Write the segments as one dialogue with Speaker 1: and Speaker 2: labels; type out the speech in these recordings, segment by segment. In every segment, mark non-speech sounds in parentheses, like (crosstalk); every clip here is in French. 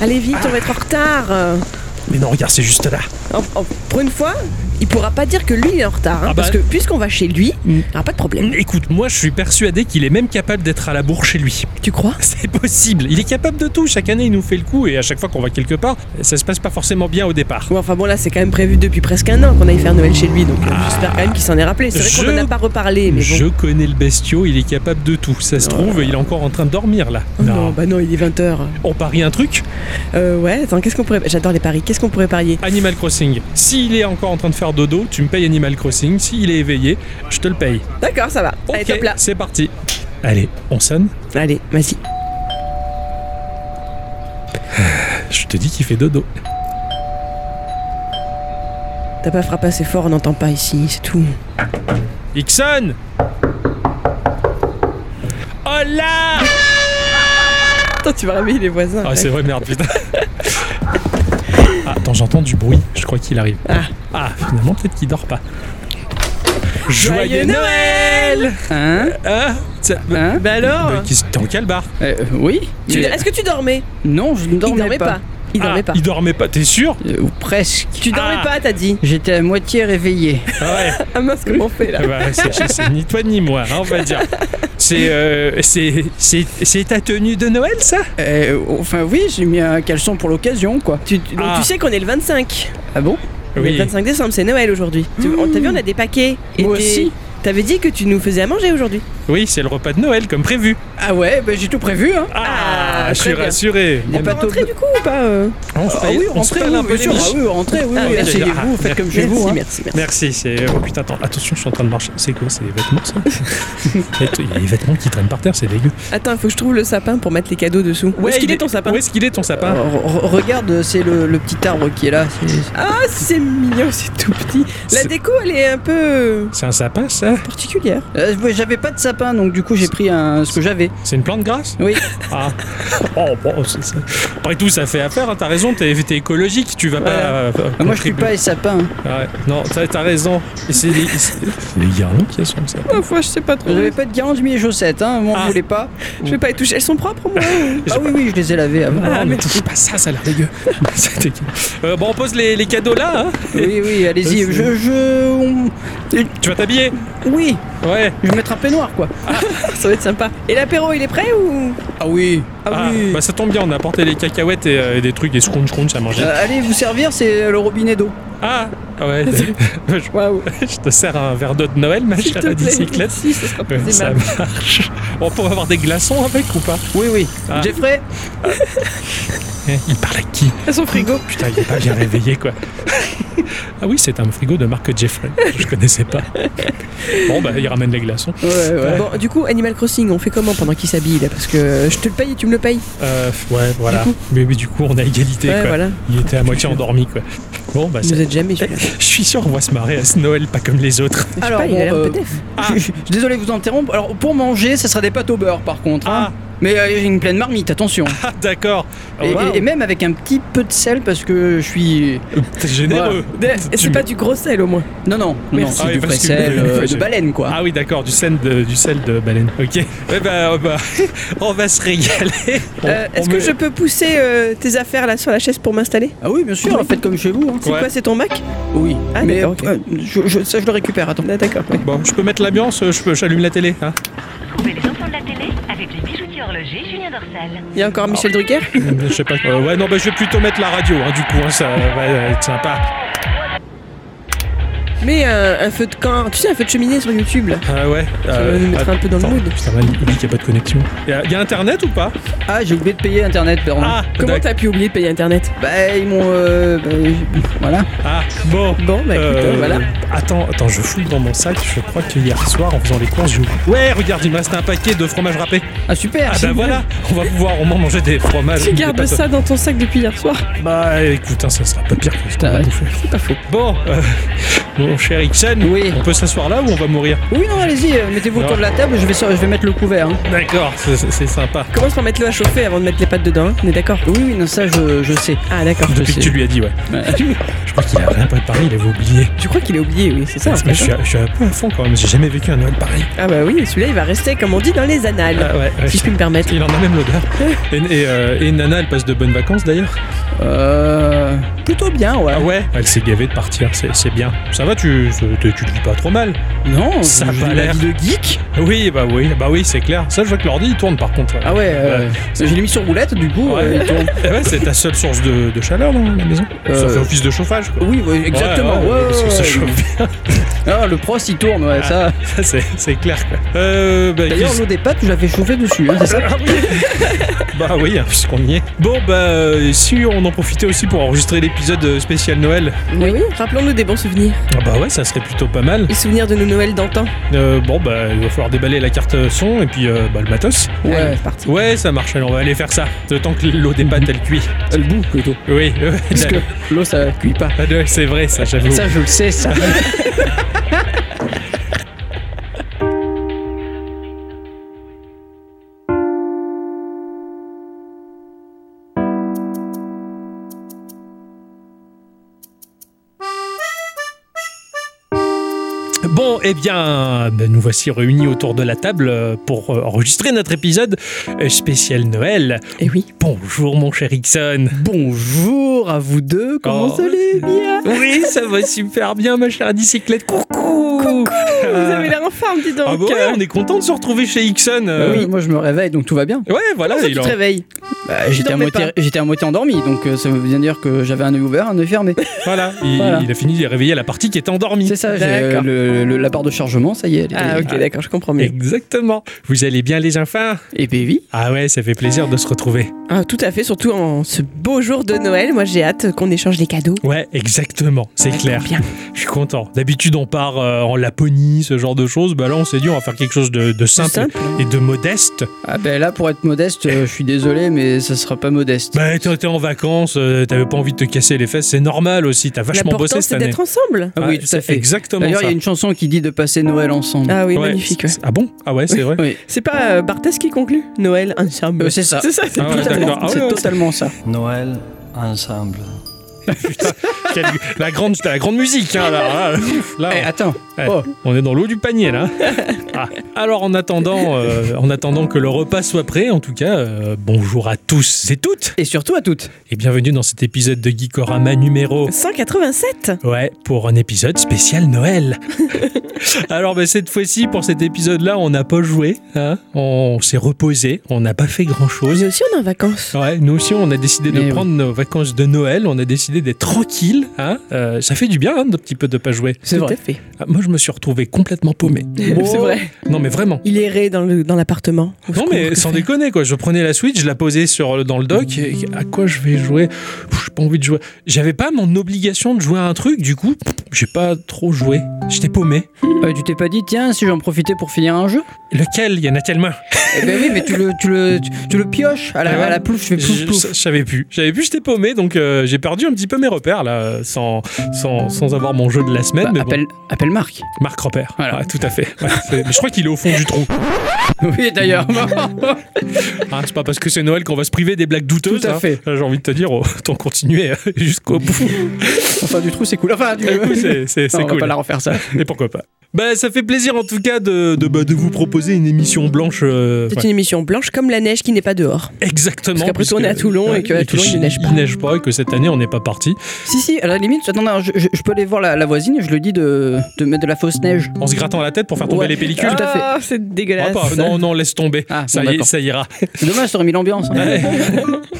Speaker 1: Allez vite, on va être en retard.
Speaker 2: Mais non, regarde, c'est juste là.
Speaker 1: Oh, oh, pour une fois, il pourra pas dire que lui il est en retard, hein,
Speaker 2: Ah bah. Mm.
Speaker 1: parce que puisqu'on va chez lui, il n'y aura pas de problème.
Speaker 2: Écoute, moi je suis persuadé qu'il est même capable d'être à la bourre chez lui. (laughs)
Speaker 1: Tu crois
Speaker 2: C'est possible, il est capable de tout, chaque année il nous fait le coup et à chaque fois qu'on va quelque part, ça se passe pas forcément bien au départ.
Speaker 1: Ouais, enfin bon là c'est quand même prévu depuis presque un an qu'on aille faire Noël chez lui, donc euh, j'espère quand même qu'il s'en est rappelé. C'est vrai
Speaker 2: Ah. Je-
Speaker 1: qu'on n'en a pas reparlé, mais bon.
Speaker 2: Je connais le bestiau, il est capable de tout. Ça se trouve, il est encore en train de dormir là.
Speaker 1: Oh non, bah non, il est 20h.
Speaker 2: On parie un truc
Speaker 1: Euh, ouais, attends, qu'est-ce qu'on pourrait. J'adore les paris, qu'est-ce qu'on pourrait parier
Speaker 2: Animal Crossing. S'il est encore en train de faire dodo, tu me payes Animal Crossing. S'il est éveillé, je te le paye.
Speaker 1: D'accord, ça va. Allez,
Speaker 2: Ok,
Speaker 1: top là.
Speaker 2: c'est parti. Allez, on sonne
Speaker 1: Allez, vas-y.
Speaker 2: Je te dis qu'il fait dodo.
Speaker 1: T'as pas frappé assez fort, on n'entend pas ici, c'est tout.
Speaker 2: Ixon Oh là
Speaker 1: Attends, tu vas réveiller les voisins.
Speaker 2: Ah, c'est vrai, merde,
Speaker 1: (laughs)
Speaker 2: putain. Ah, attends, j'entends du bruit. Je crois qu'il arrive.
Speaker 1: Ah.
Speaker 2: Ah, finalement, peut-être qu'il dort pas.
Speaker 1: Joyeux
Speaker 2: Noël
Speaker 3: Hein
Speaker 2: Hein Ça-
Speaker 3: Hein
Speaker 1: Euh, Bah
Speaker 2: Bah,
Speaker 1: alors
Speaker 2: qui se- T'es en calbar
Speaker 3: Euh, Oui
Speaker 1: Tu-
Speaker 3: mais-
Speaker 1: Est-ce que tu dormais
Speaker 3: Non, je ne dormais,
Speaker 1: Il dormait pas. Il
Speaker 2: Ah,
Speaker 1: dormait pas.
Speaker 2: Il dormait pas, t'es sûr
Speaker 3: Euh, ou presque.
Speaker 1: Tu dormais
Speaker 2: Ah.
Speaker 1: pas, t'as dit.
Speaker 3: J'étais à moitié réveillé.
Speaker 1: (laughs)
Speaker 2: Ah ouais.
Speaker 1: Ah
Speaker 2: (laughs)
Speaker 1: mince, comment on fait là
Speaker 2: Ah bah, c'est c'est ni toi ni moi, hein, on va dire. C'est euh, c'est- c'est- c'est ta tenue de Noël, ça
Speaker 3: Euh, enfin oui, j'ai mis un caleçon pour l'occasion, quoi.
Speaker 1: tu, tu- donc
Speaker 2: Ah.
Speaker 1: tu sais qu'on est le 25.
Speaker 3: Ah bon
Speaker 1: On est le 25 décembre, c'est Noël aujourd'hui. Tu- on- T'as vu, on a des paquets.
Speaker 3: Moi
Speaker 1: t'es-
Speaker 3: aussi.
Speaker 1: T'avais dit que tu nous faisais à manger aujourd'hui.
Speaker 2: oui c'est le repas de Noël, comme prévu.
Speaker 3: Ah ouais, bah, j'ai tout prévu, hein.
Speaker 2: Ah,
Speaker 1: Ah,
Speaker 2: je suis
Speaker 1: très bien.
Speaker 2: rassuré.
Speaker 3: Des
Speaker 1: On peut
Speaker 3: bateaux-
Speaker 1: rentrer du coup ou pas euh
Speaker 2: On se
Speaker 3: Ah
Speaker 2: paye-
Speaker 3: oui,
Speaker 2: on se
Speaker 3: rentrez,
Speaker 2: paye
Speaker 3: oui,
Speaker 2: un
Speaker 3: bien
Speaker 2: peu les
Speaker 3: sûr. Ah
Speaker 2: miches.
Speaker 3: oui, rentrez, oui,
Speaker 1: Ah,
Speaker 3: oui,
Speaker 1: merci.
Speaker 3: asseyez-vous, faites comme chez
Speaker 1: Merci,
Speaker 3: vous. hein.
Speaker 1: merci, merci.
Speaker 2: Merci, c'est. Oh putain, attends, attention, je suis en train de marcher. C'est quoi C'est des vêtements, ça (laughs) Il y a des vêtements qui traînent par terre, c'est dégueu.
Speaker 1: Attends, il faut que je trouve le sapin pour mettre les cadeaux dessous. Où est-ce qu'il est ton sapin
Speaker 2: Où est-ce qu'il est ton
Speaker 3: Euh,
Speaker 2: sapin
Speaker 3: re- regarde, c'est le, le petit arbre qui est là. C'est-
Speaker 1: Ah, c'est mignon, c'est tout petit. La
Speaker 2: C'est-
Speaker 1: déco, elle est un peu euh,
Speaker 2: C'est un sapin, ça
Speaker 1: particulière.
Speaker 3: Euh, ouais, j'avais pas de sapin, donc du coup j'ai pris un, ce que j'avais.
Speaker 2: C'est une plante grasse
Speaker 3: Oui.
Speaker 2: Ah. Oh, bon, c'est ça. Après tout, ça fait affaire, hein, t'as raison, t'es t'es écologique, tu vas pas. euh,
Speaker 3: Ah, moi je suis
Speaker 2: contribuer.
Speaker 3: pas les sapins.
Speaker 2: Ouais, non, t'as t'as raison. Et C'est les, c'est- les guirlandes qui sont ça.
Speaker 3: Ah,
Speaker 1: Parfois, je sais pas trop.
Speaker 3: J'avais pas de guirlandes, j'ai mis les chaussettes, hein, moi on
Speaker 2: Ah.
Speaker 3: voulait pas.
Speaker 1: Je vais pas les toucher. Elles sont propres, moi. ou-
Speaker 3: Ah oui, oui, je les ai lavées avant.
Speaker 2: Ah, mais touche pas ça, ça a l'air dégueu. (laughs) C'est dégueu. Euh, bon, on pose les, les cadeaux là, hein
Speaker 3: Oui, oui,
Speaker 2: Euh,
Speaker 3: allez-y.
Speaker 2: c'est-
Speaker 3: Je, je, on-
Speaker 2: Tu vas t'habiller
Speaker 3: Oui,
Speaker 2: Ouais.
Speaker 3: je vais mettre un peignoir, quoi.
Speaker 1: Ça va être sympa. Et l'apéro, il est prêt ou
Speaker 3: Ah oui, ah, oui.
Speaker 2: bah ça tombe bien, on a apporté les cacahuètes et, euh, et des trucs, des scrunch scrunch à manger.
Speaker 3: Euh, allez vous servir, c'est le robinet d'eau.
Speaker 2: Ah Ouais, (laughs) je,
Speaker 1: Waouh.
Speaker 2: je te sers un verre d'eau de Noël,
Speaker 1: (laughs)
Speaker 2: ma
Speaker 1: S'il
Speaker 2: chère
Speaker 1: te plaît.
Speaker 2: bicyclette.
Speaker 1: Si, ce sera plus
Speaker 2: Euh, ça
Speaker 1: aimable.
Speaker 2: marche. (laughs) On pourrait avoir des glaçons avec ou pas
Speaker 3: Oui, oui.
Speaker 2: Ah.
Speaker 3: Jeffrey,
Speaker 2: Eh, Il parle à qui
Speaker 1: Elles sont frigo.
Speaker 2: Putain, il est pas bien réveillé quoi. (laughs) Ah oui, c'est un frigo de marque Jeffrey. Je connaissais pas. Bon, bah il ramène les glaçons.
Speaker 3: ouais, ouais.
Speaker 1: Bon, du coup, Animal Crossing, on fait comment pendant qu'il s'habille là Parce que je te le paye et tu me le payes.
Speaker 2: Euh, ouais, voilà. Mais, mais du coup, on a égalité.
Speaker 1: Ouais,
Speaker 2: quoi.
Speaker 1: voilà.
Speaker 2: Il était à moitié endormi. quoi. Bon, bah,
Speaker 1: Vous
Speaker 2: c'est-
Speaker 1: êtes jamais celui-là.
Speaker 2: je suis sûr, on va se marrer à ce Noël, pas comme les autres.
Speaker 1: Je sais
Speaker 3: Eh, Alors,
Speaker 1: pas, il a
Speaker 3: bon,
Speaker 1: l'air
Speaker 3: euh,
Speaker 1: peut-être.
Speaker 2: Ah.
Speaker 3: Je, je- je- désolé de vous interrompre. Alors pour manger, ça sera des pâtes au beurre, par contre. hein.
Speaker 2: Ah.
Speaker 3: Mais euh, j'ai une pleine marmite, attention.
Speaker 2: Ah, d'accord.
Speaker 3: Et- et,
Speaker 2: Wow.
Speaker 3: et même avec un petit peu de sel parce que je suis.
Speaker 2: T'es généreux. Tu
Speaker 1: C'est
Speaker 2: me-
Speaker 1: pas du gros sel au moins.
Speaker 3: Non, non, non,
Speaker 1: Merci.
Speaker 3: c'est
Speaker 2: ben, euh, Ah oui,
Speaker 3: du
Speaker 2: parce
Speaker 3: vrai
Speaker 2: que-
Speaker 3: sel euh,
Speaker 2: parce que-
Speaker 3: de baleine, quoi.
Speaker 2: Ah oui, d'accord, du sel de, du sel de baleine. Ok. Eh ben, euh, bah, (laughs) on va se régaler. On-
Speaker 1: Euh,
Speaker 2: on
Speaker 1: Est-ce que
Speaker 2: met-
Speaker 1: je peux pousser euh, tes affaires là sur la chaise pour m'installer
Speaker 3: Ah oui, bien sûr, faites comme chez vous. hein.
Speaker 1: C'est
Speaker 2: Ouais.
Speaker 1: quoi, c'est ton Mac
Speaker 3: Oui.
Speaker 1: Ah,
Speaker 3: mais
Speaker 1: d'accord, ok.
Speaker 3: euh, je, je- ça, je le récupère. Attends.
Speaker 1: Ah, D'accord. ouais.
Speaker 2: Bon, je peux mettre l'ambiance, je peux, j'allume la télé. hein.
Speaker 4: Trouvez les enfants de la télé avec les bijoutiers horlogers Julien Dorsal.
Speaker 1: Il y a encore
Speaker 3: (laughs)
Speaker 1: Michel Drucker
Speaker 2: je sais pas. euh, ouais, non, bah, je vais plutôt mettre la radio, hein, du coup, hein, ça va être sympa.
Speaker 1: Mais euh, un, un feu de camp, tu sais, un feu de cheminée sur YouTube là.
Speaker 2: Ah ouais.
Speaker 1: va
Speaker 3: Euh,
Speaker 1: nous mettre un peu dans le
Speaker 2: attends,
Speaker 1: mood. Hein
Speaker 2: Putain, man, oublie qu'il n'y a pas de connexion. Il y, a- il y a internet ou pas
Speaker 3: Ah, j'ai oublié de payer Internet, pardon.
Speaker 2: Ah,
Speaker 1: Comment
Speaker 2: d'ac-
Speaker 1: t'as pu oublier de payer internet
Speaker 3: Bah, ils m'ont. euh, bah, je- voilà.
Speaker 2: Ah, bon.
Speaker 1: Bon, bah écoute,
Speaker 2: Euh,
Speaker 1: euh, voilà.
Speaker 2: Attends, attends, je fouille dans mon sac. Je crois que hier soir, en faisant les courses, j'ai oublié. Ouais, regarde, il me reste un paquet de fromage râpé.
Speaker 3: Ah, super.
Speaker 2: Ah
Speaker 3: c'est
Speaker 2: bah
Speaker 3: bien.
Speaker 2: voilà, on va pouvoir au moins manger des fromages.
Speaker 1: Tu
Speaker 2: des
Speaker 1: gardes
Speaker 2: pâtes.
Speaker 1: ça dans ton sac depuis hier soir
Speaker 2: Bah écoute, hein, ça sera pas pire que ce qu'on
Speaker 3: Putain,
Speaker 2: va
Speaker 3: ouais.
Speaker 2: bouffer.
Speaker 3: C'est pas faux.
Speaker 2: Bon, euh, bon, mon cher Ixon.
Speaker 3: Oui.
Speaker 2: On peut s'asseoir là ou on va mourir
Speaker 3: Oui, non, allez-y, euh, mettez-vous
Speaker 2: Non.
Speaker 3: autour de la table, je vais, so- je vais mettre le couvert. hein.
Speaker 2: D'accord, c'est- c'est c'est sympa.
Speaker 1: Commence par mettre l'eau à chauffer avant de mettre les pattes dedans, hein. on est d'accord
Speaker 3: Oui, oui, non, ça, je, je sais.
Speaker 1: Ah d'accord.
Speaker 3: Je
Speaker 2: Depuis que
Speaker 3: sais.
Speaker 2: tu lui as dit, ouais. (laughs) Je crois qu'il a rien préparé, il avait oublié.
Speaker 1: Tu crois qu'il est oublié, oui, c'est ça. en
Speaker 2: Mais
Speaker 1: fait,
Speaker 2: je, suis,
Speaker 1: hein.
Speaker 2: je suis un peu à fond quand même, j'ai jamais vécu un Noël pareil.
Speaker 1: Ah bah oui, celui-là il va rester comme on dit dans les annales.
Speaker 2: Ah
Speaker 3: Euh,
Speaker 2: ouais, ouais.
Speaker 1: Si je puis me permettre.
Speaker 2: Il en a même l'odeur. Et, et, euh, et Nana, elle passe de bonnes vacances d'ailleurs
Speaker 3: Euh, plutôt bien, ouais.
Speaker 2: Ah ouais Elle s'est gavée de partir, c'est c'est bien. Ça va, tu, tu, tu te vis pas trop mal
Speaker 3: Non,
Speaker 2: Ça a
Speaker 3: je-
Speaker 2: pas
Speaker 3: la
Speaker 2: l'air.
Speaker 3: vie de geek.
Speaker 2: Oui, bah oui, bah oui, c'est clair. Ça, je vois que l'ordi, il tourne par contre.
Speaker 3: Ah ouais, euh, je l'ai mis sur roulette, du coup.
Speaker 2: Ouais.
Speaker 3: euh, il tourne.
Speaker 2: (laughs) Eh ouais, c'est ta seule source de, de chaleur dans la maison. Ça
Speaker 3: Euh,
Speaker 2: fait office de chauffage, quoi.
Speaker 3: Oui, ouais, exactement.
Speaker 2: Ouais, ouais,
Speaker 3: ouais,
Speaker 2: parce que
Speaker 3: ouais,
Speaker 2: ça
Speaker 3: ouais.
Speaker 2: chauffe (laughs) bien.
Speaker 3: Ah, le prost, il tourne, ouais,
Speaker 2: Ah.
Speaker 3: ça.
Speaker 2: Ça, c'est- c'est clair, quoi. Euh, bah,
Speaker 3: D'ailleurs,
Speaker 2: qu'est-ce-
Speaker 3: l'eau des pâtes, je la fais chauffer dessus, hein, c'est ça
Speaker 2: Ah oui. bah oui, hein, puisqu'on y est. Bon, bah, euh, si on en profitait aussi pour enregistrer l'épisode euh, spécial Noël.
Speaker 1: Oui, oui. Rappelons-nous des bons souvenirs.
Speaker 2: Ah bah ouais, ça serait plutôt pas mal.
Speaker 1: Les souvenirs de nos Noël d'antan.
Speaker 2: Euh, bon, bah, il va falloir déballer la carte son et puis euh, bah, le matos.
Speaker 1: Allez,
Speaker 3: Ouais,
Speaker 1: c'est Ah, parti.
Speaker 2: Ouais, ça marche, alors on va aller faire ça. Le temps que l'eau des pâtes, elle cuit.
Speaker 3: le bout plutôt.
Speaker 2: Oui, (laughs) euh,
Speaker 3: Parce que
Speaker 2: la-
Speaker 3: l'eau, ça cuit pas.
Speaker 2: Ah ouais, c'est vrai, ça, j'avoue.
Speaker 3: Ça, je le sais, ça.
Speaker 2: Bon, eh bien, ben, nous voici réunis autour de la table euh, pour euh, enregistrer notre épisode euh, spécial Noël.
Speaker 1: Et Eh oui.
Speaker 2: Bonjour mon cher Ixon.
Speaker 3: Bonjour à vous deux, comment
Speaker 2: Oh.
Speaker 3: allez bien
Speaker 2: Oui, ça va super bien ma chère bicyclette. Coucou.
Speaker 1: Vous avez l'air en forme, dis donc.
Speaker 2: Ah bah ouais, on est content de se retrouver chez Ixon. euh.
Speaker 3: Ah Oui, moi je me réveille donc tout va bien.
Speaker 2: Ouais, voilà.
Speaker 1: Comment ça,
Speaker 2: il
Speaker 1: tu
Speaker 2: en-
Speaker 1: te réveilles
Speaker 3: Bah, j'étais, à
Speaker 1: dormais
Speaker 3: moitié,
Speaker 1: pas.
Speaker 3: j'étais à moitié endormi donc euh, ça veut bien dire que j'avais un œil ouvert, un œil fermé.
Speaker 2: voilà, il,
Speaker 3: Voilà.
Speaker 2: il a fini de réveiller la partie qui était
Speaker 3: (laughs)
Speaker 2: endormie.
Speaker 3: C'est ça, j'ai, euh,
Speaker 1: D'accord.
Speaker 3: le- le- la barre de chargement, ça y est. elle est-
Speaker 1: Ah ok, d'accord, je comprends mieux.
Speaker 2: Exactement. Vous allez bien les enfants
Speaker 3: Et baby
Speaker 2: Ah ouais, ça fait plaisir de se retrouver.
Speaker 1: Ah, tout à fait, surtout en ce beau jour de Noël. Moi, j'ai hâte qu'on échange les cadeaux.
Speaker 2: Ouais, exactement, c'est clair.
Speaker 1: Bien.
Speaker 2: Je suis content. D'habitude, on part euh, en Laponie, ce genre de choses. Bah là, on s'est dit, on va faire quelque chose de, de simple,
Speaker 1: simple.
Speaker 2: et de modeste.
Speaker 3: Ah ben là, pour être modeste, euh, je suis désolé, mais ça sera pas modeste.
Speaker 2: Bah, t'es t'es en vacances, euh, t'avais pas envie de te casser les fesses, c'est normal aussi, t'as vachement bossé
Speaker 1: L'important,
Speaker 2: cette
Speaker 1: c'est
Speaker 2: année.
Speaker 1: d'être ensemble.
Speaker 3: Ah oui, tout
Speaker 2: c'est
Speaker 3: à fait.
Speaker 2: Exactement
Speaker 3: D'ailleurs, il y
Speaker 2: ça.
Speaker 3: a une chanson qui dit de passer Noël ensemble.
Speaker 1: Ah oui,
Speaker 2: Ouais,
Speaker 1: magnifique. ouais.
Speaker 2: c'est- Ah bon Ah
Speaker 3: (laughs)
Speaker 2: ouais, c'est vrai.
Speaker 3: Oui,
Speaker 1: C'est pas euh, Barthès qui conclut Noël ensemble.
Speaker 3: Euh, c'est ça.
Speaker 1: C'est ça, c'est
Speaker 2: Ah ouais,
Speaker 1: tout à fait.
Speaker 2: d'accord. Ah
Speaker 3: c'est
Speaker 2: ouais, ouais,
Speaker 3: totalement ça.
Speaker 5: Noël ensemble.
Speaker 2: Quelle- la, grande, la grande musique,
Speaker 3: (laughs)
Speaker 2: hein, là. là, là,
Speaker 3: Eh, attends,
Speaker 2: Ouais.
Speaker 3: oh,
Speaker 2: on est dans l'eau du
Speaker 3: (laughs)
Speaker 2: panier, là. Ah. Alors, en attendant, euh, en attendant que le repas soit prêt, en tout cas, euh, bonjour à tous et toutes,
Speaker 3: et surtout à toutes.
Speaker 2: et bienvenue dans cet épisode de Geekorama numéro
Speaker 1: 187
Speaker 2: Ouais, pour un épisode spécial
Speaker 3: (laughs)
Speaker 2: Noël. Alors bah, cette fois-ci, pour cet épisode-là, on n'a pas joué, hein. on s'est reposé, on n'a pas fait grand-chose.
Speaker 1: Nous aussi, on est en vacances.
Speaker 2: Ouais, nous aussi, on a décidé de
Speaker 3: Mais Eh oui.
Speaker 2: prendre nos vacances de Noël, on a décidé d'être tranquille. Hein. Euh, ça fait du bien hein, un petit peu de pas jouer.
Speaker 3: C'est
Speaker 1: tout
Speaker 3: vrai.
Speaker 1: à fait.
Speaker 2: Ah, moi, je me suis retrouvé
Speaker 3: (laughs)
Speaker 2: complètement paumé.
Speaker 1: C'est vrai.
Speaker 2: Non, mais vraiment.
Speaker 1: Il errait dans le- dans l'appartement. Au
Speaker 2: Non
Speaker 1: secours,
Speaker 2: mais
Speaker 1: que
Speaker 2: sans
Speaker 1: faire
Speaker 2: déconner quoi, je prenais la Switch, je la posais sur dans le dock. et à quoi je vais jouer Pff, J'ai pas envie de jouer. J'avais pas mon obligation de jouer à un truc, du coup j'ai pas trop joué. J'étais paumé.
Speaker 3: Euh, tu t'es pas dit, tiens, si j'en profitais pour finir un jeu
Speaker 2: Lequel Il y en a tellement.
Speaker 3: Eh ben oui, mais tu le, tu le, tu, tu le pioches à la,
Speaker 2: Ah ouais.
Speaker 3: à la plouf, tu fais plouf
Speaker 2: Je
Speaker 3: plouf.
Speaker 2: je savais plus. J'avais plus, j'étais paumé, donc euh, j'ai perdu un petit peu mes repères là, sans, sans, sans avoir mon jeu de la semaine.
Speaker 3: Bah,
Speaker 2: mais bon.
Speaker 3: appelle, appelle Marc.
Speaker 2: Marc Repère.
Speaker 3: Voilà.
Speaker 2: Ouais, tout à fait. Ouais, c'est- mais je crois qu'il est au fond du trou.
Speaker 3: (laughs) Oui, (laughs) d'ailleurs.
Speaker 2: Hein, c'est pas parce que c'est Noël qu'on va se priver des blagues douteuses.
Speaker 3: Tout à
Speaker 2: hein.
Speaker 3: fait.
Speaker 2: J'ai envie de te dire, (laughs) autant continuer euh, jusqu'au bout.
Speaker 3: (laughs) enfin, du trou, c'est cool. Enfin, du.
Speaker 2: C'est-
Speaker 3: Bah, (laughs)
Speaker 2: C'est
Speaker 3: Non,
Speaker 2: c'est
Speaker 3: on va
Speaker 2: cool.
Speaker 3: pas la refaire ça.
Speaker 2: Et pourquoi pas Bah ça fait plaisir en tout cas de, de, bah, de vous proposer une émission blanche. euh,
Speaker 1: C'est
Speaker 2: ouais,
Speaker 1: une émission blanche comme la neige qui n'est pas dehors.
Speaker 2: Exactement.
Speaker 1: parce qu'après tout, on
Speaker 2: puisque-
Speaker 1: est à Toulon et
Speaker 2: ouais,
Speaker 1: qu'à Toulon, il ne neige pas.
Speaker 2: Il neige pas et que cette année on n'est pas parti.
Speaker 3: (laughs) Si, si, à la limite, attends, non, je, je- je peux aller voir la, la voisine et je lui dis de, de mettre de la fausse neige.
Speaker 2: En se grattant la tête pour faire tomber
Speaker 3: Ouais.
Speaker 2: les pellicules.
Speaker 3: Tout à fait.
Speaker 1: Ah, c'est
Speaker 2: Ah,
Speaker 1: dégueulasse.
Speaker 2: pas- non, non, laisse tomber.
Speaker 3: Ah,
Speaker 2: ça,
Speaker 3: bon,
Speaker 2: y est,
Speaker 3: d'accord.
Speaker 2: ça ira.
Speaker 3: C'est dommage, ça aurait mis l'ambiance. hein.
Speaker 2: Ouais.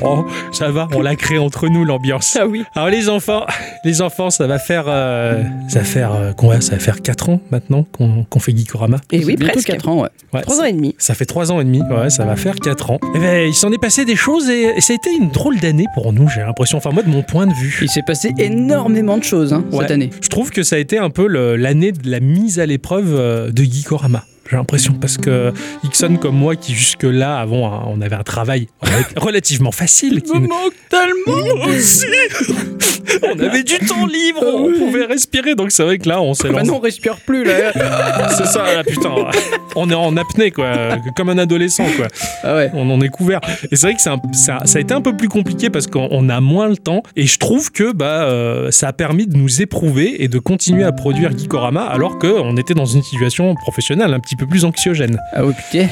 Speaker 2: oh, ça va, on l'a créé entre nous l'ambiance.
Speaker 1: (laughs) Ah oui.
Speaker 2: Alors les enfants, les enfants, ça va faire, euh, ça va faire euh, combien Ça va faire 4 ans maintenant qu'on qu'on fait Geekorama.
Speaker 1: Et oui,
Speaker 3: C'est bientôt
Speaker 1: presque.
Speaker 3: 4 ans, ouais.
Speaker 2: Ouais,
Speaker 1: Trois ans et demi.
Speaker 2: Ça fait trois ans et demi, ouais, ça va faire quatre ans. Eh ben, il s'en est passé des choses et, et ça a été une drôle d'année pour nous, j'ai l'impression, enfin moi de mon point de vue.
Speaker 3: Il s'est passé énormément de choses hein,
Speaker 2: Ouais.
Speaker 3: cette année.
Speaker 2: Je trouve que ça a été un peu le- l'année de la mise à l'épreuve euh, de Geekorama. J'ai l'impression, parce que Ixon comme moi, qui jusque-là, avant, hein, on avait un travail relat- (laughs) relativement facile, qui,
Speaker 1: manque Tellement
Speaker 2: aussi On avait du temps libre, on pouvait respirer, donc c'est vrai que là, on s'est lancé. Ah,
Speaker 3: Maintenant, Bah, on respire plus là.
Speaker 2: C'est ça, là, putain. On est en apnée, quoi. Comme un adolescent, quoi.
Speaker 3: (laughs) ah ouais.
Speaker 2: On en est couvert. Et c'est vrai que c'est un- ça, ça a été un peu plus compliqué parce qu'on on a moins le temps. Et je trouve que bah, euh, ça a permis de nous éprouver et de continuer à produire Gikorama alors qu'on était dans une situation professionnelle un petit peu plus anxiogène.
Speaker 3: Ah ouais, putain.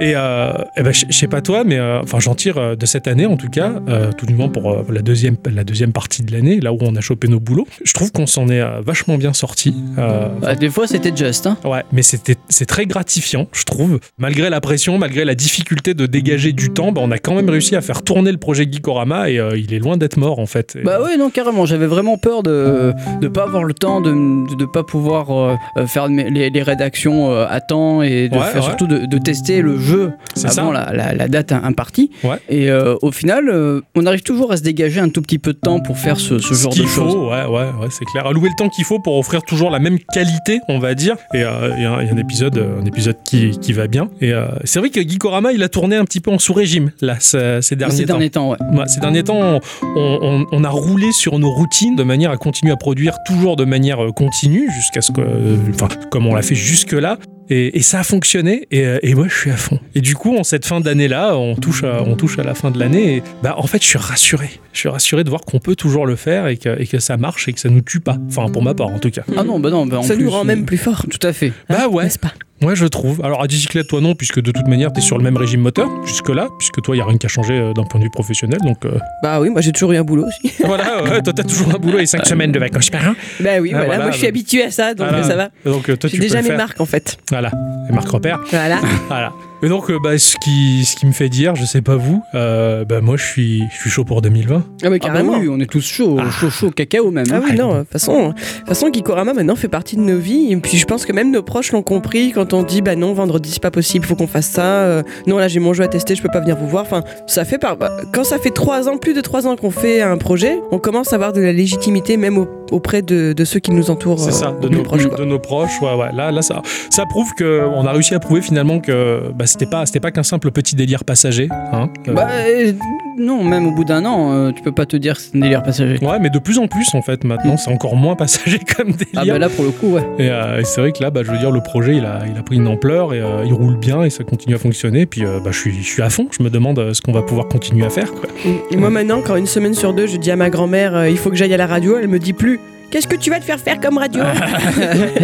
Speaker 2: Et, euh, eh ben, je je sais pas toi, mais euh, enfin, j'en tire euh, de cette année en tout cas, euh, tout du moins pour euh, la, deuxième, la deuxième partie de l'année, là où on a chopé nos boulots. Je trouve qu'on s'en est euh, vachement bien sorti. Euh,
Speaker 3: Bah, des fois, c'était juste. Hein.
Speaker 2: Ouais, mais c'était c'est très gratifiant, je trouve. Malgré la pression, malgré la difficulté de dégager du temps, bah, on a quand même réussi à faire tourner le projet Gikorama et euh, il est loin d'être mort en fait. Et-
Speaker 3: Bah ouais, non, carrément. J'avais vraiment peur de ne pas avoir le temps, de ne pas pouvoir euh, euh, faire mes- les, les rédactions euh, à temps et de
Speaker 2: Ouais,
Speaker 3: faire
Speaker 2: ouais.
Speaker 3: surtout de, de tester le jeu
Speaker 2: C'est ça.
Speaker 3: avant la, la- la date impartie.
Speaker 2: Ouais.
Speaker 3: Et euh, au final, euh, on arrive toujours à se dégager un tout petit peu de temps pour faire ce, ce
Speaker 2: ce
Speaker 3: genre de
Speaker 2: qu'il
Speaker 3: choses.
Speaker 2: faut, ouais, ouais, ouais, c'est clair. Allouer le temps qu'il faut pour offrir toujours la même qualité, on va dire. Et euh, il y, a un- il y a un épisode, euh, un épisode qui, qui va bien. Et euh, c'est vrai que Gikorama, il a tourné un petit peu en sous-régime là ce- ces derniers
Speaker 3: Ces
Speaker 2: temps.
Speaker 3: derniers temps, ouais.
Speaker 2: Ouais, Bah, ces derniers temps, on, on- on a roulé sur nos routines de manière à continuer à produire toujours de manière euh, continue jusqu'à ce que, euh, enfin, comme on l'a fait jusque là. Et, et ça a fonctionné. Et, euh, et moi, je suis à fond. Et du coup, en cette fin d'année là, on touche, à, on touche à la fin de l'année. Et bah, en fait, je suis rassuré. Je suis rassuré de voir qu'on peut toujours le faire et que, et que ça marche et que ça nous tue pas. Enfin, pour ma part, en tout cas.
Speaker 3: Ah non, bah non, bah en
Speaker 1: Ça
Speaker 3: plus,
Speaker 1: nous rend même plus fort.
Speaker 3: Tout à fait.
Speaker 2: Bah ouais.
Speaker 1: N'est-ce pas
Speaker 2: Ouais, je trouve. Alors, à bicyclette, toi non, puisque de toute manière, t'es sur le même régime moteur jusque-là, puisque toi, il n'y a rien qu'à changer euh, d'un point de vue professionnel. Donc, euh,
Speaker 1: Bah oui, moi j'ai toujours eu un boulot aussi.
Speaker 2: voilà, ouais, toi, t'as toujours un boulot et
Speaker 1: Euh,
Speaker 2: 5 semaines de vacances par an.
Speaker 1: Bah oui,
Speaker 2: Ah,
Speaker 1: voilà,
Speaker 2: voilà,
Speaker 1: moi je suis
Speaker 2: bah-
Speaker 1: habitué à ça, donc
Speaker 2: Voilà.
Speaker 1: ça va.
Speaker 2: Donc euh, toi, tu
Speaker 1: J'ai
Speaker 2: peux
Speaker 1: déjà
Speaker 2: le
Speaker 1: mes
Speaker 2: faire.
Speaker 1: marques en fait. Ah,
Speaker 2: Voilà, les marques repères.
Speaker 1: Voilà.
Speaker 2: Voilà. Et donc, euh, bah, ce qui, ce qui me fait dire, je sais pas vous, euh, bah, moi, je suis, je suis chaud pour 2020.
Speaker 1: Ah mais
Speaker 3: Ah bah
Speaker 1: carrément.
Speaker 3: oui, on est tous chauds,
Speaker 2: Ah.
Speaker 3: chaud, chaud, cacao même.
Speaker 1: Ah
Speaker 3: hein.
Speaker 1: oui, non, de toute façon, de toute façon, Gikorama maintenant fait partie de nos vies. Et puis je pense que même nos proches l'ont compris quand on dit bah non, vendredi c'est pas possible, faut qu'on fasse ça. euh, non, là j'ai mon jeu à tester, je peux pas venir vous voir. Enfin, ça fait par. bah, Quand ça fait trois ans, plus de trois ans qu'on fait un projet, on commence à avoir de la légitimité même au- auprès de, de ceux qui nous entourent.
Speaker 2: C'est
Speaker 1: euh,
Speaker 2: ça, de
Speaker 1: plus
Speaker 2: nos,
Speaker 1: proche, quoi.
Speaker 2: de nos proches. Ouais, ouais. Là, là, ça, ça prouve que on a réussi à prouver finalement que bah, c'était pas, c'était pas qu'un simple petit délire passager. hein. Euh,
Speaker 3: Bah euh, non, même au bout d'un an, euh, tu peux pas te dire que c'est un délire passager.
Speaker 2: Ouais, mais de plus en plus en fait maintenant, c'est encore moins passager (laughs) comme délire.
Speaker 3: Ah bah là pour le coup, ouais.
Speaker 2: Et, euh, et c'est vrai que là, bah, je veux dire, le projet, il a, il a pris une ampleur et euh, il roule bien et ça continue à fonctionner. Puis euh, bah, je, suis, je suis à fond, je me demande euh, ce qu'on va pouvoir continuer à faire. Quoi.
Speaker 1: Et moi maintenant, quand une semaine sur deux, je dis à ma grand-mère, euh, il faut que j'aille à la radio, elle me dit plus. Qu'est-ce que tu vas te faire faire comme radio
Speaker 2: (laughs) Ah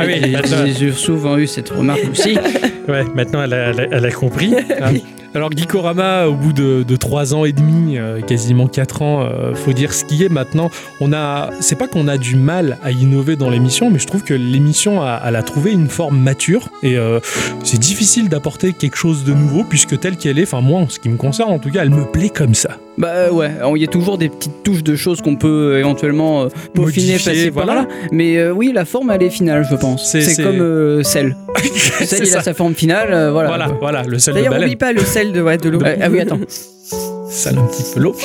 Speaker 2: oui,
Speaker 3: J'ai-
Speaker 2: attends.
Speaker 3: J'ai souvent eu cette remarque aussi.
Speaker 2: Ouais, maintenant elle a, elle a- elle a compris. (laughs) hein. Alors Gikorama, au bout de, de 3 ans et demi, euh, quasiment 4 ans, euh, faut dire ce qui est maintenant. On a, c'est pas qu'on a du mal à innover dans l'émission, mais je trouve que l'émission a, elle a trouvé une forme mature et euh, c'est difficile d'apporter quelque chose de nouveau puisque telle qu'elle est, enfin moi en ce qui me concerne en tout cas, elle me plaît comme ça.
Speaker 3: Bah euh, ouais, alors, il y a toujours des petites touches de choses qu'on peut euh, éventuellement euh, peaufiner,
Speaker 2: Modifier,
Speaker 3: passer
Speaker 2: voilà.
Speaker 3: par là. Mais euh, oui, la forme elle est finale, je pense.
Speaker 2: C'est- c'est-
Speaker 3: C'est comme euh,
Speaker 2: (laughs)
Speaker 3: sel. Sel,
Speaker 2: C'est
Speaker 3: il
Speaker 2: ça.
Speaker 3: a sa forme finale, euh, voilà.
Speaker 2: Voilà, voilà, le sel de
Speaker 1: D'ailleurs,
Speaker 2: baleine.
Speaker 1: oublie pas le sel de, ouais, de l'eau.
Speaker 3: Ah, ah oui,
Speaker 2: (laughs)
Speaker 3: attends.
Speaker 2: sale un petit peu l'eau.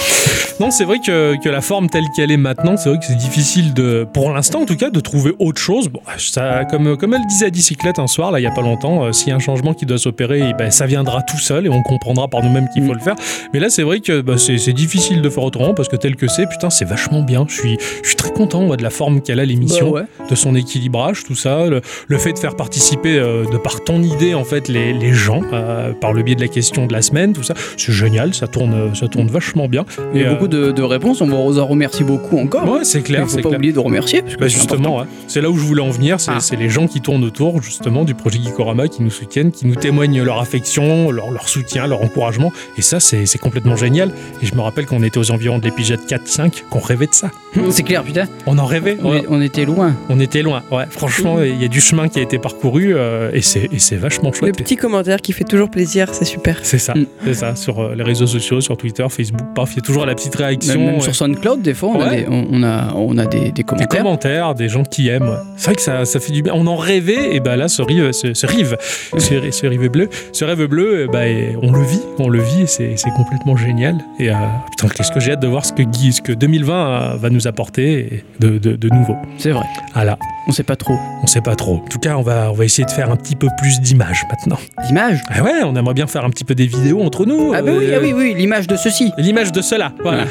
Speaker 2: Non, c'est vrai que, que la forme telle qu'elle est maintenant, c'est vrai que c'est difficile de, pour l'instant en tout cas, de trouver autre chose. Bon, ça, comme, comme elle disait à Dicyclette un soir, là, il y a pas longtemps, euh, s'il y a un changement qui doit s'opérer, eh ben, ça viendra tout seul et on comprendra par nous-mêmes qu'il
Speaker 3: Mm.
Speaker 2: faut le faire. Mais là, c'est vrai que bah, c'est c'est difficile de faire autrement parce que tel que c'est, putain, c'est vachement bien. Je suis, je suis très content moi, de la forme qu'elle a l'émission
Speaker 3: Bah ouais.
Speaker 2: de son équilibrage, tout ça, le, le fait de faire participer euh, de par ton idée en fait les, les gens euh, par le biais de la question de la semaine, tout ça, c'est génial, ça tourne, euh, ça tourne vachement bien.
Speaker 3: Il y a
Speaker 2: euh,
Speaker 3: beaucoup de, de réponses, on vous en remercie beaucoup encore.
Speaker 2: ouais, c'est
Speaker 3: Il
Speaker 2: clair,
Speaker 3: faut
Speaker 2: c'est
Speaker 3: pas
Speaker 2: clair.
Speaker 3: oublier de remercier. Parce que
Speaker 2: Bah
Speaker 3: c'est
Speaker 2: justement, ouais. c'est là où je voulais en venir, c'est
Speaker 3: Ah.
Speaker 2: c'est les gens qui tournent autour justement du projet Gikorama, qui nous soutiennent, qui nous témoignent leur affection, leur, leur soutien, leur encouragement, et ça c'est c'est complètement génial. Et je me rappelle qu'on était aux environs de l'épisode 4-5, qu'on rêvait de ça.
Speaker 3: important. C'est clair, putain.
Speaker 2: On en rêvait,
Speaker 3: On, est- on était loin.
Speaker 2: on était loin. Ouais, franchement, il y a du chemin qui a été parcouru euh, et c'est et c'est vachement
Speaker 1: (laughs) Le
Speaker 2: chouette.
Speaker 1: petit commentaire qui fait toujours plaisir, c'est super.
Speaker 2: C'est ça,
Speaker 3: Mm.
Speaker 2: c'est ça. Sur euh, les réseaux sociaux, sur Twitter, Facebook, paf, il y a toujours la petite réaction. euh,
Speaker 3: Même, même
Speaker 2: ouais.
Speaker 3: sur SoundCloud, des fois, on a
Speaker 2: Ouais.
Speaker 3: des, on, on a, on a des, des
Speaker 2: Des
Speaker 3: commentaires.
Speaker 2: commentaires, des gens qui aiment. ouais. C'est vrai que ça, ça fait du bien. On en rêvait, et bah là, ce rive, ce, ce rive, ce, ri- ce rive bleu, ce rêve bleu, et bah, et on le vit, on le vit, et c'est c'est complètement génial. Et euh, putain, qu'est-ce que j'ai hâte de voir ce que, Guy- ce que 2020 euh, va nous apporter et de, de- de nouveau.
Speaker 3: C'est vrai.
Speaker 2: Voilà.
Speaker 3: On sait pas trop.
Speaker 2: On sait pas trop. En tout cas, on va, on va essayer de faire un petit peu plus d'images maintenant.
Speaker 3: L'image
Speaker 2: Ah ouais, on aimerait bien faire un petit peu des vidéos entre nous.
Speaker 3: Ah bah
Speaker 2: euh,
Speaker 3: oui, ah oui, oui, l'image de ceci.
Speaker 2: L'image de cela,
Speaker 3: (laughs)
Speaker 2: voilà.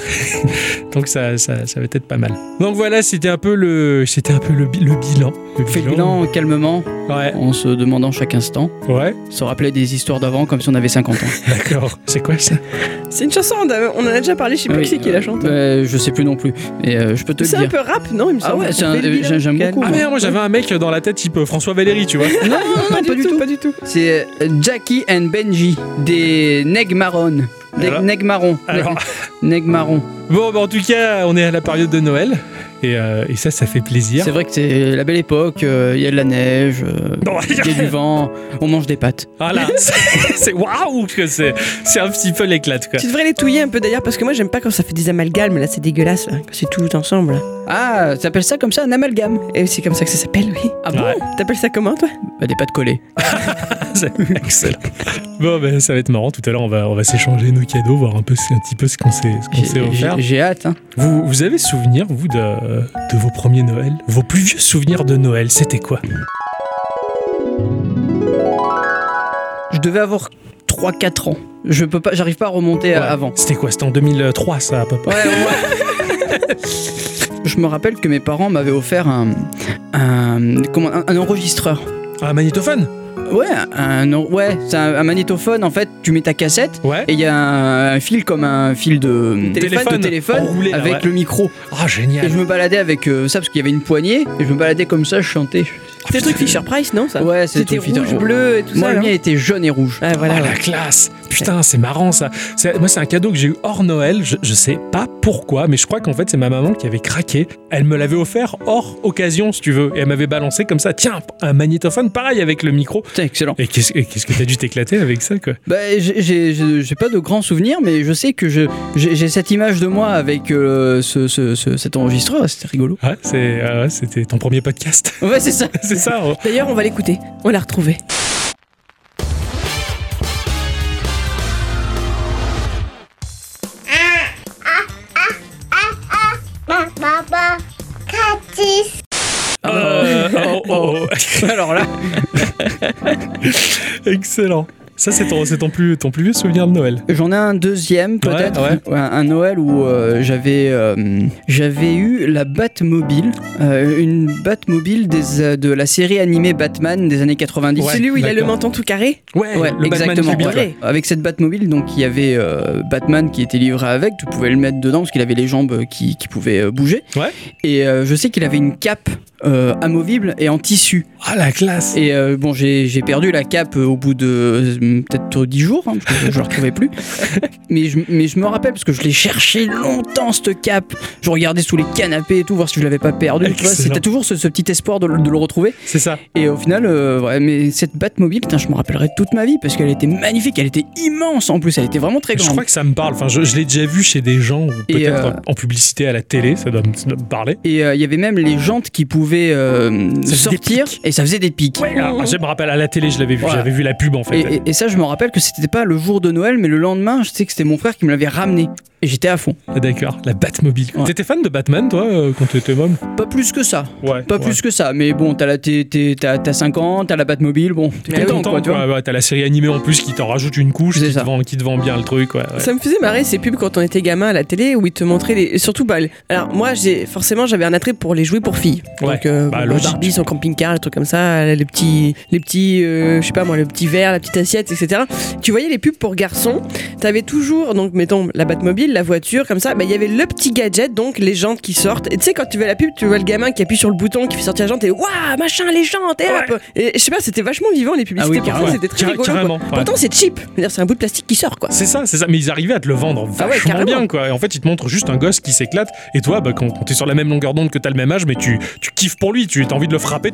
Speaker 2: Donc ça, ça, ça va être pas mal. Donc voilà, c'était un peu le, c'était un peu le, bi- le bilan. Le
Speaker 3: Fait le bilan calmement,
Speaker 2: Ouais,
Speaker 3: en se demandant chaque instant,
Speaker 2: ouais,
Speaker 3: se rappeler des histoires d'avant comme si on avait 50 ans. (laughs)
Speaker 1: (laughs)
Speaker 2: d'accord. C'est quoi ça
Speaker 1: C'est une chanson, on a- on en a déjà parlé, je sais plus
Speaker 3: Oui,
Speaker 1: qui c'est qui
Speaker 3: euh,
Speaker 1: la chante. hein.
Speaker 3: euh, Je sais plus non plus, mais euh, je peux te le
Speaker 1: C'est un
Speaker 3: dire.
Speaker 1: peu rap, non il me
Speaker 3: Ah
Speaker 1: semble.
Speaker 3: ouais, c'est
Speaker 1: On
Speaker 3: un-
Speaker 1: fait le
Speaker 3: euh,
Speaker 1: bilan
Speaker 3: j'aime
Speaker 1: vocal.
Speaker 3: beaucoup,
Speaker 2: Ah merde, moi j'avais un mec dans la tête type euh, François Valéry, tu vois.
Speaker 3: Non, non, non,
Speaker 1: Non, pas du tout, pas du tout.
Speaker 3: C'est euh, Jackie and Benji des Neg Marron. Des
Speaker 2: Alors
Speaker 3: Neg Marron.
Speaker 2: Alors.
Speaker 3: Neg Marron.
Speaker 2: Bon, bah, en tout cas, on est à la période de Noël et, euh, et ça, ça fait plaisir.
Speaker 3: C'est vrai que c'est la belle époque, euh, il y a de la neige, euh,
Speaker 2: Bon,
Speaker 3: il y a
Speaker 2: (laughs)
Speaker 3: du vent, on mange des pâtes.
Speaker 2: Voilà, Ah (laughs) c'est c'est- waouh que c'est, c'est un petit peu l'éclate quoi.
Speaker 1: Tu devrais les touiller un peu d'ailleurs parce que moi j'aime pas quand ça fait des amalgames là, c'est dégueulasse là, quand c'est tout ensemble.
Speaker 3: Ah, ça s'appelle ça comme ça un amalgame
Speaker 1: Et c'est comme ça que ça s'appelle, oui.
Speaker 3: Ah bon
Speaker 2: Ouais.
Speaker 1: T'appelles ça comment toi
Speaker 3: bah, Des pâtes collées.
Speaker 2: C'est excellent. (laughs) Bon, ben ça va être marrant. Tout à l'heure, on va, on va s'échanger nos cadeaux, voir un peu ce- un petit peu ce qu'on s'est, ce qu'on
Speaker 3: J'ai-
Speaker 2: s'est offert.
Speaker 3: J'ai j'ai hâte. hein.
Speaker 2: Vous, vous avez souvenir, vous, de, de vos premiers Noël Vos plus vieux souvenirs de Noël, c'était quoi
Speaker 3: Je devais avoir 3-4 ans. Je peux pas, j'arrive pas à remonter à-
Speaker 2: Ouais.
Speaker 3: avant.
Speaker 2: C'était quoi C'était en 2003, ça, à peu près.
Speaker 3: Ouais, ouais. (laughs) Je me rappelle que mes parents m'avaient offert un, un, comment- un- un enregistreur.
Speaker 2: Un Ah, magnétophone
Speaker 3: Ouais, un, en- ouais, c'est un, un magnétophone. En fait, tu mets ta cassette
Speaker 2: Ouais.
Speaker 3: et il y a un, un fil comme un fil de
Speaker 2: Téléphone.
Speaker 3: de téléphone
Speaker 2: Enroulé, là,
Speaker 3: avec
Speaker 2: ouais.
Speaker 3: le micro.
Speaker 2: Ah,
Speaker 3: Et
Speaker 2: génial.
Speaker 3: je me baladais avec euh, ça parce qu'il y avait une poignée et je me baladais comme ça, je chantais.
Speaker 1: C'est le truc Fisher Price, non ça
Speaker 3: ouais,
Speaker 1: C'était
Speaker 3: tout le fil-
Speaker 1: rouge, bleu et tout
Speaker 3: Moi,
Speaker 1: ça.
Speaker 3: le
Speaker 1: non
Speaker 3: mien était jaune et rouge.
Speaker 1: Ah
Speaker 2: Ah,
Speaker 1: voilà. ouais.
Speaker 2: la classe Putain, c'est marrant ça. C'est- Moi, c'est un cadeau que j'ai eu hors Noël. Je, je sais pas pourquoi, mais je crois qu'en fait, c'est ma maman qui avait craqué. Elle me l'avait offert hors occasion, si tu veux. Et elle m'avait balancé comme ça. Tiens, un magnétophone, pareil, avec le micro.
Speaker 3: Putain, excellent.
Speaker 2: Et qu'est-ce et qu'est-ce que t'as dû t'éclater avec ça, quoi
Speaker 3: Bah, j'ai- j'ai j'ai- j'ai pas de grands souvenirs, mais je sais que je- j'ai j'ai cette image de moi avec euh, ce, ce- ce- cet enregistreur, c'était rigolo.
Speaker 2: Ouais, c'est- ah ouais, c'était ton premier podcast. (laughs)
Speaker 3: Ouais, c'est ça.
Speaker 2: c'est ça. oh.
Speaker 1: D'ailleurs, on va l'écouter. On l'a retrouvé.
Speaker 6: Baba Katis.
Speaker 2: Euh, oh, oh, (laughs) oh.
Speaker 3: Alors là,
Speaker 2: Excellent. Ça, c'est ton, c'est ton, plus, ton plus vieux souvenir de Noël.
Speaker 3: j'en ai un deuxième peut-être,
Speaker 2: Ouais,
Speaker 3: Ouais, un, Noël où euh, j'avais euh, j'avais eu la Batmobile, euh, une Batmobile des, euh, de la série animée Batman des années 90.
Speaker 2: Ouais,
Speaker 1: Celui où il a le
Speaker 2: d'accord.
Speaker 1: menton tout carré.
Speaker 2: Ouais,
Speaker 3: Ouais,
Speaker 2: le Batman
Speaker 3: exactement.
Speaker 2: Cubit,
Speaker 1: ouais.
Speaker 2: quoi.
Speaker 3: Avec cette Batmobile, donc il y avait euh, Batman qui était livré avec, tu pouvais le mettre dedans parce qu'il avait les jambes qui, qui pouvaient euh, bouger.
Speaker 2: Ouais.
Speaker 3: Et euh, je sais qu'il avait une cape euh, amovible et en tissu.
Speaker 2: Ah, la classe.
Speaker 3: Et euh, bon, j'ai j'ai perdu la cape au bout de euh, peut-être 10 jours, hein, parce que je ne la retrouvais
Speaker 2: (laughs)
Speaker 3: plus. mais, je, mais je me rappelle parce que je l'ai cherché longtemps, cette cape. Je regardais sous les canapés et tout, voir si je l'avais pas perdu. Tu vois,
Speaker 2: Excellent.
Speaker 3: C'était toujours ce, ce petit espoir de le- de le retrouver.
Speaker 2: C'est ça.
Speaker 3: Et au final, euh, ouais, mais cette Batmobile, putain, je me rappellerai toute ma vie parce qu'elle était magnifique, elle était immense en plus, elle était vraiment très
Speaker 2: Je
Speaker 3: grande.
Speaker 2: crois que ça me parle. Enfin, je, je l'ai déjà vu chez des gens, ou
Speaker 3: Et,
Speaker 2: peut-être
Speaker 3: euh,
Speaker 2: en publicité à la télé, ça doit, me- ça doit me parler.
Speaker 3: Et euh, il y avait même les jantes qui pouvaient euh,
Speaker 2: faisait
Speaker 3: sortir et ça faisait des pics.
Speaker 2: Ouais, ah, ah, je me rappelle à la télé, je l'avais vu.
Speaker 3: Voilà.
Speaker 2: J'avais vu la pub en fait.
Speaker 3: Et, et- et ça, je me rappelle que c'était pas le jour de Noël, mais le lendemain, je sais que c'était mon frère qui me l'avait ramené. Et j'étais à fond.
Speaker 2: Ah, D'accord, la Batmobile.
Speaker 3: Ouais.
Speaker 2: T'étais fan de Batman, toi, euh, quand t'étais môme
Speaker 3: Pas plus que ça.
Speaker 2: Ouais.
Speaker 3: Pas plus que ça. Mais bon, t'as la- t'es- t'es- t'as- t'as 50, t'as la Batmobile, bon, t'es
Speaker 1: Eh
Speaker 2: T'es
Speaker 3: content,
Speaker 2: content,
Speaker 3: quoi, tu vois.
Speaker 2: quoi. Ouais, T'as la série animée en plus qui t'en rajoute une couche,
Speaker 3: C'est
Speaker 2: qui te,
Speaker 3: ça.
Speaker 2: vend, qui te vend bien le truc. Ouais, ouais.
Speaker 1: Ça me faisait marrer ces pubs quand on était gamin à la télé où ils te montraient les. et surtout, bah, alors moi, j'ai forcément, j'avais un attrait pour les jouets pour filles.
Speaker 2: Ouais.
Speaker 1: Donc, euh,
Speaker 2: Bah,
Speaker 1: bon,
Speaker 2: logique.
Speaker 1: Barbie, son camping-car, les trucs comme ça, euh, les petits, les petits, euh, je sais pas moi, le petit verre, la petite assiette, etc. Tu voyais les pubs pour garçons, t'avais toujours, donc mettons la Batmobile, la voiture, comme ça, bah, il y avait le petit gadget, donc les jantes qui sortent. Et tu sais, quand tu vois la pub, tu vois le gamin qui appuie sur le bouton, qui fait sortir la jante et waouh, machin, les jantes, et hop. Et je sais pas, c'était vachement vivant les
Speaker 3: Ah
Speaker 1: publicités.
Speaker 3: oui,
Speaker 1: pour ça,
Speaker 3: carrément.
Speaker 1: c'était très
Speaker 2: Carré-
Speaker 1: rigolo. quoi.
Speaker 2: carrément, ouais.
Speaker 1: Pourtant, c'est cheap. C'est-à-dire, C'est un bout de plastique qui sort, quoi.
Speaker 2: C'est ça, c'est ça. Mais ils arrivaient à te le vendre
Speaker 1: Ah ouais,
Speaker 2: vachement
Speaker 1: carrément.
Speaker 2: bien, quoi. Et en fait, ils te montrent juste un gosse qui s'éclate. Et toi, bah, quand, quand t'es sur la même longueur d'onde que t'as le même âge, mais tu, tu kiffes pour lui, tu as envie de le frapper.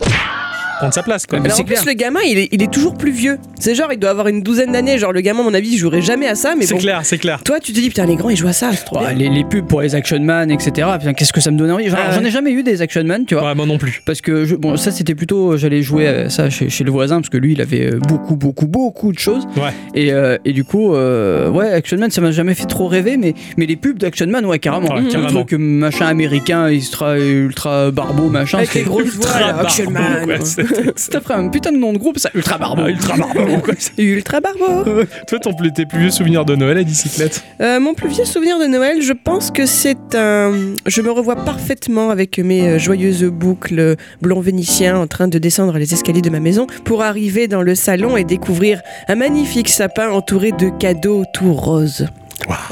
Speaker 2: prendre sa place quoi.
Speaker 3: Mais
Speaker 1: Alors,
Speaker 3: c'est
Speaker 1: en plus,
Speaker 3: clair.
Speaker 1: le gamin, il est, il est toujours plus vieux. C'est genre, il doit avoir une douzaine d'années. Genre, le gamin, à mon avis, il jouerait jamais à ça, mais
Speaker 2: C'est
Speaker 1: bon.
Speaker 2: clair, c'est clair.
Speaker 1: Toi, tu te dis, putain, les grands, ils jouent à ça, c'est trop
Speaker 3: Ouais,
Speaker 1: bien.
Speaker 3: Bah, les, les pubs pour les Action Man, etc. Putain, qu'est-ce que ça me donnait envie Genre,
Speaker 1: Ah ouais.
Speaker 3: J'en ai jamais eu des Action Man, tu vois.
Speaker 2: Ouais, moi non plus.
Speaker 3: Parce que je- bon, ça c'était plutôt, euh, j'allais jouer à ça chez, chez le voisin parce que lui il avait euh, beaucoup, beaucoup, beaucoup de choses.
Speaker 2: Ouais.
Speaker 3: Et, euh, et du coup, euh, ouais, Action Man ça m'a jamais fait trop rêver, mais, mais les pubs d'Action Man, ouais, carrément.
Speaker 2: Ouais,
Speaker 3: Le
Speaker 2: carrément.
Speaker 3: truc machin américain, ultra, ultra barbeau, machin.
Speaker 1: Avec les
Speaker 3: c'était-
Speaker 1: grosses voix, là,
Speaker 2: barbeau,
Speaker 1: Action Man.
Speaker 2: quoi.
Speaker 1: (laughs)
Speaker 2: C'était-
Speaker 3: C'était après un putain de nom de groupe, ça, ultra barbeau.
Speaker 2: Ah, ultra barbeau, quoi.
Speaker 1: Ultra barbeau.
Speaker 2: (laughs) Toi, ton plus, tes plus vieux souvenirs de Noël à bicyclette
Speaker 1: Euh, mon plus vieux souvenir de Noël, je pense que c'est un. Je me revois parfaitement avec mes euh, joyeuses boucles blond vénitien en train de descendre les escaliers de ma maison pour arriver dans le salon et découvrir un magnifique sapin entouré de cadeaux tout rose.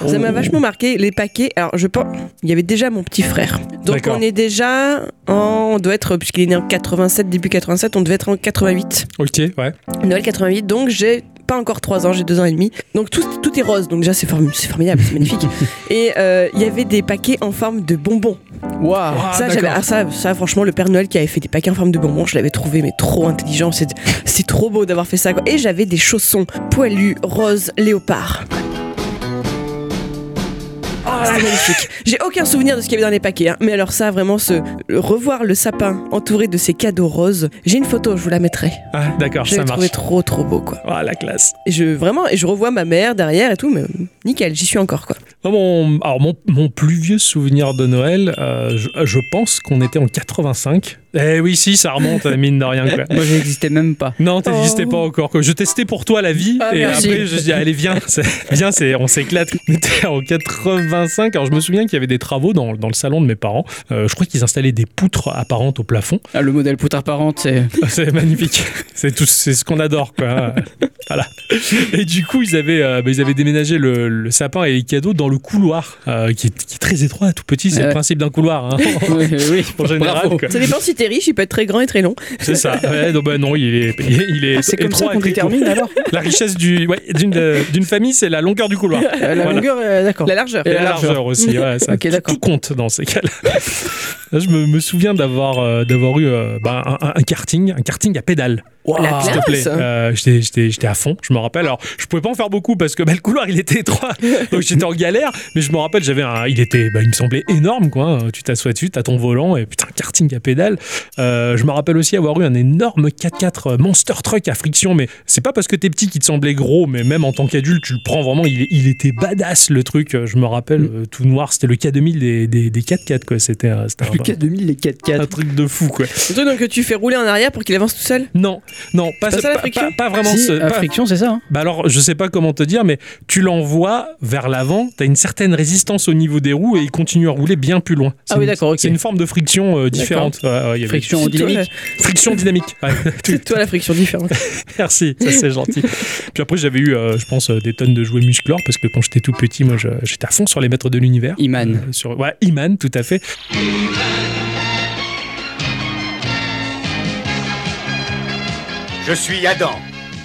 Speaker 1: Ça m'a vachement marqué les paquets. Alors je pense, il y avait déjà mon petit frère. Donc
Speaker 2: D'accord.
Speaker 1: on est déjà en, on doit être puisqu'il est né en 87 début 87, on devait être en 88.
Speaker 2: Ok, ouais.
Speaker 1: Noël 88. Donc j'ai pas encore 3 ans, j'ai 2 ans et demi. Donc tout, tout est rose, donc déjà c'est form- c'est formidable, c'est
Speaker 2: (laughs)
Speaker 1: magnifique. Et euh, il y avait des paquets en forme de bonbons.
Speaker 3: (laughs) Waouh.
Speaker 2: Ah,
Speaker 1: ça,
Speaker 2: d'accord.
Speaker 1: j'avais- ah, ça, ça, franchement, le Père Noël qui avait fait des paquets en forme de bonbons, je l'avais trouvé mais trop intelligent. C'est c'est trop beau d'avoir fait ça. quoi. Et j'avais des chaussons poilus, roses, léopard. Oh
Speaker 2: Ah,
Speaker 1: là, là, magnifique. J'ai aucun souvenir de ce qu'il y avait dans les paquets, hein. mais alors ça, vraiment, ce revoir le sapin entouré de ces cadeaux roses. J'ai une photo, je vous la mettrai.
Speaker 2: Ah, d'accord,
Speaker 1: Je
Speaker 2: ça
Speaker 1: l'avais trouvé
Speaker 2: marche.
Speaker 1: trop, trop beau, quoi.
Speaker 2: Ah, la classe.
Speaker 1: Et je vraiment, et je revois ma mère derrière et tout, mais nickel, j'y suis encore, quoi.
Speaker 2: Oh, mon, alors, mon, mon plus vieux souvenir de Noël, euh, je, je pense qu'on était en 85. Eh oui, si, ça remonte, (laughs) euh, mine de rien. Quoi.
Speaker 3: Moi j'existais même pas.
Speaker 2: Non, t'existais
Speaker 1: Oh.
Speaker 2: pas encore. Quoi. Je testais pour toi la vie
Speaker 3: Ah,
Speaker 2: et
Speaker 3: merci.
Speaker 2: après je dis
Speaker 3: (laughs)
Speaker 2: allez viens, c'est- viens, c'est on s'éclate. On était en 85. Alors je me souviens qu'il y avait des travaux dans, dans le salon de mes parents. Euh, je crois qu'ils installaient des poutres apparentes au plafond.
Speaker 3: Ah, le modèle poutre apparente,
Speaker 2: (laughs)
Speaker 3: c'est.
Speaker 2: Ah, C'est magnifique. C'est tout, c'est ce qu'on adore, quoi. voilà. Et du coup, ils avaient, euh, bah, ils avaient déménagé le, le sapin et les cadeaux dans le couloir, euh, qui, est, qui est très étroit, tout petit. C'est le
Speaker 3: Ouais.
Speaker 2: principe d'un
Speaker 3: (laughs)
Speaker 2: couloir, hein,
Speaker 3: oui, Euh. oui.
Speaker 2: en général.
Speaker 3: Bravo.
Speaker 2: quoi.
Speaker 1: Ça dépend si t'es riche, il peut être très grand et très long.
Speaker 2: C'est ça. Ouais, non, bah, non, il est, il est, il est
Speaker 3: Ah, C'est comme ça
Speaker 2: étroit
Speaker 3: qu'on
Speaker 2: et très court.
Speaker 3: détermine alors euh,
Speaker 2: La richesse du, ouais, d'une, euh, d'une famille, c'est la longueur du couloir.
Speaker 3: Euh, La
Speaker 2: Voilà.
Speaker 3: longueur, euh, d'accord.
Speaker 1: La largeur.
Speaker 3: (laughs)
Speaker 2: Et
Speaker 3: Et
Speaker 2: la
Speaker 3: la
Speaker 2: largeur aussi, ouais, ça,
Speaker 3: Ok,
Speaker 2: tout-
Speaker 3: d'accord.
Speaker 2: tout compte dans ces cas-là. (laughs) Là, je me, me souviens d'avoir, euh, d'avoir eu euh, bah, un, un- un karting, un karting à pédale.
Speaker 1: La
Speaker 2: S'il te plaît,
Speaker 1: classe.
Speaker 2: Euh, j'étais, j'étais, j'étais à fond, je me rappelle. Alors, je pouvais pas en faire beaucoup parce que bah, le couloir il était étroit, donc j'étais en galère. Mais je me rappelle, j'avais un, il était, bah, il me semblait énorme quoi. Euh, Tu t'assois dessus, t'as ton volant et putain karting à pédale. Euh, je me rappelle aussi avoir eu un énorme 4x4 monster truck à friction. Mais c'est pas parce que t'es petit qu'il te semblait gros, mais même en tant qu'adulte, tu le prends vraiment. Il, il était badass le truc. Euh, Je me rappelle
Speaker 3: Mm.
Speaker 2: euh, tout noir, c'était le K2000 des, des, des 4x4 quoi. C'était, un- c'était un-
Speaker 3: Le K2000, les 4x4.
Speaker 2: un truc de fou quoi.
Speaker 1: Le truc donc, que tu fais rouler en arrière pour qu'il avance tout seul.
Speaker 2: Non, non, pas,
Speaker 1: C'est pas ça, la
Speaker 2: pas-
Speaker 1: friction
Speaker 2: pas- pas vraiment.
Speaker 3: Si,
Speaker 2: ce-
Speaker 3: à
Speaker 2: pas-
Speaker 3: friction, c'est ça. hein.
Speaker 2: Bah alors, je sais pas comment te dire, mais tu l'envoies vers l'avant, t'as une certaine résistance au niveau des roues et il continue à rouler bien plus loin. C'est
Speaker 3: Ah oui,
Speaker 2: une-
Speaker 3: d'accord, ok.
Speaker 2: C'est une forme de friction euh, différente. Ouais, ouais, il y avait-
Speaker 3: Friction
Speaker 1: C'est toi,
Speaker 3: dynamique.
Speaker 2: Friction dynamique.
Speaker 3: (laughs)
Speaker 2: Ouais. (laughs)
Speaker 1: C'est toi la friction différente.
Speaker 2: Merci, ça c'est gentil. Puis après, j'avais eu, euh, je pense, euh, des tonnes de jouets musclores parce que quand j'étais tout petit, moi, je- j'étais à fond sur les maîtres de l'univers.
Speaker 3: Iman.
Speaker 2: Euh, sur, ouais, Iman, tout à fait.
Speaker 7: Je suis Adam,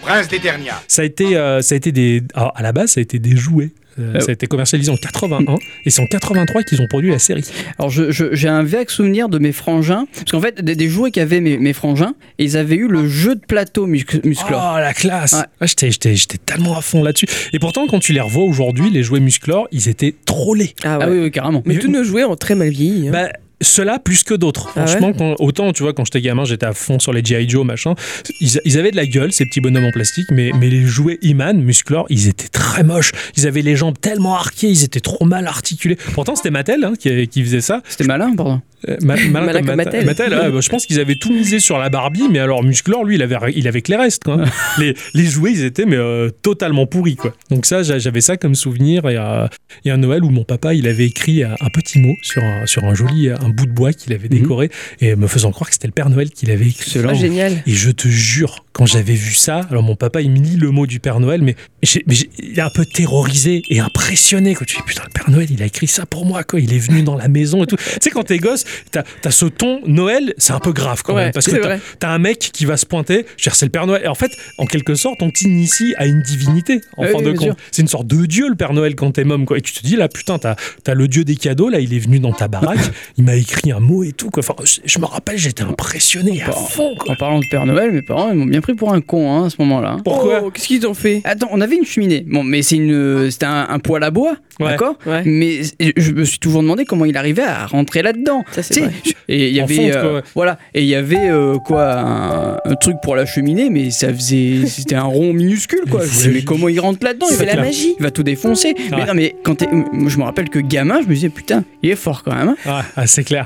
Speaker 7: prince d'Eternia.
Speaker 2: Ça a été, euh, ça a été des, alors, à la base, ça a été des jouets. Euh,
Speaker 3: Euh,
Speaker 2: ça a été commercialisé en 81 et c'est en 83 qu'ils ont produit la série.
Speaker 3: Alors je- je- j'ai un vague souvenir de mes frangins, parce qu'en fait des, des jouets qu'avaient mes, mes frangins, et ils avaient eu le jeu de plateau musc- musclore.
Speaker 2: Oh la classe
Speaker 3: Ouais.
Speaker 2: Ah, j'étais, j'étais, j'étais tellement à fond là-dessus. Et pourtant, quand tu les revois aujourd'hui, les jouets musclores, ils étaient trop laids.
Speaker 1: Ah ouais.
Speaker 3: Ah oui, oui, carrément.
Speaker 1: Mais
Speaker 2: Mais-
Speaker 1: tous nos jouets ont très mal vieilli. hein.
Speaker 2: Bah, ceux-là plus que d'autres.
Speaker 1: Ah
Speaker 2: Franchement, quand- autant, tu vois, quand j'étais gamin, j'étais à fond sur les G.I. Joe, machin. Ils, ils avaient de la gueule, ces petits bonhommes en plastique, mais, mais les jouets Iman, Musclor, ils étaient très moches. Ils avaient les jambes tellement arquées, ils étaient trop mal articulés. Pourtant, c'était Mattel hein, qui, qui faisait ça.
Speaker 3: C'était malin, pardon.
Speaker 2: Euh, ma- malin
Speaker 1: Malin
Speaker 2: comme
Speaker 1: comme
Speaker 2: Mattel.
Speaker 1: Mattel.
Speaker 2: Mattel, ouais, bah, je pense qu'ils avaient tout misé sur la Barbie, mais alors Musclor, lui, il avait, il avait que les restes. Quoi. les, les jouets, ils étaient mais euh, totalement pourris. Quoi. Donc ça, j'a- j'avais ça comme souvenir. Et, euh, et un Noël où mon papa, il avait écrit un, un petit mot sur un, sur un joli un bout de bois qu'il avait
Speaker 3: Mhm.
Speaker 2: décoré et me faisant croire que c'était le Père Noël qui l'avait écrit.
Speaker 1: Ah, génial.
Speaker 2: Et je te jure quand j'avais vu ça, alors mon papa il me lit le mot du Père Noël, mais, j'ai- mais j'ai- il est un peu terrorisé et impressionné. Quand tu dis putain, le Père Noël il a écrit ça pour moi, quoi. Il est venu dans la maison et tout. tu sais, quand t'es gosse, t'as as ce ton Noël, c'est un peu grave quand
Speaker 1: Ouais,
Speaker 2: même. Parce que
Speaker 1: c'est
Speaker 2: t'as
Speaker 1: vrai.
Speaker 2: t'as un mec qui va se pointer, je veux dire, c'est le Père Noël. Et en fait, en quelque sorte, on t'initie à une divinité, en
Speaker 3: Oui,
Speaker 2: fin
Speaker 3: oui,
Speaker 2: de
Speaker 3: bien
Speaker 2: compte.
Speaker 3: sûr.
Speaker 2: C'est une sorte de dieu le Père Noël quand t'es môme, quoi. Et tu te dis là, putain, t'as as le dieu des cadeaux, là, il est venu dans ta baraque, il m'a écrit un mot et tout, quoi. Enfin, je, je me rappelle, j'étais impressionné à
Speaker 3: Bon.
Speaker 2: fond, quoi.
Speaker 3: En parlant de Père Noël, mes parents ils m'ont bien pris pour un con hein, à ce moment-là.
Speaker 2: Pourquoi
Speaker 1: Oh, Qu'est-ce qu'ils ont fait
Speaker 3: Attends, on avait une cheminée. Bon, mais c'est une, c'était un, un poêle à bois,
Speaker 2: Ouais.
Speaker 3: d'accord.
Speaker 1: Ouais.
Speaker 3: Mais je me suis toujours demandé comment il arrivait à rentrer là-dedans.
Speaker 1: Ça, c'est
Speaker 3: Tu sais,
Speaker 1: vrai.
Speaker 3: je- Et il y
Speaker 2: En
Speaker 3: avait,
Speaker 2: fonte,
Speaker 3: euh,
Speaker 2: quoi, ouais.
Speaker 3: voilà, et il y avait euh, quoi, un, un truc pour la cheminée, mais ça
Speaker 1: (laughs)
Speaker 3: faisait, c'était un rond minuscule, quoi.
Speaker 2: Mais
Speaker 3: Je me disais,
Speaker 2: c'est-
Speaker 3: mais comment il rentre là-dedans Il
Speaker 1: C'est
Speaker 3: fait
Speaker 1: la magie.
Speaker 3: Il va tout défoncer.
Speaker 2: Ouais.
Speaker 3: Mais non, mais quand t'es- moi, je me rappelle que gamin, je me disais putain, il est fort quand même. hein.
Speaker 2: Ouais, ah, c'est clair.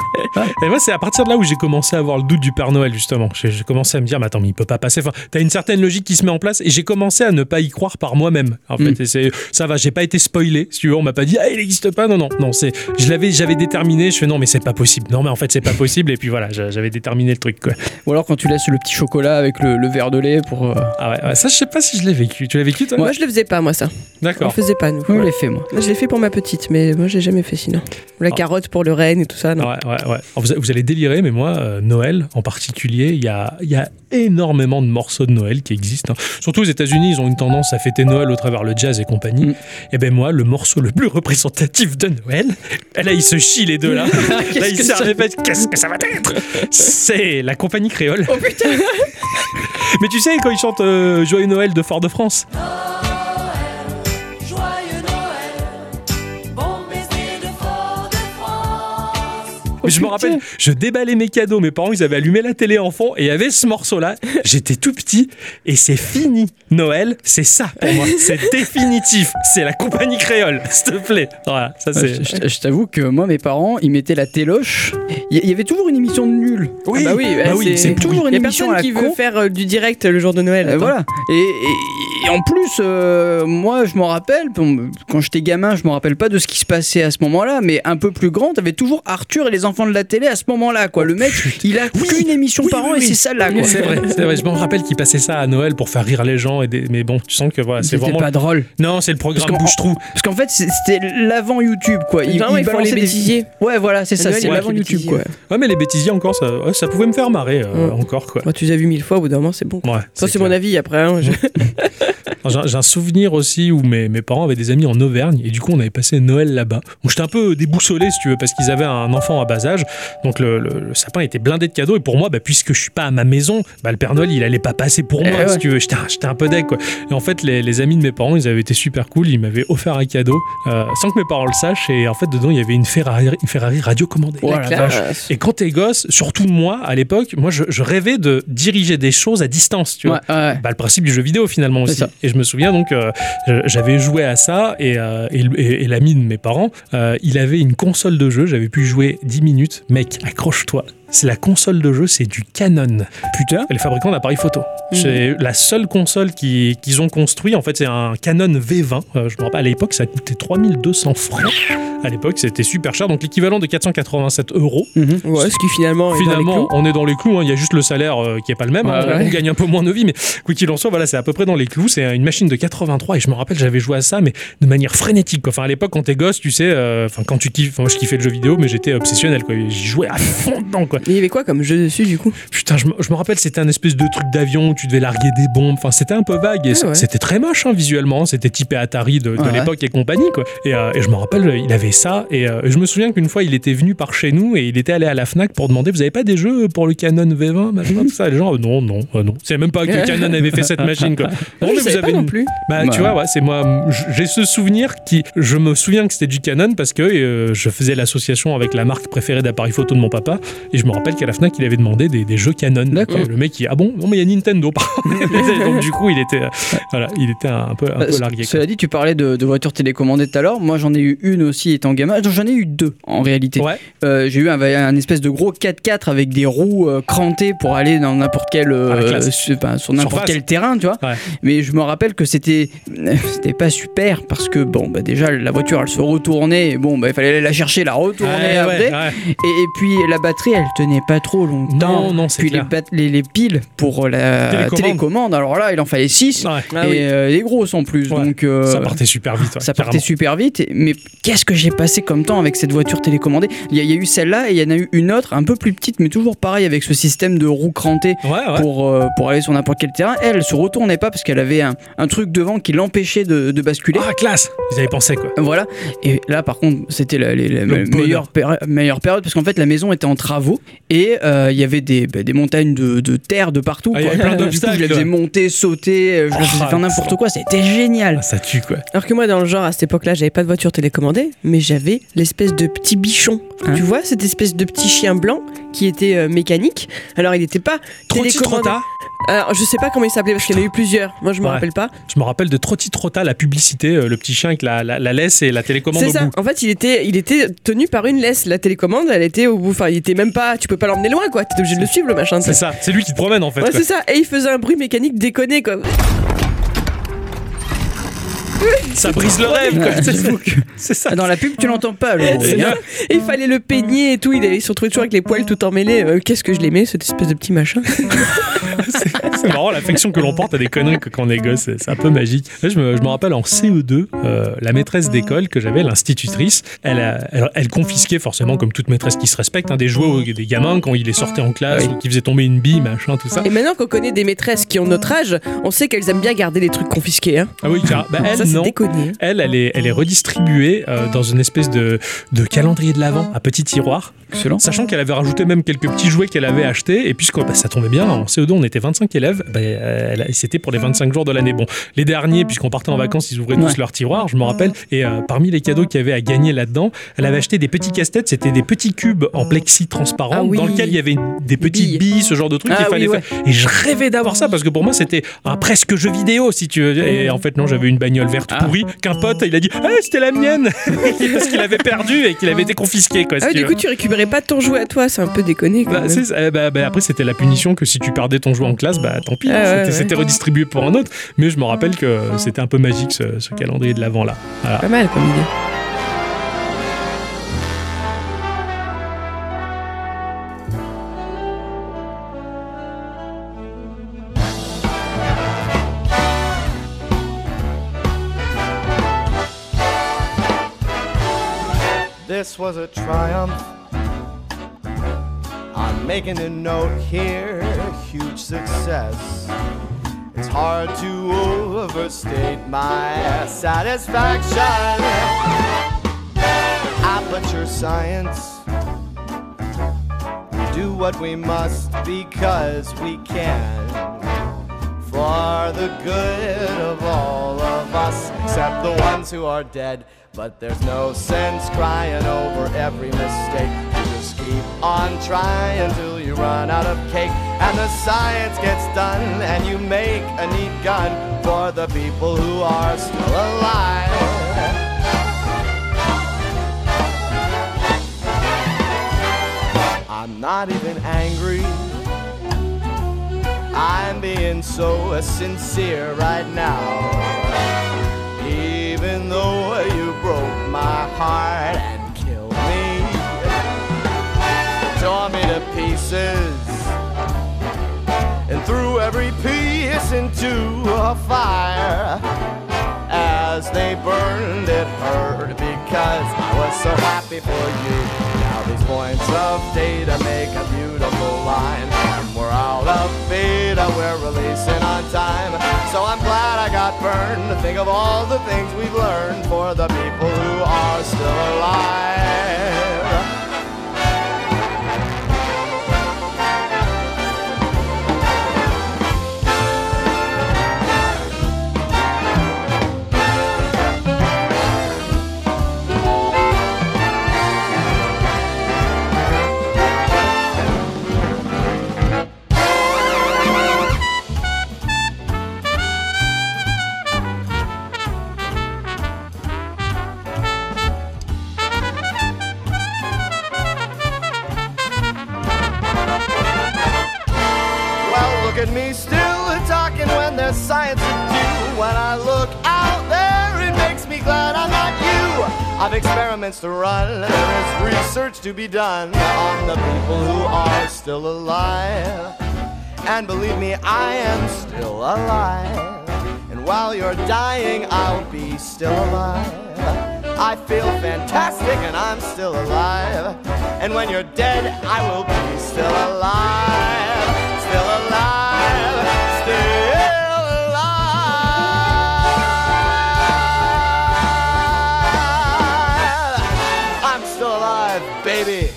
Speaker 2: Et moi, c'est à partir de là où j'ai commencé à avoir le doute du Père Noël, justement. J'ai j'ai commencé à me dire, mais attends, mais il peut pas passer. Enfin, t'as une certaine logique qui se met en place et j'ai commencé à ne pas y croire par moi-même. En fait,
Speaker 3: Mm.
Speaker 2: Et c'est- ça va, j'ai pas été spoilé. Si tu veux, on m'a pas dit, ah, il existe pas. Non, non, non, c'est, je l'avais, j'avais déterminé. Je fais, non, mais c'est pas possible. Non, mais en fait, c'est pas possible. Et puis voilà, j'a- j'avais déterminé le truc, quoi.
Speaker 3: Ou alors quand tu laisses le petit chocolat avec le, le verre de lait pour. euh,
Speaker 2: Ah ouais, ouais, ça, je sais pas si je l'ai vécu. Tu l'as vécu, toi
Speaker 1: Moi, je le faisais pas, moi, ça. On le
Speaker 2: D'accord.
Speaker 1: faisait pas, nous.
Speaker 3: Comment il est fait moi
Speaker 1: Moi, Je l'ai fait pour ma petite, mais moi, j'ai jamais fait sinon. La
Speaker 2: Ah.
Speaker 1: carotte pour le renne et tout ça, non.
Speaker 2: Ouais, ouais, ouais. Alors, Vous, vous allez délirer, mais moi, euh, Noël en particulier, il y a, il y a énormément de morceaux de Noël qui existent. hein. Surtout aux États-Unis, ils ont une tendance à fêter Noël au travers le jazz et compagnie.
Speaker 3: Mm.
Speaker 2: Et ben moi, le morceau le plus (laughs) représentatif de Noël, et là, ils se chient les deux là. là, ils
Speaker 3: que
Speaker 2: se
Speaker 3: ça-
Speaker 2: répètent, qu'est-ce que ça va être C'est la compagnie créole.
Speaker 3: Oh putain
Speaker 2: (laughs) Mais tu sais, quand ils chantent euh, Joyeux Noël de Fort-de-France,
Speaker 3: Oh,
Speaker 2: Mais je me rappelle, je déballais mes cadeaux. Mes parents, ils avaient allumé la télé enfant et il y avait ce morceau-là. J'étais tout petit et c'est fini. Noël, c'est ça pour moi. C'est définitif. C'est la compagnie créole, s'il te plaît. Voilà, ça c'est.
Speaker 3: Ah, Je, je- je t'avoue que moi, mes parents, ils mettaient la téloche. Il y, il y avait toujours une émission de nul.
Speaker 2: Oui,
Speaker 3: bah oui,
Speaker 2: bah
Speaker 3: euh,
Speaker 2: oui, c'est
Speaker 3: c'est toujours
Speaker 1: Il
Speaker 3: une
Speaker 1: y a
Speaker 3: émission
Speaker 1: personne
Speaker 3: à la
Speaker 1: qui
Speaker 3: con.
Speaker 1: veut faire euh, du direct le jour de Noël.
Speaker 3: Euh,
Speaker 1: attends.
Speaker 3: voilà. Et, et- et en plus, euh, moi, je m'en rappelle, bon, quand j'étais gamin, je m'en rappelle pas de ce qui se passait à ce moment-là, mais un peu plus grand, t'avais toujours Arthur et les enfants de la télé à ce moment-là, quoi. Le mec, il a
Speaker 2: Oui,
Speaker 3: qu'une émission
Speaker 2: oui,
Speaker 3: par
Speaker 2: oui,
Speaker 3: an
Speaker 2: oui.
Speaker 3: et c'est ça là,
Speaker 2: Oui,
Speaker 3: quoi.
Speaker 2: C'est vrai, c'est vrai. Je me rappelle qu'ils passaient ça à Noël pour faire rire les gens. Et des... Mais bon, tu sens que voilà, Bah, c'est
Speaker 3: C'était
Speaker 2: vraiment.
Speaker 3: pas drôle.
Speaker 2: Non, c'est le programme
Speaker 3: Parce qu'en-
Speaker 2: bouche-trou.
Speaker 3: Parce qu'en fait, c'est- c'était l'avant YouTube, quoi.
Speaker 1: Vraiment, ils font
Speaker 3: balançaient des-
Speaker 1: les bêtisiers.
Speaker 3: Ouais, voilà, c'est ça,
Speaker 1: Noël,
Speaker 3: c'est
Speaker 1: il
Speaker 3: l'avant
Speaker 1: marque les
Speaker 3: YouTube,
Speaker 1: bêtisiers,
Speaker 3: quoi.
Speaker 1: ouais.
Speaker 2: Ouais, mais les bêtisiers encore, ça, ouais, ça pouvait me faire marrer euh,
Speaker 1: Mm.
Speaker 2: encore quoi.
Speaker 1: Moi, tu les as vu mille fois au bout d'un moment, c'est bon.
Speaker 2: Ouais,
Speaker 1: Ça,
Speaker 2: c'est
Speaker 1: c'est
Speaker 2: clair.
Speaker 1: mon avis après. hein, je-
Speaker 2: Alors, J'ai j'ai un souvenir aussi où mes, mes parents avaient des amis en Auvergne et du coup on avait passé Noël là-bas. Bon, J'étais un peu déboussolé si tu veux parce qu'ils avaient un enfant à bas âge, donc le, le- le sapin était blindé de cadeaux et pour moi, bah, puisque je suis pas à ma maison, bah, le Père Noël il allait pas passer pour moi
Speaker 3: Eh
Speaker 2: si
Speaker 3: ouais.
Speaker 2: tu veux. J'étais un- j'étais un peu deck quoi. Et en fait les, les amis de mes parents ils avaient été super cool, ils m'avaient offert un cadeau euh, sans que mes parents le sachent et en fait dedans il y avait une Ferrari, une Ferrari radiocommandée.
Speaker 3: Oh la vache.
Speaker 2: Et quand t'es gosse, surtout moi à l'époque, moi je, je rêvais de diriger des choses à distance, tu vois
Speaker 3: Ouais, ouais.
Speaker 2: bah, le principe du jeu vidéo finalement
Speaker 3: C'est
Speaker 2: aussi.
Speaker 3: ça.
Speaker 2: Et je me souviens donc, euh, je- j'avais joué à ça et, euh, et, le- et- et l'ami de mes parents, euh, il avait une console de jeu, j'avais pu y jouer 10 minutes. Mec, accroche-toi. C'est la console de jeu, c'est du Canon. Putain. Les fabricants d'appareils photo.
Speaker 3: Mmh.
Speaker 2: C'est la seule console qui- qu'ils ont construit. En fait, c'est un Canon V20. Euh, je me rappelle, à l'époque, ça coûtait 3200 francs. À l'époque, c'était super cher. Donc, l'équivalent de 487 euros.
Speaker 3: Mhm.
Speaker 1: Ouais, ce qui finalement. est dans les
Speaker 2: Finalement,
Speaker 1: clous.
Speaker 2: on est dans les clous. hein. Il y a juste le salaire euh, qui est pas le même. hein.
Speaker 3: Ouais, ouais.
Speaker 2: On gagne un peu moins de vie, mais quoi qu'il en soit, voilà, c'est à peu près dans les clous. C'est une machine de 83 et je me rappelle, j'avais joué à ça, mais de manière frénétique. quoi. Enfin, à l'époque, quand t'es gosse, tu sais, euh, enfin, quand tu kiffes, enfin, moi, je kiffais le jeu vidéo, mais j'étais obsessionnel. quoi. J'y jouais à fond dedans. Quoi.
Speaker 1: Mais il y avait quoi comme jeu dessus du coup
Speaker 2: Putain, je me- je me rappelle, c'était un espèce de truc d'avion où tu devais larguer des bombes. Enfin, c'était un peu vague et
Speaker 1: Ah ouais.
Speaker 2: c'était très moche hein, visuellement. C'était typé Atari de, de
Speaker 3: Ouais.
Speaker 2: l'époque et compagnie. Quoi. Et, euh, et je me rappelle, il avait ça. Et euh, je me souviens qu'une fois, il était venu par chez nous et il était allé à la Fnac pour demander Vous avez pas des jeux pour le Canon V20 machin, tout ça Les gens, euh, non, non, euh, non. C'est même pas que
Speaker 1: (laughs)
Speaker 2: Canon avait fait cette machine. Quoi.
Speaker 1: Ah,
Speaker 2: Non,
Speaker 1: je
Speaker 2: mais
Speaker 1: savais pas non
Speaker 2: une-
Speaker 1: plus.
Speaker 2: bah, tu
Speaker 3: Ouais.
Speaker 2: vois, ouais, c'est moi. m- j- J'ai ce souvenir qui. Je me souviens que c'était du Canon parce que euh, je faisais l'association avec la marque préférée d'appareil photo de mon papa. Et je me rappelle qu'à la Fnac, il avait demandé des, des jeux Canon.
Speaker 3: D'accord.
Speaker 2: Euh, Le mec, il. Ah bon Non, mais il y a
Speaker 3: (laughs)
Speaker 2: Nintendo, pardon. Donc, du coup, il était. euh, voilà, il était un, un peu, un
Speaker 3: Bah,
Speaker 2: peu largué. quoi.
Speaker 3: Cela dit, tu parlais de, de voitures télécommandées tout à l'heure. Moi, j'en ai eu une aussi étant gamin. Non, J'en ai eu deux en réalité.
Speaker 2: Ouais.
Speaker 3: Euh, j'ai eu un, un espèce de gros 4x4 avec des roues euh, crantées pour aller dans n'importe quel euh,
Speaker 2: Ah, la classe.
Speaker 3: su- enfin, sur n'importe
Speaker 2: Surface.
Speaker 3: quel terrain, tu vois.
Speaker 2: Ouais.
Speaker 3: Mais je me rappelle que c'était euh, c'était pas super parce que bon, bah déjà la voiture elle se retournait. Et bon, bah il fallait aller la chercher, la retourner
Speaker 2: Ah, Ouais, ouais,
Speaker 3: après.
Speaker 2: ouais.
Speaker 3: Et, et puis la batterie elle tenait pas trop longtemps.
Speaker 2: Non, non, c'est
Speaker 3: Puis les,
Speaker 2: clair.
Speaker 3: bat- les, les piles pour la
Speaker 2: Télécommande.
Speaker 3: télécommande. alors là, il en fallait 6.
Speaker 2: Ouais.
Speaker 1: Ah
Speaker 3: et
Speaker 1: oui.
Speaker 3: euh, les grosses en plus.
Speaker 2: Ouais.
Speaker 3: Donc, euh,
Speaker 2: ça partait super vite. ouais,
Speaker 3: ça partait
Speaker 2: Bah, carrément.
Speaker 3: super vite, et- mais qu'est-ce que j'ai passé comme temps avec cette voiture télécommandée Il y, a- il y a eu celle-là et il y en a eu une autre, un peu plus petite, mais toujours pareil, avec ce système de roues crantées
Speaker 2: Ouais, ouais.
Speaker 3: pour, euh, pour aller sur n'importe quel terrain. Elle, elle se retournait pas parce qu'elle avait un, un truc devant qui l'empêchait de, de basculer.
Speaker 2: Ah, classe Vous avez pensé, quoi.
Speaker 3: Voilà, et là par contre, c'était la, la- la- la
Speaker 2: bonheur.
Speaker 3: meilleure, péri- meilleure période parce qu'en fait la maison était en travaux et euh, il y avait des, bah, des montagnes de, de terre de partout.
Speaker 2: Ah, il y
Speaker 3: quoi.
Speaker 2: avait plein
Speaker 3: (laughs) du coup,
Speaker 2: d'obstacles,
Speaker 3: je les faisais
Speaker 2: ouais.
Speaker 3: monter, sauter, euh, je les faisais
Speaker 2: Ah,
Speaker 3: faire n'importe quoi, c'était génial.
Speaker 2: (laughs) Ah, ça tue, quoi.
Speaker 1: Alors que moi, dans le genre, à cette époque-là, j'avais pas de voiture télécommandée, mais j'avais l'espèce de petit bichon.
Speaker 3: Hein
Speaker 1: tu vois, cette espèce de petit chien blanc qui était euh, mécanique. Alors, il n'était pas
Speaker 2: Trotti
Speaker 1: télécommandé.
Speaker 2: Trotta
Speaker 1: Alors, je sais pas comment il s'appelait parce qu'il y en a eu plusieurs. Moi, je me
Speaker 2: Ouais.
Speaker 1: rappelle pas.
Speaker 2: Je me rappelle de Trotti Trotta, la publicité, euh, le petit chien avec la, la, la laisse et la télécommande
Speaker 1: C'est
Speaker 2: au
Speaker 1: ça.
Speaker 2: bout.
Speaker 1: En fait, il était, il était tenu par une laisse. La télécommande, elle était au bout. Enfin, il était même pas. Tu peux pas l'emmener loin, quoi. T'es obligé de le suivre, le machin.
Speaker 2: C'est ça, c'est lui qui te promène en fait.
Speaker 1: Ouais,
Speaker 2: quoi.
Speaker 1: c'est ça. Et il faisait un bruit mécanique déconné, quoi.
Speaker 2: Ça brise le rêve, quoi.
Speaker 3: Ouais,
Speaker 2: C'est ça.
Speaker 3: j'avoue que-
Speaker 2: C'est ça.
Speaker 3: Dans la pub, tu l'entends pas. le-
Speaker 2: (laughs) C'est bien.
Speaker 1: Et il fallait le peigner et tout. Il allait se retrouver toujours avec les poils tout emmêlés. Euh, Qu'est-ce que je l'aimais, cette espèce de petit machin.
Speaker 2: C'est (laughs) c'est marrant, l'affection que l'on porte à des conneries que- quand on est gosse, c'est c'est un peu magique. Là, je, me, je me rappelle en CE2, euh, la maîtresse d'école que j'avais, l'institutrice, elle, a- elle, elle confisquait forcément, comme toute maîtresse qui se respecte, hein, des jouets aux- des gamins quand ils les sortaient en classe
Speaker 3: Oui.
Speaker 2: ou qu'ils faisaient tomber une bille, machin, tout ça.
Speaker 1: Et maintenant qu'on connaît des maîtresses qui ont notre âge, on sait qu'elles aiment bien garder les trucs confisqués. Hein.
Speaker 2: Ah oui, car, bah, elle,
Speaker 1: ça, c'est
Speaker 2: non.
Speaker 1: déconné. hein.
Speaker 2: Elle, elle est, elle est redistribuée euh, dans une espèce de, de calendrier de l'avant, à petit tiroir.
Speaker 3: Excellent.
Speaker 2: Sachant qu'elle avait rajouté même quelques petits jouets qu'elle avait achetés, et puisque bah, ça tombait bien, en CE2 on était 25 élèves, bah, euh, elle- c'était pour les 25 jours de l'année. Bon, les derniers, puisqu'on partait en vacances, ils ouvraient
Speaker 3: Ouais.
Speaker 2: tous leurs tiroirs, je me rappelle, et euh, parmi les cadeaux qu'il y avait à gagner là-dedans, elle avait acheté des petits casse-têtes, c'était des petits cubes en plexi transparent,
Speaker 1: Ah oui.
Speaker 2: dans lequel il y avait une- des petites billes, ce genre de trucs
Speaker 3: Ah
Speaker 2: qu'il fallait
Speaker 3: oui, ouais.
Speaker 2: faire. Et je rêvais d'avoir ça, parce que pour moi c'était un presque jeu vidéo, si tu veux. Et en fait non, j'avais une bagnole verte
Speaker 3: Ah.
Speaker 2: pourrie, qu'un pote, il a dit, ah, c'était la mienne, (laughs) parce qu'il avait perdu et qu'il avait été confisqué. Quoi, si
Speaker 1: Ah ouais,
Speaker 2: tu
Speaker 1: du
Speaker 2: veux.
Speaker 1: coup, tu récupérais pas ton jouet à toi, c'est un peu déconné. Quand
Speaker 2: Bah,
Speaker 1: même.
Speaker 2: c'est ça. Eh bah, bah, après, c'était la punition que si tu perdais ton jouet en classe, bah tant pis,
Speaker 1: Ah, ouais,
Speaker 2: c'était,
Speaker 1: ouais.
Speaker 2: c'était redistribué pour un autre. Mais je me rappelle que c'était un peu magique ce, ce calendrier de l'avant là. Voilà.
Speaker 1: Pas mal comme idée.
Speaker 8: This was a triumph. I'm making a note here, huge success. It's hard to overstate my satisfaction. I butcher science. Do what we must because we can. For the good of all of us, except the ones who are dead. But there's no sense crying over every mistake. You just keep on trying till you run out of cake. And the science gets done, and you make a neat gun for the people who are still alive. I'm not even angry. I'm being so sincere right now. Even though you broke my heart and killed me, tore me to pieces, and threw every piece into a fire. As they burned, it hurt because I was so happy for you. Now these points of data make a beautiful line. And we're out of beta, we're releasing on time. So I'm glad I got burned. Think of all the things we've learned for the people who are still alive. I've experiments to run. There is research to be done on the people who are still alive. And believe me, I am still alive. And while you're dying, I'll be still alive. I feel fantastic and I'm still alive. And when you're dead, I will be still alive. Still alive. Still alive. I'm still alive, baby.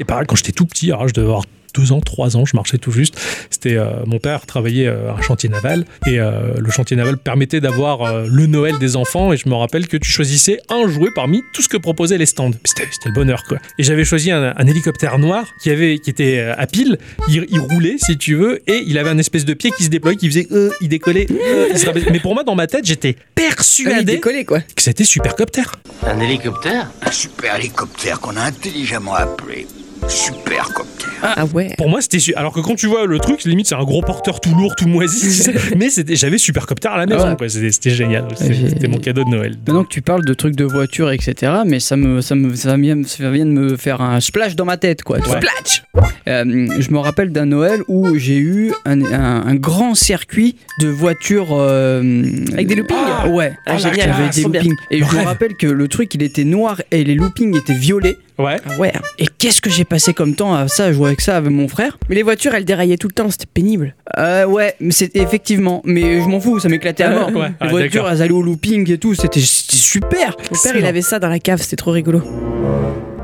Speaker 2: Et pareil, quand j'étais tout petit, alors je devais avoir deux ans, trois ans, je marchais tout juste. C'était euh, mon père travaillait euh, à un chantier naval et euh, le chantier naval permettait d'avoir euh, le Noël des enfants. Et je me rappelle que tu choisissais un jouet parmi tout ce que proposaient les stands. C'était c'était le bonheur quoi. Et j'avais choisi un, un hélicoptère noir qui avait qui était euh, à pile. Il, il roulait si tu veux et il avait un espèce de pied qui se déployait, qui faisait, euh, il décollait, euh, il se rabaissait. Mais pour moi dans ma tête, j'étais
Speaker 1: Ah oui,
Speaker 2: persuadé
Speaker 1: décollé quoi.
Speaker 2: que c'était supercopter.
Speaker 9: Un hélicoptère
Speaker 7: Un super hélicoptère qu'on a intelligemment appelé Supercopter.
Speaker 1: Ah ouais.
Speaker 2: Pour moi, c'était su- alors que quand tu vois le truc, limite c'est un gros porteur tout lourd, tout moisi. (laughs) mais c'était, j'avais supercopter à la maison,
Speaker 3: Ah ouais.
Speaker 2: quoi. C'était, c'était génial. C'était,
Speaker 3: j'ai-
Speaker 2: c'était mon cadeau de Noël.
Speaker 3: Maintenant que tu parles de trucs de voiture, etc., mais ça me, ça me, ça vient, ça vient de me faire un splash dans ma tête, quoi. tu vois.
Speaker 1: Splatch
Speaker 3: Euh, je me rappelle d'un Noël où j'ai eu un, un- un grand circuit de voitures euh,
Speaker 1: Avec des loopings
Speaker 3: Ah, ouais,
Speaker 1: Ah,
Speaker 3: Avec
Speaker 1: génial,
Speaker 3: des
Speaker 1: trop bien.
Speaker 3: loopings. Et
Speaker 2: Le
Speaker 3: je me
Speaker 2: rêve.
Speaker 3: rappelle que le truc il était noir et les loopings étaient violets.
Speaker 2: Ouais.
Speaker 1: Ah ouais.
Speaker 3: Et qu'est-ce que j'ai passé comme temps à ça, à jouer avec ça avec mon frère
Speaker 1: Mais les voitures, elles déraillaient tout le temps, c'était pénible.
Speaker 3: euh, Ouais, mais c'est effectivement, mais je m'en fous, ça m'éclatait à mort.
Speaker 2: Ouais,
Speaker 3: les
Speaker 2: ah,
Speaker 3: voitures
Speaker 2: d'accord.
Speaker 3: elles allaient au looping et tout, c'était c'était super.
Speaker 1: Mon père, il avait ça dans la cave, c'était trop rigolo.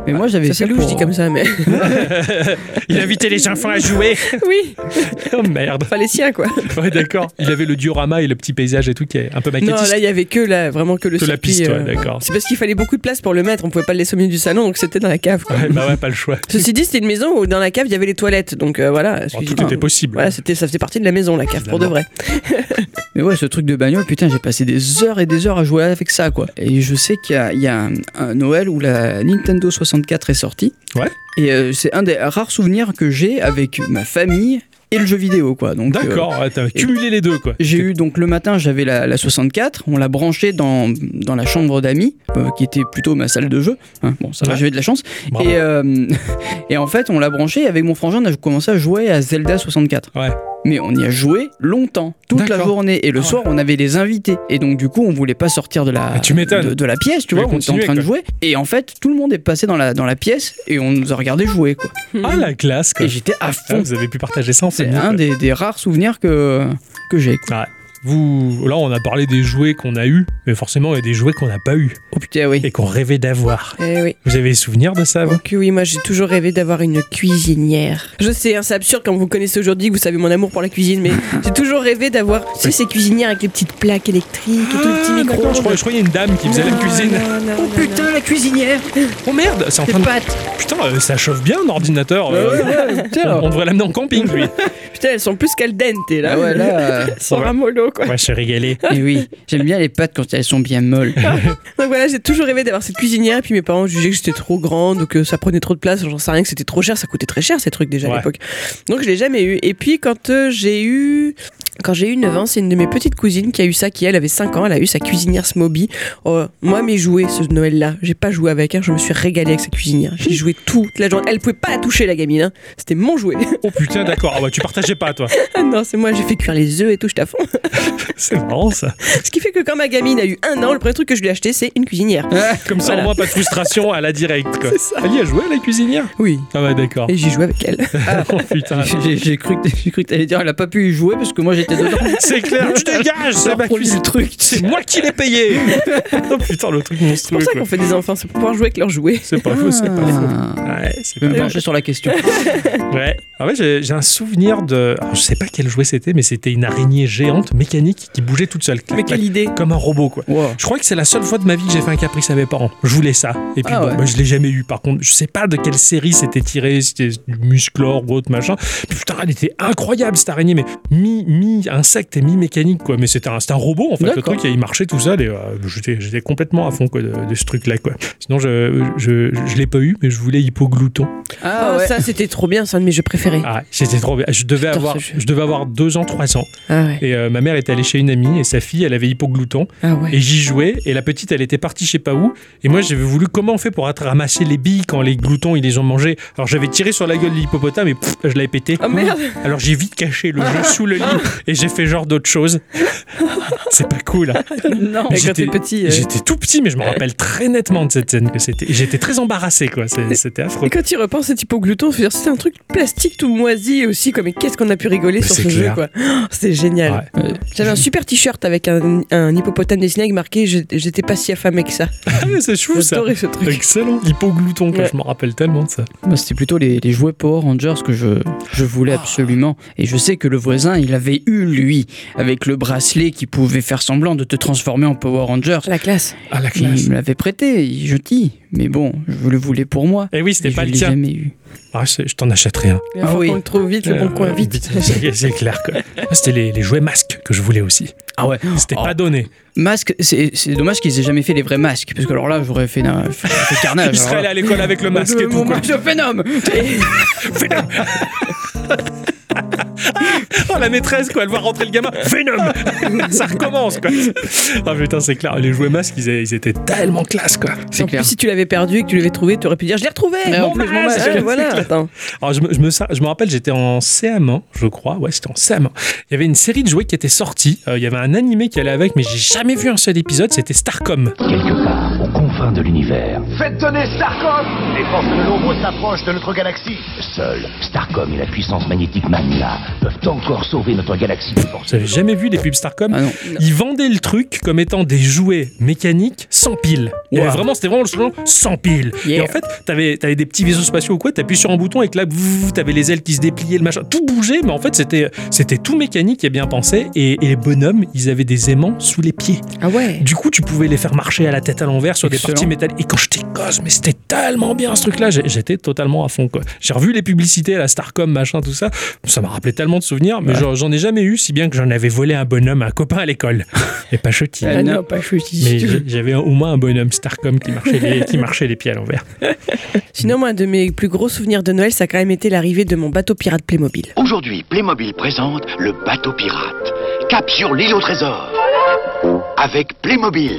Speaker 3: Mais moi j'avais
Speaker 1: Ça fait louche, je
Speaker 3: pour-
Speaker 1: dis comme ça,
Speaker 2: (laughs)
Speaker 1: mais.
Speaker 2: Il invitait les enfants à jouer.
Speaker 1: oui,
Speaker 2: (laughs) oh merde.
Speaker 1: enfin les siens quoi.
Speaker 2: Ouais, d'accord. Il avait le diorama et le petit paysage et tout qui est un peu
Speaker 1: Non,
Speaker 2: maquettiste.
Speaker 1: là, il y avait que là, vraiment que le
Speaker 2: Que la
Speaker 1: circuit,
Speaker 2: piste, ouais,
Speaker 1: euh,
Speaker 2: d'accord.
Speaker 1: C'est parce qu'il fallait beaucoup de place pour le mettre, on pouvait pas le laisser au milieu du salon, donc c'était dans la cave quoi.
Speaker 2: Ouais, bah ouais, pas le choix.
Speaker 1: Ceci dit, c'était une maison où dans la cave il y avait les toilettes, donc euh, voilà.
Speaker 2: Alors, Oh, tout
Speaker 1: excusez-moi.
Speaker 2: était possible. Ah,
Speaker 1: Voilà, c'était, ça faisait partie de la maison, la cave, pour de vrai.
Speaker 3: Mais ouais, ce truc de bagnole, putain, j'ai passé des heures et des heures à jouer avec ça, quoi. Et je sais qu'il y a, il y a un, un Noël où la Nintendo 64 est sortie.
Speaker 2: Ouais.
Speaker 3: Et euh, c'est un des rares souvenirs que j'ai avec ma famille et le jeu vidéo, quoi. Donc, euh,
Speaker 2: D'accord. ouais, t'as cumulé les deux, quoi.
Speaker 3: j'ai eu donc le matin, j'avais la, la 64, on l'a branchée dans, dans la chambre d'amis, euh, qui était plutôt ma salle de jeu. Hein, bon, ça va,
Speaker 2: Ouais.
Speaker 3: j'avais de la chance.
Speaker 2: Bravo.
Speaker 3: Et, euh, (laughs) et en fait, on l'a branchée et avec mon frangin, on a commencé à jouer à Zelda 64.
Speaker 2: Ouais.
Speaker 3: Mais on y a joué longtemps, toute la
Speaker 2: D'accord.
Speaker 3: journée. Et le
Speaker 2: Ah
Speaker 3: soir, on avait les invités. Et donc, du coup, on voulait pas sortir de la,
Speaker 2: Ah, tu m'étonnes.
Speaker 3: de, de la pièce, tu
Speaker 2: Vous
Speaker 3: vois. On
Speaker 2: voulez
Speaker 3: était en train de jouer. Et en fait, tout le monde est passé dans la, dans la pièce et on nous a regardé jouer, quoi.
Speaker 2: Ah la classe, quoi.
Speaker 3: Et j'étais à
Speaker 2: Ah,
Speaker 3: fond.
Speaker 2: vous avez pu partager ça en
Speaker 3: C'est
Speaker 2: famille,
Speaker 3: un
Speaker 2: quoi.
Speaker 3: des, des rares souvenirs que, que j'ai, quoi.
Speaker 2: Ouais. Vous, là, on a parlé des jouets qu'on a eus, mais forcément, il y a des jouets qu'on n'a pas eus
Speaker 3: Oh putain, oui.
Speaker 2: et qu'on rêvait d'avoir.
Speaker 1: Eh oui.
Speaker 2: Vous avez souvenir de ça, vous
Speaker 1: Donc oui, moi j'ai toujours rêvé d'avoir une cuisinière. Je sais, hein, c'est absurde quand vous me connaissez aujourd'hui que vous savez mon amour pour la cuisine,
Speaker 2: (laughs)
Speaker 1: mais j'ai toujours rêvé d'avoir, tu sais, ces cuisinières avec les petites plaques électriques et tout le petit
Speaker 2: Ah,
Speaker 1: micro.
Speaker 2: d'accord, je croyais, je croyais une dame qui faisait la cuisine.
Speaker 1: Oh putain
Speaker 3: la cuisinière
Speaker 2: Oh merde, c'est en train de... Putain, euh, ça chauffe bien un ordinateur. euh, on, on devrait l'amener en camping, lui.
Speaker 1: Putain, elles sont plus qu'al dente là.
Speaker 3: Ah ouais, là. euh,
Speaker 1: Elles sont
Speaker 2: Ouais.
Speaker 1: ramollo quoi.
Speaker 2: (laughs) Ouais, je suis régalé.
Speaker 3: Et oui, j'aime bien les pâtes quand elles sont bien molles.
Speaker 2: Ah.
Speaker 1: Donc voilà, j'ai toujours rêvé d'avoir cette cuisinière, et puis mes parents jugeaient que j'étais trop grande, ou que ça prenait trop de place, j'en sais rien, que c'était trop cher, ça coûtait très cher ces trucs déjà
Speaker 2: Ouais.
Speaker 1: à l'époque. Donc je l'ai jamais eu. Et puis quand euh, j'ai eu. Quand j'ai eu 9 ans, c'est une de mes petites cousines qui a eu ça, qui elle avait 5 ans, elle a eu sa cuisinière Smoby. Oh, moi, mes jouets, ce Noël-là, j'ai pas joué avec, hein, je me suis régalée avec sa cuisinière. J'ai joué toute la journée. Elle pouvait pas la toucher, la gamine, hein. c'était mon jouet. (laughs)
Speaker 2: Oh putain, d'accord. Ah ouais, tu partageais pas, toi.
Speaker 1: Ah non, c'est moi, j'ai fait cuire les œufs et tout, je fond.
Speaker 2: (laughs)
Speaker 1: (laughs)
Speaker 2: C'est marrant, ça.
Speaker 1: Ce qui fait que quand ma gamine a eu 1 an, le premier truc que je lui ai acheté, c'est une cuisinière.
Speaker 2: Comme ça,
Speaker 1: Voilà.
Speaker 2: au moins, pas de frustration à la directe, quoi.
Speaker 1: C'est ça.
Speaker 2: Elle y a joué, la cuisinière
Speaker 1: Oui.
Speaker 2: Ah ouais, d'accord.
Speaker 1: Et j'ai joué avec elle.
Speaker 2: (laughs) Oh putain.
Speaker 3: J'ai- J'ai cru que j'ai cru que t'allais dire elle a pas pu y jouer parce que moi j'étais dedans.
Speaker 2: C'est clair, tu dégages, c'est ma
Speaker 3: Reproduis
Speaker 2: cuisine.
Speaker 3: le truc.
Speaker 2: C'est moi qui l'ai payé. (laughs) Oh putain, le truc
Speaker 1: C'est pour
Speaker 2: monstrueux,
Speaker 1: ça
Speaker 2: quoi.
Speaker 1: qu'on fait des enfants, c'est pour pouvoir jouer avec leurs jouets.
Speaker 2: C'est pas faux, c'est pas faux.
Speaker 3: Ah.
Speaker 2: Ouais, c'est
Speaker 3: Je vais
Speaker 2: pas
Speaker 3: me
Speaker 2: mal.
Speaker 3: pencher sur la question.
Speaker 2: Ouais. En fait, j'ai- j'ai un souvenir de. Alors, je sais pas quel jouet c'était, mais c'était une araignée géante mécanique qui bougeait toute seule. Clac,
Speaker 1: Mais quelle
Speaker 2: clac,
Speaker 1: idée
Speaker 2: Comme un robot, quoi.
Speaker 3: Wow.
Speaker 2: Je crois que c'est la seule fois de ma vie que j'ai fait un caprice à mes parents. Je voulais ça. Et puis,
Speaker 3: Ah
Speaker 2: bon,
Speaker 3: ouais.
Speaker 2: bah, je l'ai jamais eu. Par contre, je sais pas de quelle série c'était tiré, c'était du musclor ou autre machin. Puis, putain, elle était incroyable cette araignée, mais mi, mi, mi-insecte et mi-mécanique, quoi. Mais c'était un, c'était un robot, en fait. Le
Speaker 1: D'accord.
Speaker 2: truc, et il marchait tout seul. Et euh, j'étais, j'étais complètement à fond, quoi, de, de ce truc-là, quoi. Sinon, je, je, je l'ai pas eu, mais je voulais Hippoglouton.
Speaker 3: Ah ouais.
Speaker 1: ça c'était trop bien, c'est un de mes jeux préférés.
Speaker 2: Ah, c'était trop bien. Je devais,
Speaker 1: Putain,
Speaker 2: avoir,
Speaker 1: ce jeu.
Speaker 2: je devais avoir deux ans, trois ans.
Speaker 1: Ah ouais.
Speaker 2: Et euh, ma mère était allée chez une amie, et sa fille, elle avait Hippoglouton.
Speaker 1: Ah ouais.
Speaker 2: Et j'y jouais, et la petite, elle était partie je sais pas où. Et moi, j'avais voulu comment on fait pour attra- ramasser les billes quand les gloutons, ils les ont mangés. Alors j'avais tiré sur la gueule de l'hippopotame et pff, je l'avais pété.
Speaker 1: Oh merde
Speaker 2: Alors j'ai vite caché le jeu sous le lit et j'ai fait genre d'autres choses. (laughs) C'est pas cool. hein.
Speaker 1: Non, quand
Speaker 2: J'étais-
Speaker 1: t'es petit. euh,
Speaker 2: J'étais tout petit, mais je me rappelle très nettement de cette scène que c'était. J'étais très embarrassé, quoi. C'est- C'était affreux.
Speaker 1: Et quand tu y repenses, c'est hypoglouton, c'est-à-dire c'était un truc plastique tout moisi aussi, comme mais qu'est-ce qu'on a pu rigoler
Speaker 2: Mais
Speaker 1: sur
Speaker 2: c'est
Speaker 1: ce
Speaker 2: clair.
Speaker 1: jeu quoi. Oh, C'était génial.
Speaker 2: Ouais.
Speaker 1: J'avais un super t-shirt avec un, un hippopotame dessiné avec marqué Je- j'étais pas si affamé que ça.
Speaker 2: Ah, mais c'est chou ça.
Speaker 1: J'adorais ce truc.
Speaker 2: Excellent. Hippoglouton, quoi.
Speaker 1: Ouais.
Speaker 2: Je me rappelle tellement de ça.
Speaker 3: Moi, Bah, c'était plutôt les, les jouets Power Rangers que je, je voulais absolument. Et je sais que le voisin, il avait eu, lui, avec le bracelet qui pouvait faire semblant de te transformer en Power Rangers.
Speaker 1: La classe.
Speaker 2: Ah, la
Speaker 3: Il
Speaker 2: classe.
Speaker 3: me l'avait prêté, il- je dis. Mais bon, je le voulais pour moi.
Speaker 2: Et Eh oui, c'était
Speaker 3: Et
Speaker 2: pas
Speaker 3: je
Speaker 2: le
Speaker 3: l'ai
Speaker 2: tien.
Speaker 3: jamais eu.
Speaker 2: Ah, c'est- je t'en achèterai un.
Speaker 1: Il faut
Speaker 3: oui.
Speaker 1: qu'on le trouve vite, le bon
Speaker 2: Euh,
Speaker 1: coin vite.
Speaker 2: C'est c'est clair. quoi. C'était les, les jouets masques que je voulais aussi.
Speaker 3: Ah ouais.
Speaker 2: C'était
Speaker 3: Oh.
Speaker 2: pas donné.
Speaker 3: Masque, c'est c'est dommage qu'ils aient jamais fait les vrais masques. Parce que alors là, j'aurais fait un fait un carnage.
Speaker 2: (laughs) Je serais
Speaker 3: alors
Speaker 2: allé
Speaker 3: là.
Speaker 2: à l'école avec Ah, ben le masque et
Speaker 3: Mon
Speaker 2: tout. quoi.
Speaker 3: masque de
Speaker 2: (laughs)
Speaker 3: phénomène
Speaker 2: Oh, la maîtresse, quoi, elle voit rentrer le gamin. Phénom (laughs) Ça recommence, quoi. Ah putain, c'est clair. Les jouets masques, ils, a- ils étaient tellement classe, quoi.
Speaker 3: C'est
Speaker 1: en
Speaker 3: clair.
Speaker 1: plus, si tu l'avais perdu et que tu l'avais trouvé, tu aurais pu dire Je l'ai retrouvé
Speaker 3: Mais en
Speaker 1: mon
Speaker 3: plus, mon
Speaker 1: masque.
Speaker 3: masque.
Speaker 1: Ouais, voilà. Attends.
Speaker 2: Alors, Ah, je me, je me, sa- je me rappelle, j'étais en CM1, je crois. Ouais, c'était en CM1. Il y avait une série de jouets qui était sortie. Euh, il y avait un animé qui allait avec, mais j'ai jamais vu un seul épisode. C'était Starcom.
Speaker 9: Quelque part, aux confins de l'univers,
Speaker 7: Faites tonner Starcom Les forces de l'ombre s'approchent de notre galaxie.
Speaker 9: seuls Starcom et la puissance magnétique Magna peuvent encore sauver notre galaxie des forces.
Speaker 2: Vous avez jamais vu les pubs Starcom
Speaker 3: Ah non.
Speaker 2: Ils vendaient le truc comme étant des jouets mécaniques sans pile. Il y avait
Speaker 3: Wow.
Speaker 2: vraiment, c'était vraiment le slogan sans pile.
Speaker 3: Yeah.
Speaker 2: Et en fait, t'avais avais des petits vaisseaux spatiaux ou quoi, t'appuies sur un bouton et que là, tu t'avais les ailes qui se dépliaient, le machin, tout bougeait, mais en fait, c'était c'était tout mécanique et bien pensé. Et, et les bonhommes, ils avaient des aimants sous les pieds.
Speaker 1: Ah ouais.
Speaker 2: Du coup, tu pouvais les faire marcher à la tête à l'envers sur
Speaker 3: Excellent.
Speaker 2: des parties métalliques. Et quand j'étais gosse, mais c'était tellement bien ce truc-là, j'ai- j'étais totalement à fond. quoi. J'ai revu les publicités à la Starcom, machin, tout ça. Ça m'a rappelé tellement de souvenirs, mais genre, j'en ai jamais eu, si bien que j'en avais volé un bonhomme à un copain
Speaker 3: (laughs)
Speaker 2: à l'école. Et pas chutis.
Speaker 3: Ah non,
Speaker 1: pas chouti.
Speaker 2: Mais j'ai- j'avais au moins un bonhomme Starcom qui marchait les, qui marchait les pieds à l'envers.
Speaker 1: Sinon, moi, un de mes plus gros souvenirs de Noël, ça a quand même été l'arrivée de mon bateau pirate Playmobil.
Speaker 9: Aujourd'hui, Playmobil présente le bateau pirate. Cap sur l'île au trésor. Avec Playmobil.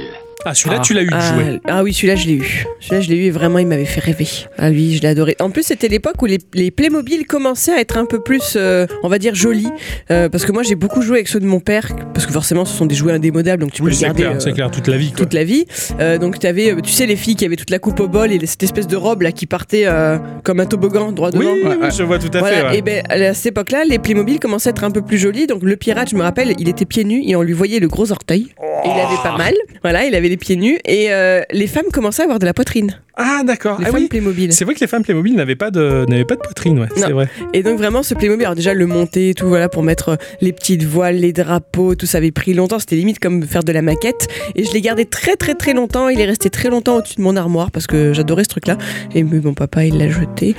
Speaker 2: Ah, celui-là,
Speaker 3: Ah.
Speaker 2: tu l'as eu de
Speaker 1: Ah,
Speaker 2: jouer.
Speaker 1: ah oui, celui-là, je l'ai eu. Celui-là, je l'ai eu et vraiment, il m'avait fait rêver. Ah oui, je l'ai adoré. En plus, c'était l'époque où les, les Playmobil commençaient à être un peu plus, euh, on va dire, jolis. Euh, parce que moi, j'ai beaucoup joué avec ceux de mon père. Parce que forcément, ce sont des jouets indémodables, donc tu peux
Speaker 2: Oui,
Speaker 1: les
Speaker 2: c'est
Speaker 1: garder
Speaker 2: clair,
Speaker 1: euh,
Speaker 2: c'est clair, toute la vie. quoi.
Speaker 1: toute la vie. Euh, donc, tu avais, euh, tu sais, les filles qui avaient toute la coupe au bol et cette espèce de robe là qui partait euh, comme un toboggan droit
Speaker 2: Oui,
Speaker 1: devant.
Speaker 2: oui,
Speaker 3: ouais.
Speaker 2: je vois tout à fait.
Speaker 1: Voilà,
Speaker 2: ouais.
Speaker 1: et ben à cette époque-là, les Playmobil commençaient à être un peu plus jolis. Donc le pirate, je me rappelle, il était pieds nus et on lui voyait le gros orteil. Et il avait
Speaker 2: Oh.
Speaker 1: pas mal. Voilà, il avait les pieds nus et euh, les femmes commençaient à avoir de la poitrine.
Speaker 2: Ah, d'accord.
Speaker 1: Les
Speaker 2: Ah
Speaker 1: femmes
Speaker 2: oui.
Speaker 1: Playmobil.
Speaker 2: C'est vrai que les femmes Playmobil n'avaient pas de, n'avaient pas de poitrine, ouais. C'est vrai.
Speaker 1: Et donc vraiment ce Playmobil, alors déjà le monter et tout voilà pour mettre euh, les petites voiles, les drapeaux, tout ça avait pris longtemps. C'était limite comme faire de la maquette. Et je l'ai gardé très très très longtemps. Il est resté très longtemps au-dessus de mon armoire parce que j'adorais ce truc-là. Et mais mon papa il l'a jeté.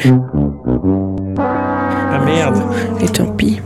Speaker 2: Ah merde.
Speaker 1: Et tant pis.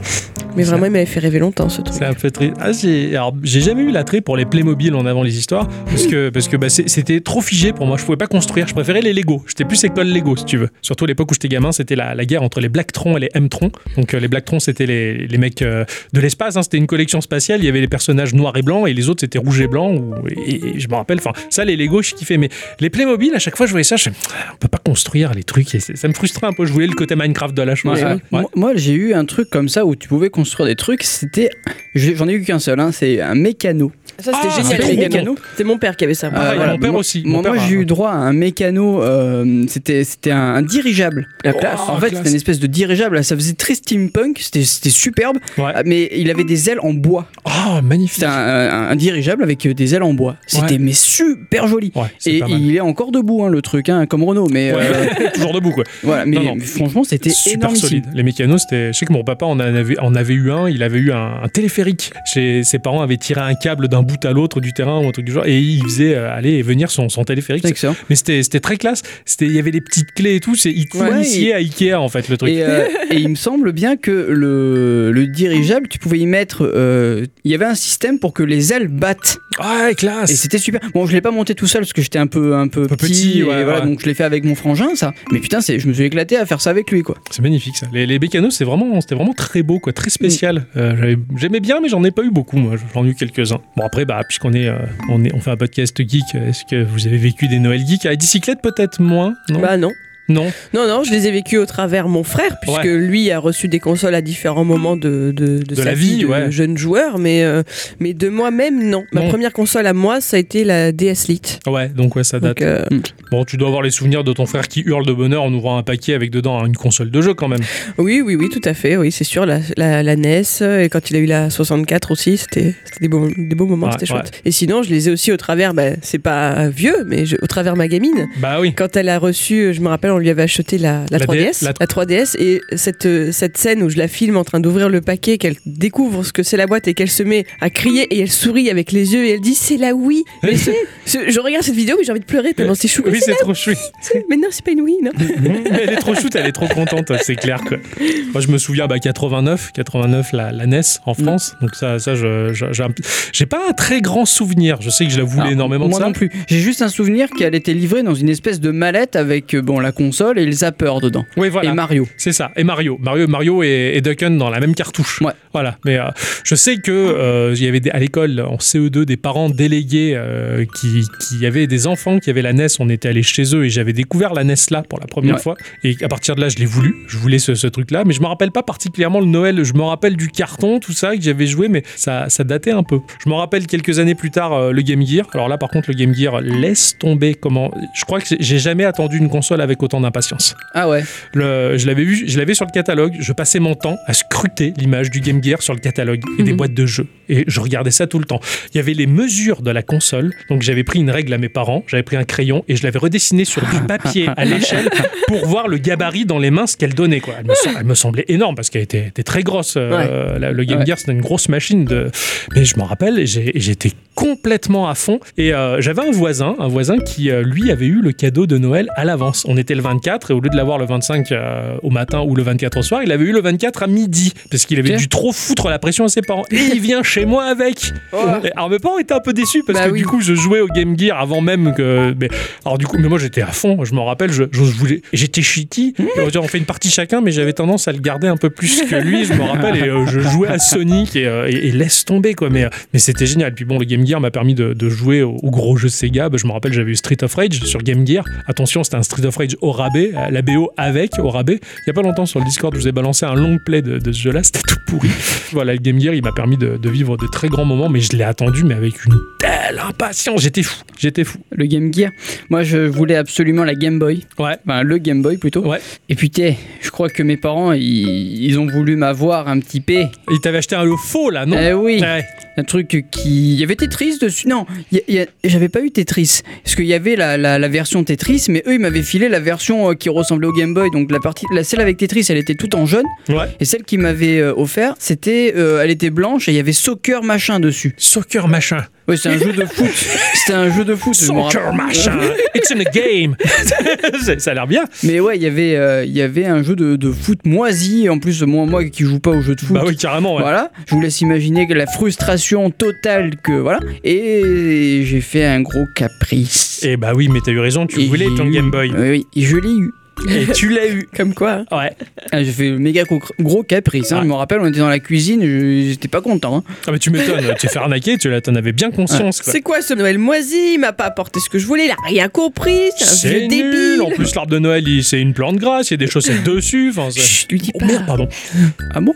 Speaker 1: Mais vraiment il m'avait fait rêver longtemps ce truc.
Speaker 2: C'est un peu triste. Ah, j'ai, alors, j'ai jamais eu l'attrait pour les Playmobil en avant les histoires parce que parce que bah, c'est- c'était trop figé pour moi. Je pouvais pas construire. Je préférais les Lego. J'étais plus école Lego si tu veux. Surtout à l'époque où j'étais gamin, c'était la, la guerre entre les Blacktron et les M-Tron. Donc euh, les Blacktron c'était les, les mecs euh, de l'espace. hein. C'était une collection spatiale. Il y avait les personnages noirs et blancs et les autres c'était rouge et blanc. ou- et, et je me rappelle. Enfin ça les Lego je kiffais. Mais les Playmobil à chaque fois je voyais ça. Je me disais, on peut pas construire les trucs. Et c'est- ça me frustrait un peu. Je voulais le côté Minecraft de la chose.
Speaker 3: Ouais, ouais.
Speaker 2: Ouais.
Speaker 3: Moi, moi, j'ai eu un truc comme ça où tu pouvais construire des trucs. C'était, j'ai- j'en ai eu qu'un seul. hein, c'est un mécano.
Speaker 1: Ça
Speaker 2: c'était Ah, génial,
Speaker 3: les
Speaker 1: les
Speaker 3: mécanos.
Speaker 1: C'est mon père qui avait ça.
Speaker 2: Pareil,
Speaker 3: voilà.
Speaker 2: Ah, mon père
Speaker 3: Moi-
Speaker 2: aussi. Mon
Speaker 3: Moi,
Speaker 2: père
Speaker 3: moi,
Speaker 2: a-
Speaker 3: j'ai eu droit à un mécano. euh, c'était, c'était un, un dirigeable.
Speaker 2: classe.
Speaker 3: en
Speaker 2: Oh,
Speaker 3: fait,
Speaker 2: classe.
Speaker 3: c'était une espèce de dirigeable. Ça faisait très steampunk. C'était, c'était superbe.
Speaker 2: Ouais.
Speaker 3: Mais il avait des ailes en bois.
Speaker 2: Oh magnifique.
Speaker 3: C'était un, un- un dirigeable avec des ailes en bois. C'était
Speaker 2: Ouais.
Speaker 3: mais super joli.
Speaker 2: Ouais, c'est
Speaker 3: Et
Speaker 2: pas mal.
Speaker 3: il est encore debout, hein, le truc, hein, comme Renault. Mais
Speaker 2: (laughs)
Speaker 3: euh,
Speaker 2: Ouais, toujours debout quoi.
Speaker 3: voilà. Mais
Speaker 2: Non, non.
Speaker 3: franchement, c'était
Speaker 2: super
Speaker 3: énorme.
Speaker 2: solide. Les mécanos, c'était. Je sais que mon papa en avait, en avait eu un. Il avait eu un, un téléphérique. Chez ses parents avaient tiré un câble d'un bout à l'autre du terrain ou un truc du genre. Et il faisait euh, aller et venir son, son téléphérique.
Speaker 3: C'est excellent.
Speaker 2: Mais c'était c'était très classe. C'était- Il y avait les petites clés et tout. C'est- Il
Speaker 3: Ouais,
Speaker 2: t'initiait à Ikea en fait le truc.
Speaker 3: Et, euh, (laughs) et il me semble bien que le, le dirigeable, tu pouvais y mettre. euh, Il y avait un système pour que les ailes battent.
Speaker 2: Ouais, classe.
Speaker 3: Et c'était super. Bon, je l'ai pas monté tout seul parce que j'étais un peu, un peu
Speaker 2: peu
Speaker 3: petit.
Speaker 2: petit, ouais,
Speaker 3: et voilà,
Speaker 2: ouais.
Speaker 3: Donc je l'ai fait avec mon frangin, ça. Mais putain, c'est- je me suis éclaté à faire ça avec lui, quoi.
Speaker 2: C'est magnifique ça. Les, les bécanos, c'est vraiment, c'était vraiment très beau, quoi, très spécial. Euh, j'avais- J'aimais bien, mais j'en ai pas eu beaucoup. Moi, j'en ai eu quelques-uns. Bon après, bah puisqu'on est, euh, on est, on fait un podcast geek. euh, Est-ce que vous avez vécu des Noël geek à bicyclette peut-être moins Non.
Speaker 1: Bah non.
Speaker 2: non.
Speaker 1: Non, non, je les ai vécus au travers mon frère, puisque
Speaker 2: Ouais.
Speaker 1: lui a reçu des consoles à différents moments de, de,
Speaker 2: De la vie,
Speaker 1: de
Speaker 2: ouais.
Speaker 1: jeune joueur, mais, euh, mais de moi-même, non. Ma
Speaker 2: Non.
Speaker 1: première console à moi, ça a été la DS Lite.
Speaker 2: Ouais. Donc ouais, ça date.
Speaker 1: Donc, euh,
Speaker 2: Bon, tu dois avoir les souvenirs de ton frère qui hurle de bonheur en ouvrant un paquet avec dedans hein, une console de jeu quand même.
Speaker 1: oui, oui, oui, tout à fait, oui, c'est sûr, la, la, la NES, euh, et quand il a eu la 64 aussi, c'était c'était des beaux, des beaux moments,
Speaker 2: Ouais,
Speaker 1: c'était chouette. Et sinon, je les ai aussi au travers, bah, c'est pas vieux, mais je- au travers ma gamine.
Speaker 2: Bah oui.
Speaker 1: Quand elle a reçu, je me rappelle, on lui avait acheté la, la
Speaker 2: La
Speaker 1: 3DS,
Speaker 2: la-
Speaker 1: la... 3DS, et cette, euh, cette scène où je la filme en train d'ouvrir le paquet, qu'elle découvre ce que c'est la boîte et qu'elle se met à crier et elle sourit avec les yeux et elle dit c'est la Wii. Mais
Speaker 2: (laughs)
Speaker 1: ce- ce- je regarde cette vidéo mais j'ai envie de pleurer tellement c'est chou.
Speaker 2: Oui, c'est trop chouette.
Speaker 1: C'est- Mais non, c'est pas une Wii, non.
Speaker 2: Mais elle est trop shoot, elle est trop contente, c'est clair. Quoi. Moi, je me souviens, bah, 89, 89, la, la NES en
Speaker 3: Mm.
Speaker 2: France. Donc ça, ça, je, je- j'ai, un p- j'ai pas un très grand souvenir. Je sais que je la voulais
Speaker 3: Alors,
Speaker 2: énormément
Speaker 3: Ah, Moi
Speaker 2: de ça.
Speaker 3: non plus. J'ai juste un souvenir qu'elle était livrée dans une espèce de mallette avec euh, bon la console et le zapper dedans.
Speaker 2: Oui, voilà.
Speaker 3: Et Mario.
Speaker 2: C'est ça. Et Mario, Mario, Mario et, et Duck Hunt dans la même cartouche.
Speaker 3: Ouais.
Speaker 2: Voilà. Mais euh, je sais que euh, il y avait des- à l'école en CE2 des parents délégués euh, qui, qui avaient des enfants qui avaient la NES. On était allés chez eux et j'avais découvert la NES là pour la première
Speaker 3: Ouais.
Speaker 2: fois. Et à partir de là, je l'ai voulu. Je voulais ce, ce truc là, mais je me rappelle pas particulièrement le Noël. Je me rappelle du carton, tout ça que j'avais joué, mais ça, ça datait un peu. Je me rappelle quelques années plus tard euh, le Game Gear. Alors là, par contre, le Game Gear laisse tomber. Comment Je crois que c'est- j'ai jamais attendu une console avec autant d'impatience.
Speaker 3: Ah ouais.
Speaker 2: Le- je l'avais vu, je l'avais sur le catalogue. Je passais mon temps à scruter l'image du Game Gear sur le catalogue et des
Speaker 1: Mhm.
Speaker 2: boîtes de jeux. Et je regardais ça tout le temps. Il y avait les mesures de la console. Donc j'avais pris une règle à mes parents, j'avais pris un crayon et je l'avais redessiné sur du papier
Speaker 3: (laughs)
Speaker 2: à l'échelle pour voir le gabarit dans les mains ce qu'elle donnait. Quoi. Elle, me, sem- elle me semblait énorme parce qu'elle était, était très grosse. euh, la- le Game
Speaker 3: Ouais.
Speaker 2: Gear, c'était une grosse machine de, mais je m'en rappelle, et j'ai- et j'étais complètement à fond. Et euh, j'avais un voisin, un voisin qui, euh, lui, avait eu le cadeau de Noël à l'avance. On était le 24, et au lieu de l'avoir le 25 euh, au matin ou le 24 au soir, il avait eu le 24 à midi, parce qu'il avait
Speaker 3: Ok.
Speaker 2: dû trop foutre la pression à ses parents. Et il vient chez moi avec. Et- Alors mes parents étaient un peu déçus, parce
Speaker 1: Oh. Bah
Speaker 2: que du
Speaker 1: oui.
Speaker 2: coup, je jouais au Game Gear avant même que... bah, mais- alors du coup, mais moi, j'étais à fond, je m'en rappelle, je, je voulais... J'étais shitty, on fait une partie chacun, mais j'avais tendance à le garder un peu plus que lui, je me rappelle, et euh, je jouais à Sonic, et, euh, et- et laisse tomber, quoi. Mais, euh, mais c'était génial. Puis bon, le Game Gear m'a permis de, de jouer au, au gros jeu Sega. Bah, je me rappelle, j'avais eu Street of Rage sur Game Gear. Attention, c'était un Street of Rage au rabais, euh, la BO avec au rabais. Il y a pas longtemps sur le Discord, je vous ai balancé un long play de, de ce jeu-là. C'était tout pourri. (laughs) voilà, le Game Gear, il m'a permis de, de vivre de très grands moments, mais je l'ai attendu, mais avec une telle impatience. J'étais fou. J'étais fou.
Speaker 3: Le Game Gear. Moi, je voulais absolument la Game Boy.
Speaker 2: Ouais.
Speaker 3: Enfin, le Game Boy plutôt.
Speaker 2: Ouais.
Speaker 3: Et putain, je crois que mes parents, ils, ils ont voulu m'avoir un petit P.
Speaker 2: Il t'avait acheté un lot faux, là, non Euh.
Speaker 3: Eh oui.
Speaker 2: Ouais.
Speaker 3: Un truc qui. Il y avait Tetris dessus. Non, il y a- il y a- j'avais pas eu Tetris. Parce qu'il y avait la, la- la version Tetris, mais eux, ils m'avaient filé la version euh, qui ressemblait au Game Boy. Donc la, partie, la celle avec Tetris, elle était tout en jaune.
Speaker 2: ouais.
Speaker 3: Et celle qu'ils m'avaient euh, offert, c'était. euh, elle était blanche et il y avait Soccer Machin dessus.
Speaker 2: Soccer machin.
Speaker 3: Ouais, c'est un jeu de
Speaker 2: (laughs)
Speaker 3: foot. C'était un jeu de foot. je m'en
Speaker 2: Soccer
Speaker 3: rappelle.
Speaker 2: machin. It's in a game. (laughs) ça a l'air bien.
Speaker 3: Mais ouais, il y avait, euh, il y avait un jeu de, de foot moisi. En plus, moi, moi qui joue pas au jeu de foot.
Speaker 2: Bah oui, carrément, ouais.
Speaker 3: Voilà, je vous laisse imaginer que la frustration totale que voilà. Et j'ai fait un gros caprice.
Speaker 2: Eh bah oui, mais t'as eu raison, tu
Speaker 3: Et
Speaker 2: voulais
Speaker 3: j'ai
Speaker 2: ton
Speaker 3: eu-
Speaker 2: Game Boy.
Speaker 3: Oui, oui, et je l'ai eu.
Speaker 2: Et tu l'as eu.
Speaker 1: Comme quoi.
Speaker 2: Ouais.
Speaker 3: Ah, j'ai fait le méga gros, gros caprice. hein.
Speaker 2: Ouais.
Speaker 3: Je me rappelle, on était dans la cuisine, je- j'étais pas content. hein.
Speaker 2: Ah mais tu m'étonnes, tu t'es fait arnaquer, tu l'as- t'en avais bien conscience. quoi.
Speaker 1: C'est quoi ce Noël moisi Il m'a pas apporté ce que je voulais, il a rien compris, c'est un vieux
Speaker 2: C'est nul.
Speaker 1: débile.
Speaker 2: En plus, l'arbre de Noël, il- c'est une plante grasse, il y a des chaussettes dessus. Enfin, c'est-
Speaker 3: Chut, lui dis
Speaker 2: Oh
Speaker 3: pas.
Speaker 2: merde, pardon.
Speaker 3: Ah bon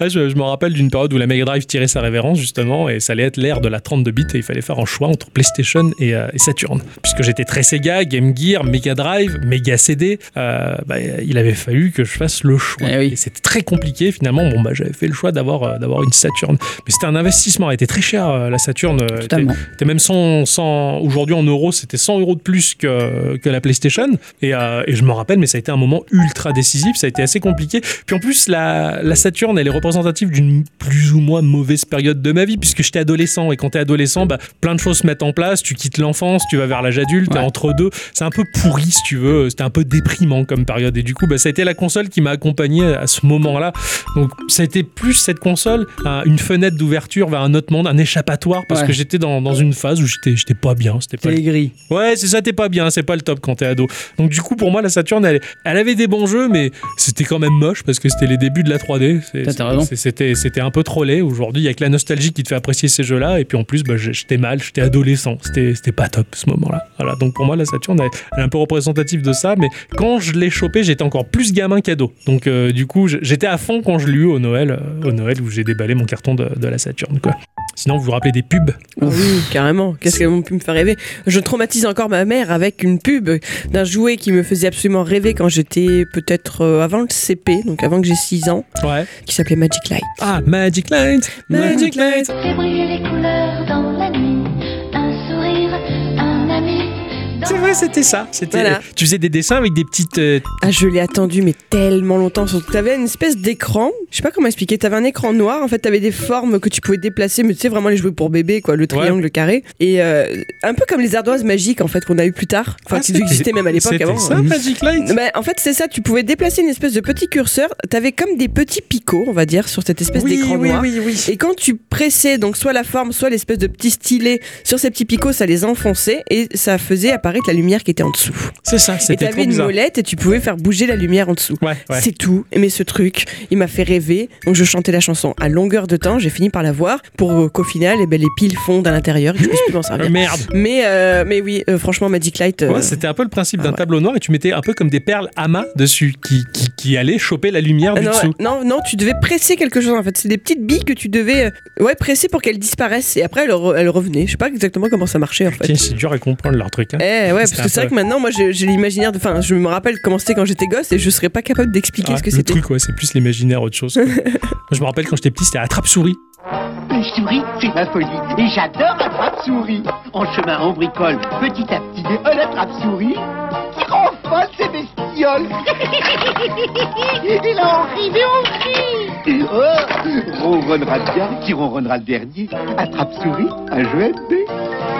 Speaker 2: Ah, je, je me rappelle d'une période où la Mega Drive tirait sa révérence, justement, et ça allait être l'ère de la 32 bits, et il fallait faire un choix entre PlayStation et, euh, et Saturn. Puisque j'étais très Sega, Game Gear, Mega Drive, Mega CD, euh, bah, il avait fallu que je fasse le choix.
Speaker 3: Eh oui.
Speaker 2: Et c'était très compliqué finalement. Bon, bah, j'avais fait le choix d'avoir euh, d'avoir une Saturn. Mais c'était un investissement. Elle était très chère, euh, la Saturn. Euh, était-
Speaker 3: Totalement.
Speaker 2: T'es même 100, 100 aujourd'hui en euros, c'était 100 euros de plus que, que la PlayStation. Et, euh, et je m'en rappelle, mais ça a été un moment ultra décisif, ça a été assez compliqué. Puis en plus, la, la Saturn, elle est représentative d'une plus ou moins mauvaise période de ma vie, puisque j'étais adolescent. Et quand t'es adolescent, bah, plein de choses se mettent en place. Tu quittes l'enfance, tu vas vers l'âge adulte, t'es
Speaker 3: Ouais.
Speaker 2: entre deux. C'est un peu pourri, si tu veux. C'était un peu déprimant comme période. Et du coup, bah, ça a été la console qui m'a accompagné à ce moment-là. Donc ça a été plus cette console, un- une fenêtre d'ouverture vers un autre monde, un échappatoire, parce
Speaker 3: Ouais.
Speaker 2: que j'étais dans, dans une phase où j'étais j'étais pas bien. C'était pas le-
Speaker 3: gris.
Speaker 2: Ouais, c'est ça, t'es pas bien, c'est pas le top quand t'es ado. Donc du coup, pour moi, la Saturn, elle, elle avait des bons jeux, mais c'était quand même moche parce que c'était les débuts de la 3D. C'est-
Speaker 3: T'as- t'as raison.
Speaker 2: c'est- C'était c'était un peu trollé. Aujourd'hui, il y a que la nostalgie qui te fait apprécier ces jeux-là. Et puis en plus, bah, j'- j'étais mal, j'étais adolescent. C'était c'était pas top ce moment-là. Voilà, donc pour moi, la Saturn, elle, elle est un peu représentative de ça. Mais quand je l'ai chopé, j'étais encore plus gamin qu'ado. Donc euh, du coup, j- j'étais à fond quand je l'ai eu au Noël, euh, au Noël où j'ai déballé mon carton de, de la Saturn. Quoi. Sinon, vous vous rappelez des pubs
Speaker 1: Ah oui, carrément. Qu'est-ce qu'elles ont pu me faire rêver Je traumatise encore ma mère avec une pub d'un jouet qui me faisait absolument rêver quand j'étais peut-être euh, avant le CP, donc avant que j'ai 6 ans,
Speaker 2: Ouais.
Speaker 1: qui s'appelait Magic Light.
Speaker 2: Ah, Magic Light Magic Light
Speaker 6: Fais briller les couleurs dans la nuit. Un sourire, un ami.
Speaker 2: C'est vrai, c'était ça. C'était. euh,
Speaker 1: Voilà.
Speaker 2: Tu faisais des dessins avec des petites. euh,
Speaker 1: Ah, je l'ai attendu, mais tellement longtemps. Surtout que t'avais une espèce d'écran. Je sais pas comment expliquer. T'avais un écran noir. En fait, t'avais des formes que tu pouvais déplacer. Mais tu sais, vraiment les jouets pour bébé, quoi. Le triangle, le carré. Et euh, un peu comme les ardoises magiques, en fait, qu'on a eu plus tard. Enfin,
Speaker 2: ah,
Speaker 1: qui
Speaker 2: c'était-
Speaker 1: existaient même à l'époque
Speaker 2: c'était
Speaker 1: avant. hein.
Speaker 2: ça, Magic Light.
Speaker 1: Bah, en fait, c'est ça. Tu pouvais déplacer une espèce de petit curseur. T'avais comme des petits picots, on va dire, sur cette espèce d'écran noir. Et quand tu pressais donc soit la forme, soit l'espèce de petit stylet sur ces petits picots, ça les enfonçait et ça faisait apparaître la lumière qui était en dessous.
Speaker 2: C'est ça,
Speaker 1: Et
Speaker 2: c'était
Speaker 1: t'avais
Speaker 2: trop
Speaker 1: une
Speaker 2: bizarre.
Speaker 1: molette et tu pouvais faire bouger la lumière en dessous.
Speaker 2: Ouais, ouais.
Speaker 1: C'est tout. Mais ce truc, il m'a fait rêver. Donc je chantais la chanson à longueur de temps. J'ai fini par la voir pour euh, qu'au final, eh ben, les piles fondent à l'intérieur et que je puisse plus m'en
Speaker 2: Euh,
Speaker 1: servir.
Speaker 2: merde.
Speaker 1: Mais, euh, mais oui, euh, franchement, Magic Light. euh,
Speaker 2: Ouais, c'était un peu le principe
Speaker 1: ah
Speaker 2: d'un
Speaker 1: ouais.
Speaker 2: tableau noir et tu mettais un peu comme des perles à main dessus qui, qui, qui allaient choper la lumière
Speaker 1: ah,
Speaker 2: du
Speaker 1: non,
Speaker 2: dessous.
Speaker 1: non, non, tu devais presser quelque chose en fait. C'est des petites billes que tu devais euh, ouais, presser pour qu'elles disparaissent et après elles, re- elles revenaient. Je sais pas exactement comment ça marchait en fait.
Speaker 2: Tiens, c'est dur à comprendre leur truc. hein.
Speaker 1: Eh ouais, parce
Speaker 2: C'était
Speaker 1: que
Speaker 2: un
Speaker 1: c'est vrai
Speaker 2: peu-
Speaker 1: que maintenant, moi, j'ai j'ai l'imaginaire. de- Enfin, je me rappelle comment c'était quand j'étais gosse et je serais pas capable d'expliquer
Speaker 2: Ah,
Speaker 1: ce que
Speaker 2: le
Speaker 1: c'était.
Speaker 2: truc, ouais, c'est plus l'imaginaire autre chose.
Speaker 1: (laughs)
Speaker 2: quoi. Moi, je me rappelle quand j'étais petit, c'était attrape-souris.
Speaker 10: Le souris, c'est ma folie. Et j'adore la trappe-souris. En chemin, on bricole petit à petit. Et oh, la trappe-souris qui rend folle ses bestioles. Et là, on rit, mais on rit. Oh, ronronnera le dernier, qui ronronnera le dernier. Attrape-souris, un jeu à dés.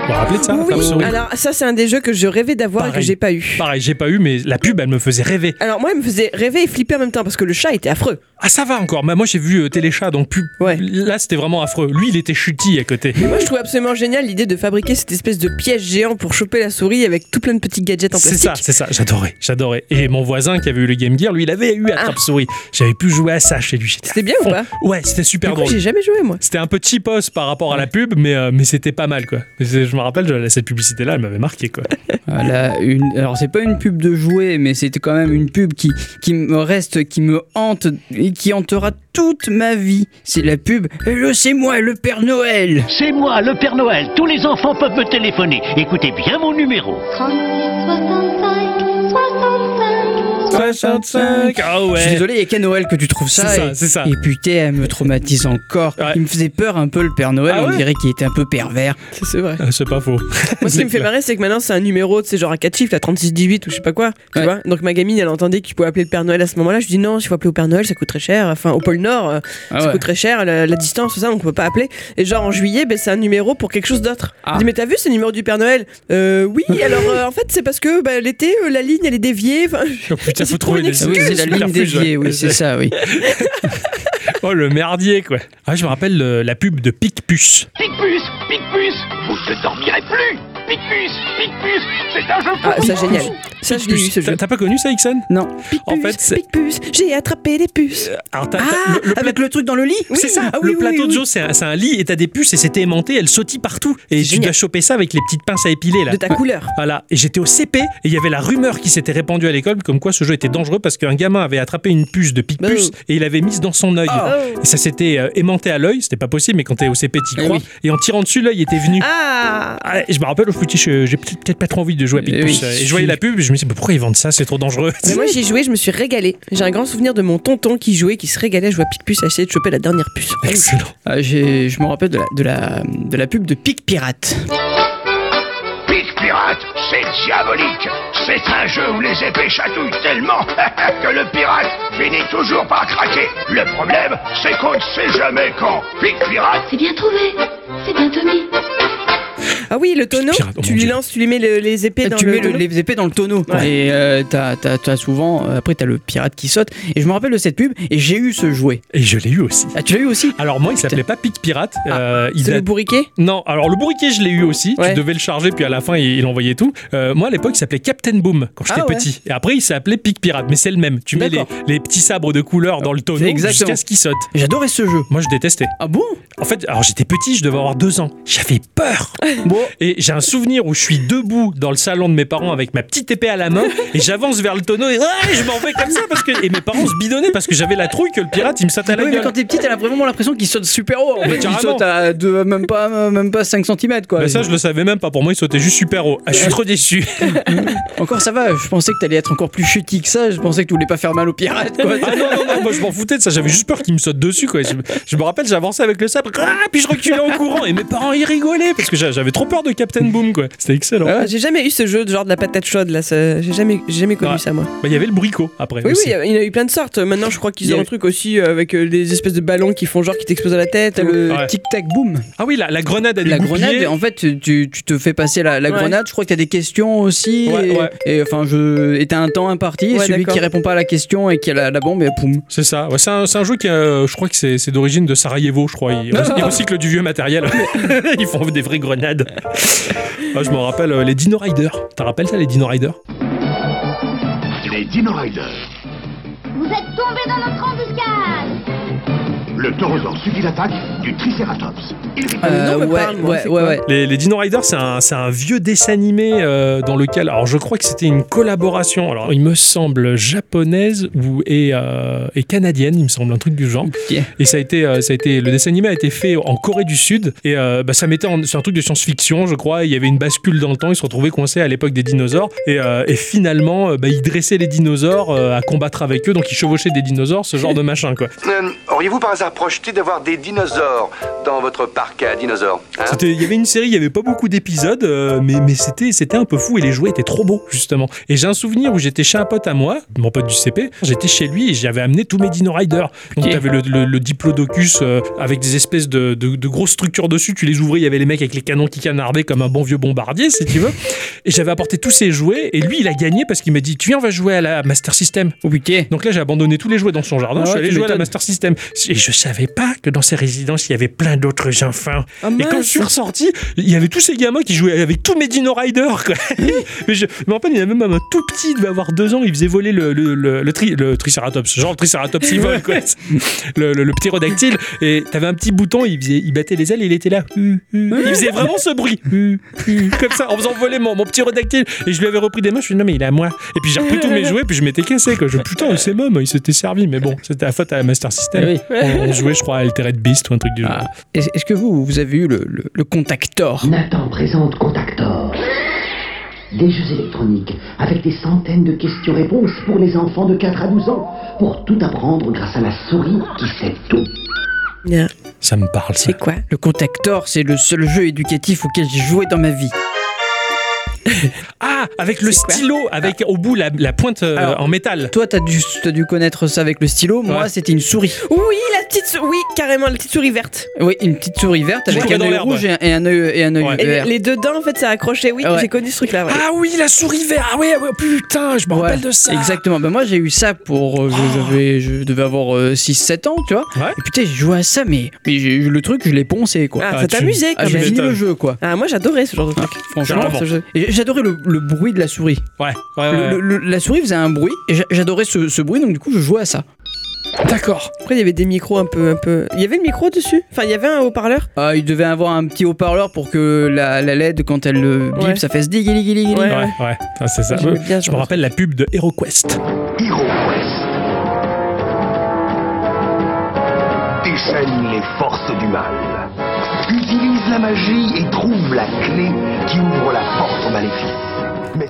Speaker 2: Vous vous rappelez de ça
Speaker 1: Ah Oui,
Speaker 2: Attrape-souris
Speaker 1: alors ça, c'est un des jeux que je rêvais d'avoir et que
Speaker 2: Pareil.
Speaker 1: j'ai pas eu.
Speaker 2: Pareil, j'ai pas eu, mais la pub, elle me faisait rêver.
Speaker 1: Alors moi, il me faisait rêver et flipper en même temps parce que le chat était affreux.
Speaker 2: Ah, ça va encore. Bah, moi, j'ai vu euh, Téléchat, donc pub.
Speaker 1: Ouais.
Speaker 2: Là, c'était vraiment affreux. Lui, il était chuti à côté.
Speaker 1: Mais moi, je trouvais absolument génial l'idée de fabriquer cette espèce de piège géant pour choper la souris avec tout plein de petits gadgets en
Speaker 2: C'est
Speaker 1: plastique.
Speaker 2: ça, c'est ça, j'adorais, j'adorais. Et mon voisin qui avait eu le Game Gear, lui, il avait
Speaker 3: Ah.
Speaker 2: eu Attrape-souris. J'avais pu jouer à ça chez lui. J'étais à
Speaker 1: C'était bien ou
Speaker 2: fond.
Speaker 1: pas
Speaker 2: Ouais, c'était super
Speaker 1: Du coup,
Speaker 2: drôle.
Speaker 1: j'ai jamais joué moi.
Speaker 2: C'était un peu cheapos par rapport à la pub, mais, euh, mais c'était pas mal, quoi. Mais c'est- Je me rappelle, je- cette publicité-là, elle m'avait
Speaker 3: (laughs)
Speaker 2: marqué, quoi.
Speaker 3: Voilà, Euh, une... Alors, c'est pas une pub de jouets, mais c'était quand même une pub qui, qui me reste, qui me hante et qui hantera toute ma vie. C'est la pub Hello, c'est moi, le Père Noël
Speaker 9: C'est moi, le Père Noël. Tous les enfants peuvent me téléphoner. Écoutez bien mon numéro.
Speaker 6: 36, 65, 65.
Speaker 2: 65 Ah
Speaker 3: Je suis
Speaker 2: ouais
Speaker 3: désolé, il n'y a qu'à Noël que tu trouves ça.
Speaker 2: C'est ça,
Speaker 3: et...
Speaker 2: c'est ça.
Speaker 3: et putain, elle me traumatise encore.
Speaker 2: Ouais.
Speaker 3: Il me faisait peur un peu le Père Noël.
Speaker 2: Ah
Speaker 3: on
Speaker 2: ouais
Speaker 3: dirait qu'il était un peu pervers.
Speaker 1: Ça, C'est vrai.
Speaker 2: Euh, C'est pas faux.
Speaker 1: Moi, ce qui me fait marrer, c'est que maintenant, c'est un numéro, tu sais, genre à 4 chiffres, à 36-18 ou je sais pas quoi. Tu
Speaker 3: Ouais.
Speaker 1: vois Donc, ma gamine, elle entendait qu'il pouvait appeler le Père Noël à ce moment-là. Je dis non, il faut appeler au Père Noël, ça coûte très cher. Enfin, au pôle Nord, euh,
Speaker 2: Ah
Speaker 3: Ah
Speaker 1: ça coûte très cher, la, la distance, tout ça, on peut pas appeler. Et genre en juillet, ben, c'est un numéro pour quelque chose d'autre.
Speaker 3: Ah.
Speaker 1: Je dis, mais t'as vu, c'est le numéro du Père Noël Euh,
Speaker 2: (laughs)
Speaker 1: Oui, alors euh, en fait, c'est parce que ben, l'été, euh, la ligne, elle est déviée. Enfin,
Speaker 2: Oh, putain, faut
Speaker 1: C'est
Speaker 2: trouver
Speaker 1: pour une
Speaker 2: des
Speaker 3: Ah oui, c'est la ligne
Speaker 2: subterfuges.
Speaker 3: déviée, oui, c'est ça, oui.
Speaker 2: Oh, le merdier, quoi. Ah, je me rappelle euh, la pub de Picpus.
Speaker 10: Picpus, Picpus,
Speaker 9: Vous ne dormirez plus.
Speaker 10: Picpus, Picpus, c'est un jeu
Speaker 1: ah, ça, génial. Ça, je l'ai eu, ce
Speaker 2: T'as
Speaker 1: jeu.
Speaker 2: t'as pas connu ça, Ixon
Speaker 3: Non.
Speaker 2: en fait,
Speaker 1: Pic-puce,
Speaker 2: c'est-
Speaker 1: pic-puce, j'ai attrapé les puces.
Speaker 2: Alors, t'as- t'as-
Speaker 3: Ah,
Speaker 2: le- le
Speaker 3: avec le truc dans le lit
Speaker 2: c'est ça,
Speaker 3: Ah oui,
Speaker 2: le
Speaker 3: oui,
Speaker 2: plateau
Speaker 3: oui,
Speaker 2: de
Speaker 3: oui.
Speaker 2: jeu, c'est un, c'est un lit et t'as des puces et c'était aimanté, elles sautillent partout. Et
Speaker 1: C'est
Speaker 2: tu
Speaker 1: génial.
Speaker 2: dois choper ça avec les petites pinces à épiler là.
Speaker 1: De ta couleur.
Speaker 2: Voilà, et j'étais au CP et il y avait la rumeur qui s'était répandue à l'école comme quoi ce jeu était dangereux parce qu'un gamin avait attrapé une puce de Picpus
Speaker 1: Bah,
Speaker 2: et il avait mise dans son œil.
Speaker 1: Ah,
Speaker 3: Oh.
Speaker 2: Et ça s'était euh, aimanté à l'œil, c'était pas possible, mais quand t'es au CP, t'y
Speaker 3: Eh
Speaker 2: crois.
Speaker 3: oui.
Speaker 2: Et en tirant dessus, l'œil était venu.
Speaker 1: Ah
Speaker 2: Ah, je me rappelle, au petit, je- j'ai peut-être peut-être pas trop envie de jouer à
Speaker 3: Eh oui.
Speaker 2: Picpus.
Speaker 3: Eh
Speaker 2: Et je voyais la pub, et je me disais, mais pourquoi ils vendent ça C'est trop dangereux.
Speaker 1: Mais moi j'ai joué, je me suis régalée. J'ai un grand souvenir de mon tonton qui jouait, qui se régalait, je vois Picpus à essayer de choper la dernière
Speaker 2: (laughs)
Speaker 1: puce.
Speaker 2: Excellent.
Speaker 3: Ah, j'ai- je me rappelle de la, de la, de la pub de Pic Pirate.
Speaker 7: Pic pirate, c'est diabolique. C'est un jeu où les épées chatouillent tellement (laughs) que le pirate finit toujours par craquer. Le problème, c'est qu'on ne sait jamais quand. Pic pirate,
Speaker 6: C'est bien trouvé, c'est bien Tommy.
Speaker 1: Ah oui, le tonneau,
Speaker 2: Pirate, oh
Speaker 1: tu
Speaker 2: mon
Speaker 1: lui
Speaker 2: Dieu. Ah,
Speaker 1: lances, tu lui mets le- les épées dans
Speaker 3: Euh, tu
Speaker 1: le
Speaker 3: mets le-
Speaker 1: tonneau.
Speaker 3: les épées dans le tonneau
Speaker 1: Ouais.
Speaker 3: et euh, t'as, t'as- t'as souvent euh, après t'as le pirate qui saute et je me rappelle de cette pub et j'ai eu ce jouet
Speaker 2: Et je l'ai eu aussi.
Speaker 3: ah tu l'as eu aussi
Speaker 2: Alors moi, il s'appelait pas Pic Pirate. euh, il
Speaker 1: Ah, C'est
Speaker 2: date-
Speaker 1: le bourriquet
Speaker 2: Non, alors le bourriquet, je l'ai eu aussi.
Speaker 1: Ouais.
Speaker 2: Tu devais le charger, puis à la fin, il, il envoyait tout. Euh, moi, à l'époque, il s'appelait Captain Boom quand j'étais
Speaker 1: Ah ouais.
Speaker 2: petit. Et après, il s'appelait Pic Pirate, mais c'est le même. Tu mets les,
Speaker 1: D'accord.
Speaker 2: les petits sabres de couleur dans le tonneau
Speaker 3: Exactement.
Speaker 2: jusqu'à ce qu'ils sautent.
Speaker 3: j'adorais ce jeu
Speaker 2: Moi, je détestais.
Speaker 3: ah bon
Speaker 2: En fait, alors j'étais petit, je devais avoir deux ans. J'avais
Speaker 1: (laughs)
Speaker 2: peur.
Speaker 3: bon
Speaker 2: Et j'ai un souvenir où je suis debout dans le salon de mes parents avec ma petite épée à la
Speaker 1: (laughs)
Speaker 2: main et j'avance vers le tonneau et Ouais, je m'en vais comme ça parce que et mes parents se bidonnaient parce que j'avais la trouille que le pirate il me sautait à la
Speaker 3: oui, mais
Speaker 2: gueule.
Speaker 3: quand t'es petit, t'as vraiment l'impression qu'il saute super haut. En fait, il
Speaker 2: carrément.
Speaker 3: saute à deux- même, pas, même pas 5 cm. Quoi.
Speaker 2: Bah, ça je le savais même pas pour moi il sautait juste super haut. (laughs) Ah, je suis trop déçu.
Speaker 3: Encore ça va, je pensais que t'allais être encore plus chutis que ça. Je pensais que tu voulais pas faire mal aux pirates.
Speaker 2: Ah (laughs)
Speaker 3: Quoi.
Speaker 2: non non non moi je m'en foutais de ça j'avais juste peur qu'il me saute dessus quoi. Je, je me rappelle j'avançais avec le sabre ah, puis je reculais en courant et mes parents ils rigolaient parce que j'a- j'avais trop peur de Captain Boom quoi. C'était excellent. Bah,
Speaker 1: Ah, J'ai jamais eu ce jeu de genre de la patate chaude là, ça- j'ai jamais, j'ai jamais connu
Speaker 2: Ouais.
Speaker 1: ça moi.
Speaker 2: Bah, Il y avait le bricot après
Speaker 1: Oui,
Speaker 2: aussi.
Speaker 1: oui, il y a- il y en a eu plein de sortes. Maintenant, je crois
Speaker 3: Il y
Speaker 1: qu'ils ont
Speaker 3: a-
Speaker 1: un truc aussi euh, avec euh, des espèces de ballons qui font genre qui t'explosent à la tête.
Speaker 3: T'as le
Speaker 2: Ouais.
Speaker 3: tic-tac-boom.
Speaker 2: Ah oui la, la grenade à
Speaker 3: La grenade, en fait, tu, tu te fais passer la, la
Speaker 1: Ouais.
Speaker 3: grenade. Je crois que t'as des questions aussi.
Speaker 2: Ouais,
Speaker 3: et,
Speaker 2: ouais.
Speaker 3: et, enfin, je, et t'as un temps imparti. et
Speaker 1: Ouais,
Speaker 3: celui
Speaker 1: d'accord.
Speaker 3: qui répond pas à la question et qui a la, la bombe, et poum.
Speaker 2: C'est ça. Ouais, c'est, un, c'est un jeu qui, a- je crois que c'est, c'est d'origine de Sarajevo, je crois. Ils, ils recyclent du vieux matériel. ils font des vraies grenades. Ah, je me rappelle euh, les Dino Riders. T'en rappelles ça, les Dino Riders
Speaker 9: Les Dino Riders.
Speaker 6: Vous êtes tombés dans notre embuscade
Speaker 9: Le taurosaure subit l'attaque du Triceratops. Il
Speaker 1: Ah, le nom me
Speaker 3: Euh, ouais,
Speaker 1: parle, moi,
Speaker 3: ouais,
Speaker 1: c'est
Speaker 3: ouais,
Speaker 1: quoi
Speaker 3: ouais.
Speaker 2: les, les Dino Riders, c'est un, c'est un vieux dessin animé euh, dans lequel, alors je crois que c'était une collaboration, alors il me semble japonaise ou, et, euh, et canadienne, il me semble, un truc du genre. Et ça a été, euh, ça a été, le dessin animé a été fait en Corée du Sud et euh, bah, ça mettait, en- c'est un truc de science-fiction, je crois. Il y avait une bascule dans le temps, ils se retrouvaient coincés à l'époque des dinosaures et, euh, et finalement, euh, bah, ils dressaient les dinosaures euh, à combattre avec eux, donc ils chevauchaient des dinosaures, ce genre de machin quoi.
Speaker 11: Euh, Auriez-vous par hasard projeté d'avoir des dinosaures dans votre parc à dinosaures hein
Speaker 2: C'était- Il y avait une série, il n'y avait pas beaucoup d'épisodes, euh, mais, mais c'était, c'était un peu fou et les jouets étaient trop beaux, justement. Et j'ai un souvenir où j'étais chez un pote à moi, mon pote du CP, j'étais chez lui et j'avais amené tous mes Dino Riders. Donc
Speaker 3: Ok.
Speaker 2: t'avais le, le, le Diplodocus euh, avec des espèces de, de- de grosses structures dessus, tu les ouvrais, il y avait les mecs avec les canons qui canardaient comme un bon vieux bombardier, si tu veux. Et j'avais apporté tous ces jouets et lui, il a gagné parce qu'il m'a dit Tu viens, on va jouer à la Master System.
Speaker 3: Au Oh, buquet.
Speaker 2: Donc là, j'ai abandonné tous les jouets dans son jardin.
Speaker 3: Ah
Speaker 2: je suis
Speaker 3: ouais,
Speaker 2: allé
Speaker 3: tu
Speaker 2: jouer à la
Speaker 3: m'étonnes.
Speaker 2: Master System. Et je savais pas que dans ces résidences, il y avait plein d'autres enfants.
Speaker 1: Ah,
Speaker 2: et
Speaker 1: mince.
Speaker 2: quand je suis ressorti, il y avait tous ces gamins qui jouaient avec tous mes Dino Riders. quoi. (laughs) Mais je je me rappelle, il y avait même un tout petit, il devait avoir deux ans, il faisait voler le, le, le, le tri- le Triceratops. Genre le Triceratops, il vole, (laughs) quoi. Le, le- le petit rodactyle. Et t'avais un petit bouton, il, faisait- il battait les ailes et il était là. Hum, hum. Il faisait vraiment ce bruit. Hum, hum. Comme ça, en faisant voler mon, mon petit rodactyle. Et je lui avais repris des mains, je me suis dit, non, mais il est à moi. Et puis j'ai repris tous mes jouets, puis je m'étais cassé, quoi. Je, putain, c'est môme, il s'était servi. Mais bon, c'était la faute à la Master System.
Speaker 3: Eh oui.
Speaker 2: On, on jouait, je crois, à Altered Beast ou un truc du genre.
Speaker 3: Ah. Est- Est-ce que vous, vous avez eu le, le, le contactor
Speaker 11: Nathan présente Contactor. Des jeux électroniques avec des centaines de questions-réponses pour les enfants de 4 à 12 ans, pour tout apprendre grâce à la souris qui sait tout.
Speaker 1: Bien.
Speaker 2: Ça me parle, ça.
Speaker 1: C'est quoi
Speaker 3: Le contactor, c'est le seul jeu éducatif auquel j'ai joué dans ma vie.
Speaker 2: Ah, avec le
Speaker 3: C'est quoi Ah.
Speaker 2: stylo, avec au bout la, la pointe euh,
Speaker 3: Alors,
Speaker 2: en métal.
Speaker 3: Toi, t'as dû, t'as dû connaître ça avec le stylo. Moi,
Speaker 2: Ouais.
Speaker 3: c'était une souris.
Speaker 1: Oui, la petite, sou- oui, carrément la petite souris verte.
Speaker 3: Oui, une petite souris verte
Speaker 2: Qui
Speaker 3: avec
Speaker 2: courait
Speaker 3: un
Speaker 2: dans
Speaker 3: œil
Speaker 2: l'herbe,
Speaker 3: rouge et un- et un œil et un œil
Speaker 2: Ouais.
Speaker 1: Et
Speaker 3: vert.
Speaker 1: les, les deux dents en fait, ça accrochait. Oui,
Speaker 3: Ouais.
Speaker 1: j'ai connu ce truc-là. ouais.
Speaker 2: Ah oui, la souris verte. Ah ouais, ouais, putain, je me
Speaker 3: Ouais,
Speaker 2: rappelle de ça.
Speaker 3: Exactement. Ben moi j'ai eu ça pour euh, je, j'avais- je devais avoir 6 7 ans, tu vois.
Speaker 2: Ouais.
Speaker 3: Et putain, j'ai joué à ça mais mais j'ai eu le truc, je l'ai poncé quoi.
Speaker 1: Ah,
Speaker 2: Ah,
Speaker 1: ça
Speaker 2: tu-
Speaker 1: t'amusait
Speaker 2: ah,
Speaker 1: quand
Speaker 2: je
Speaker 3: j'ai
Speaker 1: même.
Speaker 3: fini
Speaker 2: m'étonnes.
Speaker 3: le jeu quoi.
Speaker 1: Ah, moi j'adorais ce genre de truc.
Speaker 3: Franchement,
Speaker 2: carrément.
Speaker 3: ce jeu. Et J'adorais le, le bruit de la souris.
Speaker 2: Ouais, ouais, ouais.
Speaker 3: Le- le- le- la souris faisait un bruit et j'a- j'adorais ce, ce bruit donc du coup je jouais à ça.
Speaker 2: D'accord.
Speaker 1: Après, il y avait des micros un peu, un peu. Il y avait le micro dessus. Enfin, il y avait un haut-parleur.
Speaker 3: Ah, il devait avoir un petit haut-parleur pour que la, la LED quand elle euh, bip
Speaker 1: Ouais.
Speaker 3: ça fasse dig dig dig dig.
Speaker 1: Ouais.
Speaker 2: Ouais, ouais, Ah, c'est ça.
Speaker 1: J'aimais bien ce
Speaker 2: je me
Speaker 1: genre.
Speaker 2: rappelle la pub de HeroQuest.
Speaker 9: Hero Quest. Enchaîne les forces du mal. Utilise la magie et trouve la clé qui ouvre la porte au maléfice.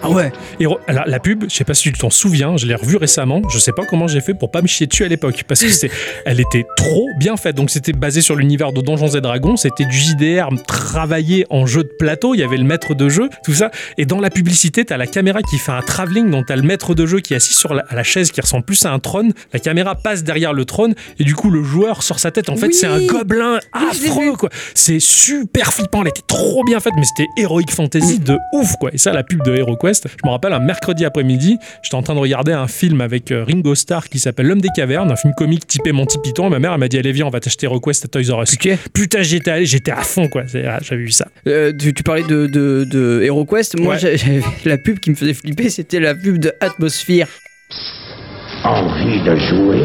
Speaker 2: Ah ouais. Et re- alors, la pub, je sais pas si tu t'en souviens, je l'ai revue récemment. Je sais pas comment j'ai fait pour pas me chier dessus à l'époque parce que c'est, elle était trop bien faite. Donc c'était basé sur l'univers de Donjons et Dragons. C'était du JDR travaillé en jeu de plateau. Il y avait le maître de jeu, tout ça. Et dans la publicité, t'as la caméra qui fait un travelling. Donc t'as le maître de jeu qui est assis sur la, à la chaise qui ressemble plus à un trône. La caméra passe derrière le trône et du coup le joueur sort sa tête. En fait,
Speaker 12: Oui.
Speaker 2: c'est un gobelin
Speaker 12: Oui, je l'ai
Speaker 2: affreux quoi. C'est super flippant. Elle était trop bien faite, mais c'était Heroic Fantasy
Speaker 3: Mm.
Speaker 2: de ouf, quoi. Et ça, la pub de HeroQuest, je me rappelle un mercredi après-midi, j'étais en train de regarder un film avec euh, Ringo Starr qui s'appelle L'homme des cavernes, un film comique typé Monty Python. Et ma mère, elle m'a dit, allez, viens, on va t'acheter HeroQuest à Toys R Us. Putain, j'étais allé, j'étais à fond, quoi. C'est- ah, J'avais vu ça.
Speaker 3: Euh, tu, tu parlais de, de, de HeroQuest. Moi,
Speaker 2: Ouais.
Speaker 3: j'ai- j'avais- (laughs) la pub qui me faisait flipper, c'était la pub de Atmosphere.
Speaker 9: Envie de jouer.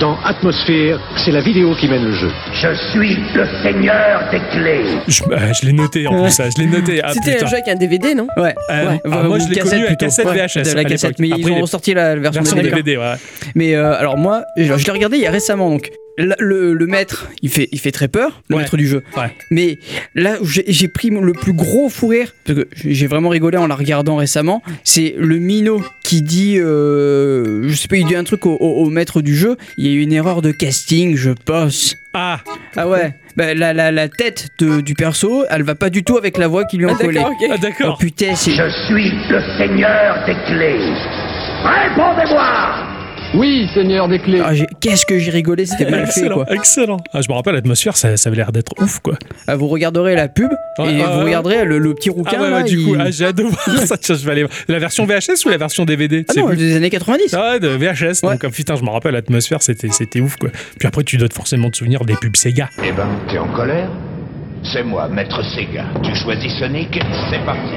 Speaker 13: Dans Atmosphère, c'est la vidéo qui mène le jeu.
Speaker 9: Je suis le seigneur des clés.
Speaker 2: Je, euh, je l'ai noté en plus, ça. Je l'ai noté. Ah,
Speaker 1: C'était un
Speaker 2: putain.
Speaker 1: jeu avec un DVD, non
Speaker 3: Ouais.
Speaker 2: Euh,
Speaker 3: Ouais.
Speaker 2: ah,
Speaker 3: Ou
Speaker 2: moi, je l'ai
Speaker 3: cassette
Speaker 2: connu à
Speaker 3: plutôt.
Speaker 2: cassette
Speaker 3: Ouais,
Speaker 2: VHS.
Speaker 3: de la
Speaker 2: à
Speaker 3: cassette,
Speaker 2: l'époque.
Speaker 3: mais
Speaker 2: Après,
Speaker 3: ils
Speaker 2: il
Speaker 3: ont
Speaker 2: est-
Speaker 3: ressorti la version,
Speaker 2: version
Speaker 3: DVD.
Speaker 2: DVD, ouais.
Speaker 3: Mais euh, alors moi, je, je l'ai regardé il y a récemment donc. La- Le, le maître, il fait, il fait très peur, le maître du jeu. Mais là, où j'ai j'ai pris le plus gros fou rire, parce que j'ai vraiment rigolé en la regardant récemment, c'est le minot qui dit, euh, je sais pas, il dit un truc au, au- au maître du jeu, il y a eu une erreur de casting, je pense.
Speaker 2: Ah
Speaker 3: Ah ouais Bah, la, la- la tête de- du perso, elle va pas du tout avec la voix
Speaker 1: Ah,
Speaker 3: qui lui ont collée.
Speaker 2: ah,
Speaker 3: Oh putain, c'est...
Speaker 9: Je suis le seigneur des clés. Répondez-moi
Speaker 3: Oui, seigneur des clés. Qu'est-ce que Ah, j'ai rigolé,
Speaker 2: (laughs)
Speaker 3: c'était mal fait
Speaker 2: Excellent,
Speaker 3: quoi.
Speaker 2: excellent. Ah, je me rappelle, l'atmosphère, ça, ça avait l'air d'être ouf, quoi.
Speaker 3: Ah, vous regarderez la pub et
Speaker 2: ouais,
Speaker 3: vous
Speaker 2: ouais.
Speaker 3: regarderez le, le petit rouquin.
Speaker 2: Ah ouais, ouais,
Speaker 3: là,
Speaker 2: du
Speaker 3: il-
Speaker 2: coup, ah, j'ai hâte
Speaker 3: (laughs)
Speaker 2: de voir ça. Tiens, je vais aller voir. La version VHS ou la version DVD
Speaker 3: Ah non, des années 90.
Speaker 2: Ah ouais, de VHS. Donc, ah, putain, je me rappelle, l'atmosphère, c'était, c'était ouf, quoi. Puis après, tu dois te forcément te souvenir des pubs Sega.
Speaker 7: Eh ben, t'es en colère C'est moi, Maître Sega. Tu choisis Sonic, c'est parti.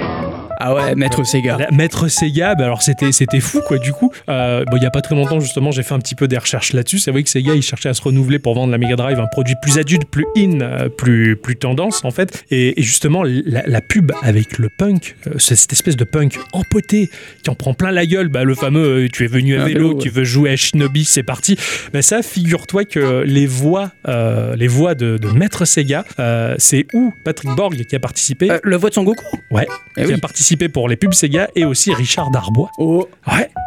Speaker 3: Ah ouais, Maître Sega.
Speaker 2: Maître Sega, bah alors c'était, c'était fou quoi. Du coup, euh, bon, il y a pas très longtemps justement, j'ai fait un petit peu des recherches là-dessus. C'est vrai que Sega, il cherchait à se renouveler pour vendre la Mega Drive, un produit plus adulte, plus in, euh, plus, plus tendance en fait. Et, et justement, la, la pub avec le punk, euh, c'est cette espèce de punk empoté qui en prend plein la gueule, bah, le fameux euh, tu es venu à
Speaker 12: Un
Speaker 2: vélo,
Speaker 12: vélo,
Speaker 2: tu
Speaker 12: ouais.
Speaker 2: veux jouer à Shinobi, c'est parti. Mais ça, figure-toi que les voix, euh, les voix de, de Maître Sega, euh, c'est où Patrick Borg qui a participé
Speaker 3: La voix Euh, de Son Goku Eh
Speaker 2: Ouais,
Speaker 12: Eh
Speaker 2: qui a participé pour les pubs Sega et aussi Richard Darbois. Ouais,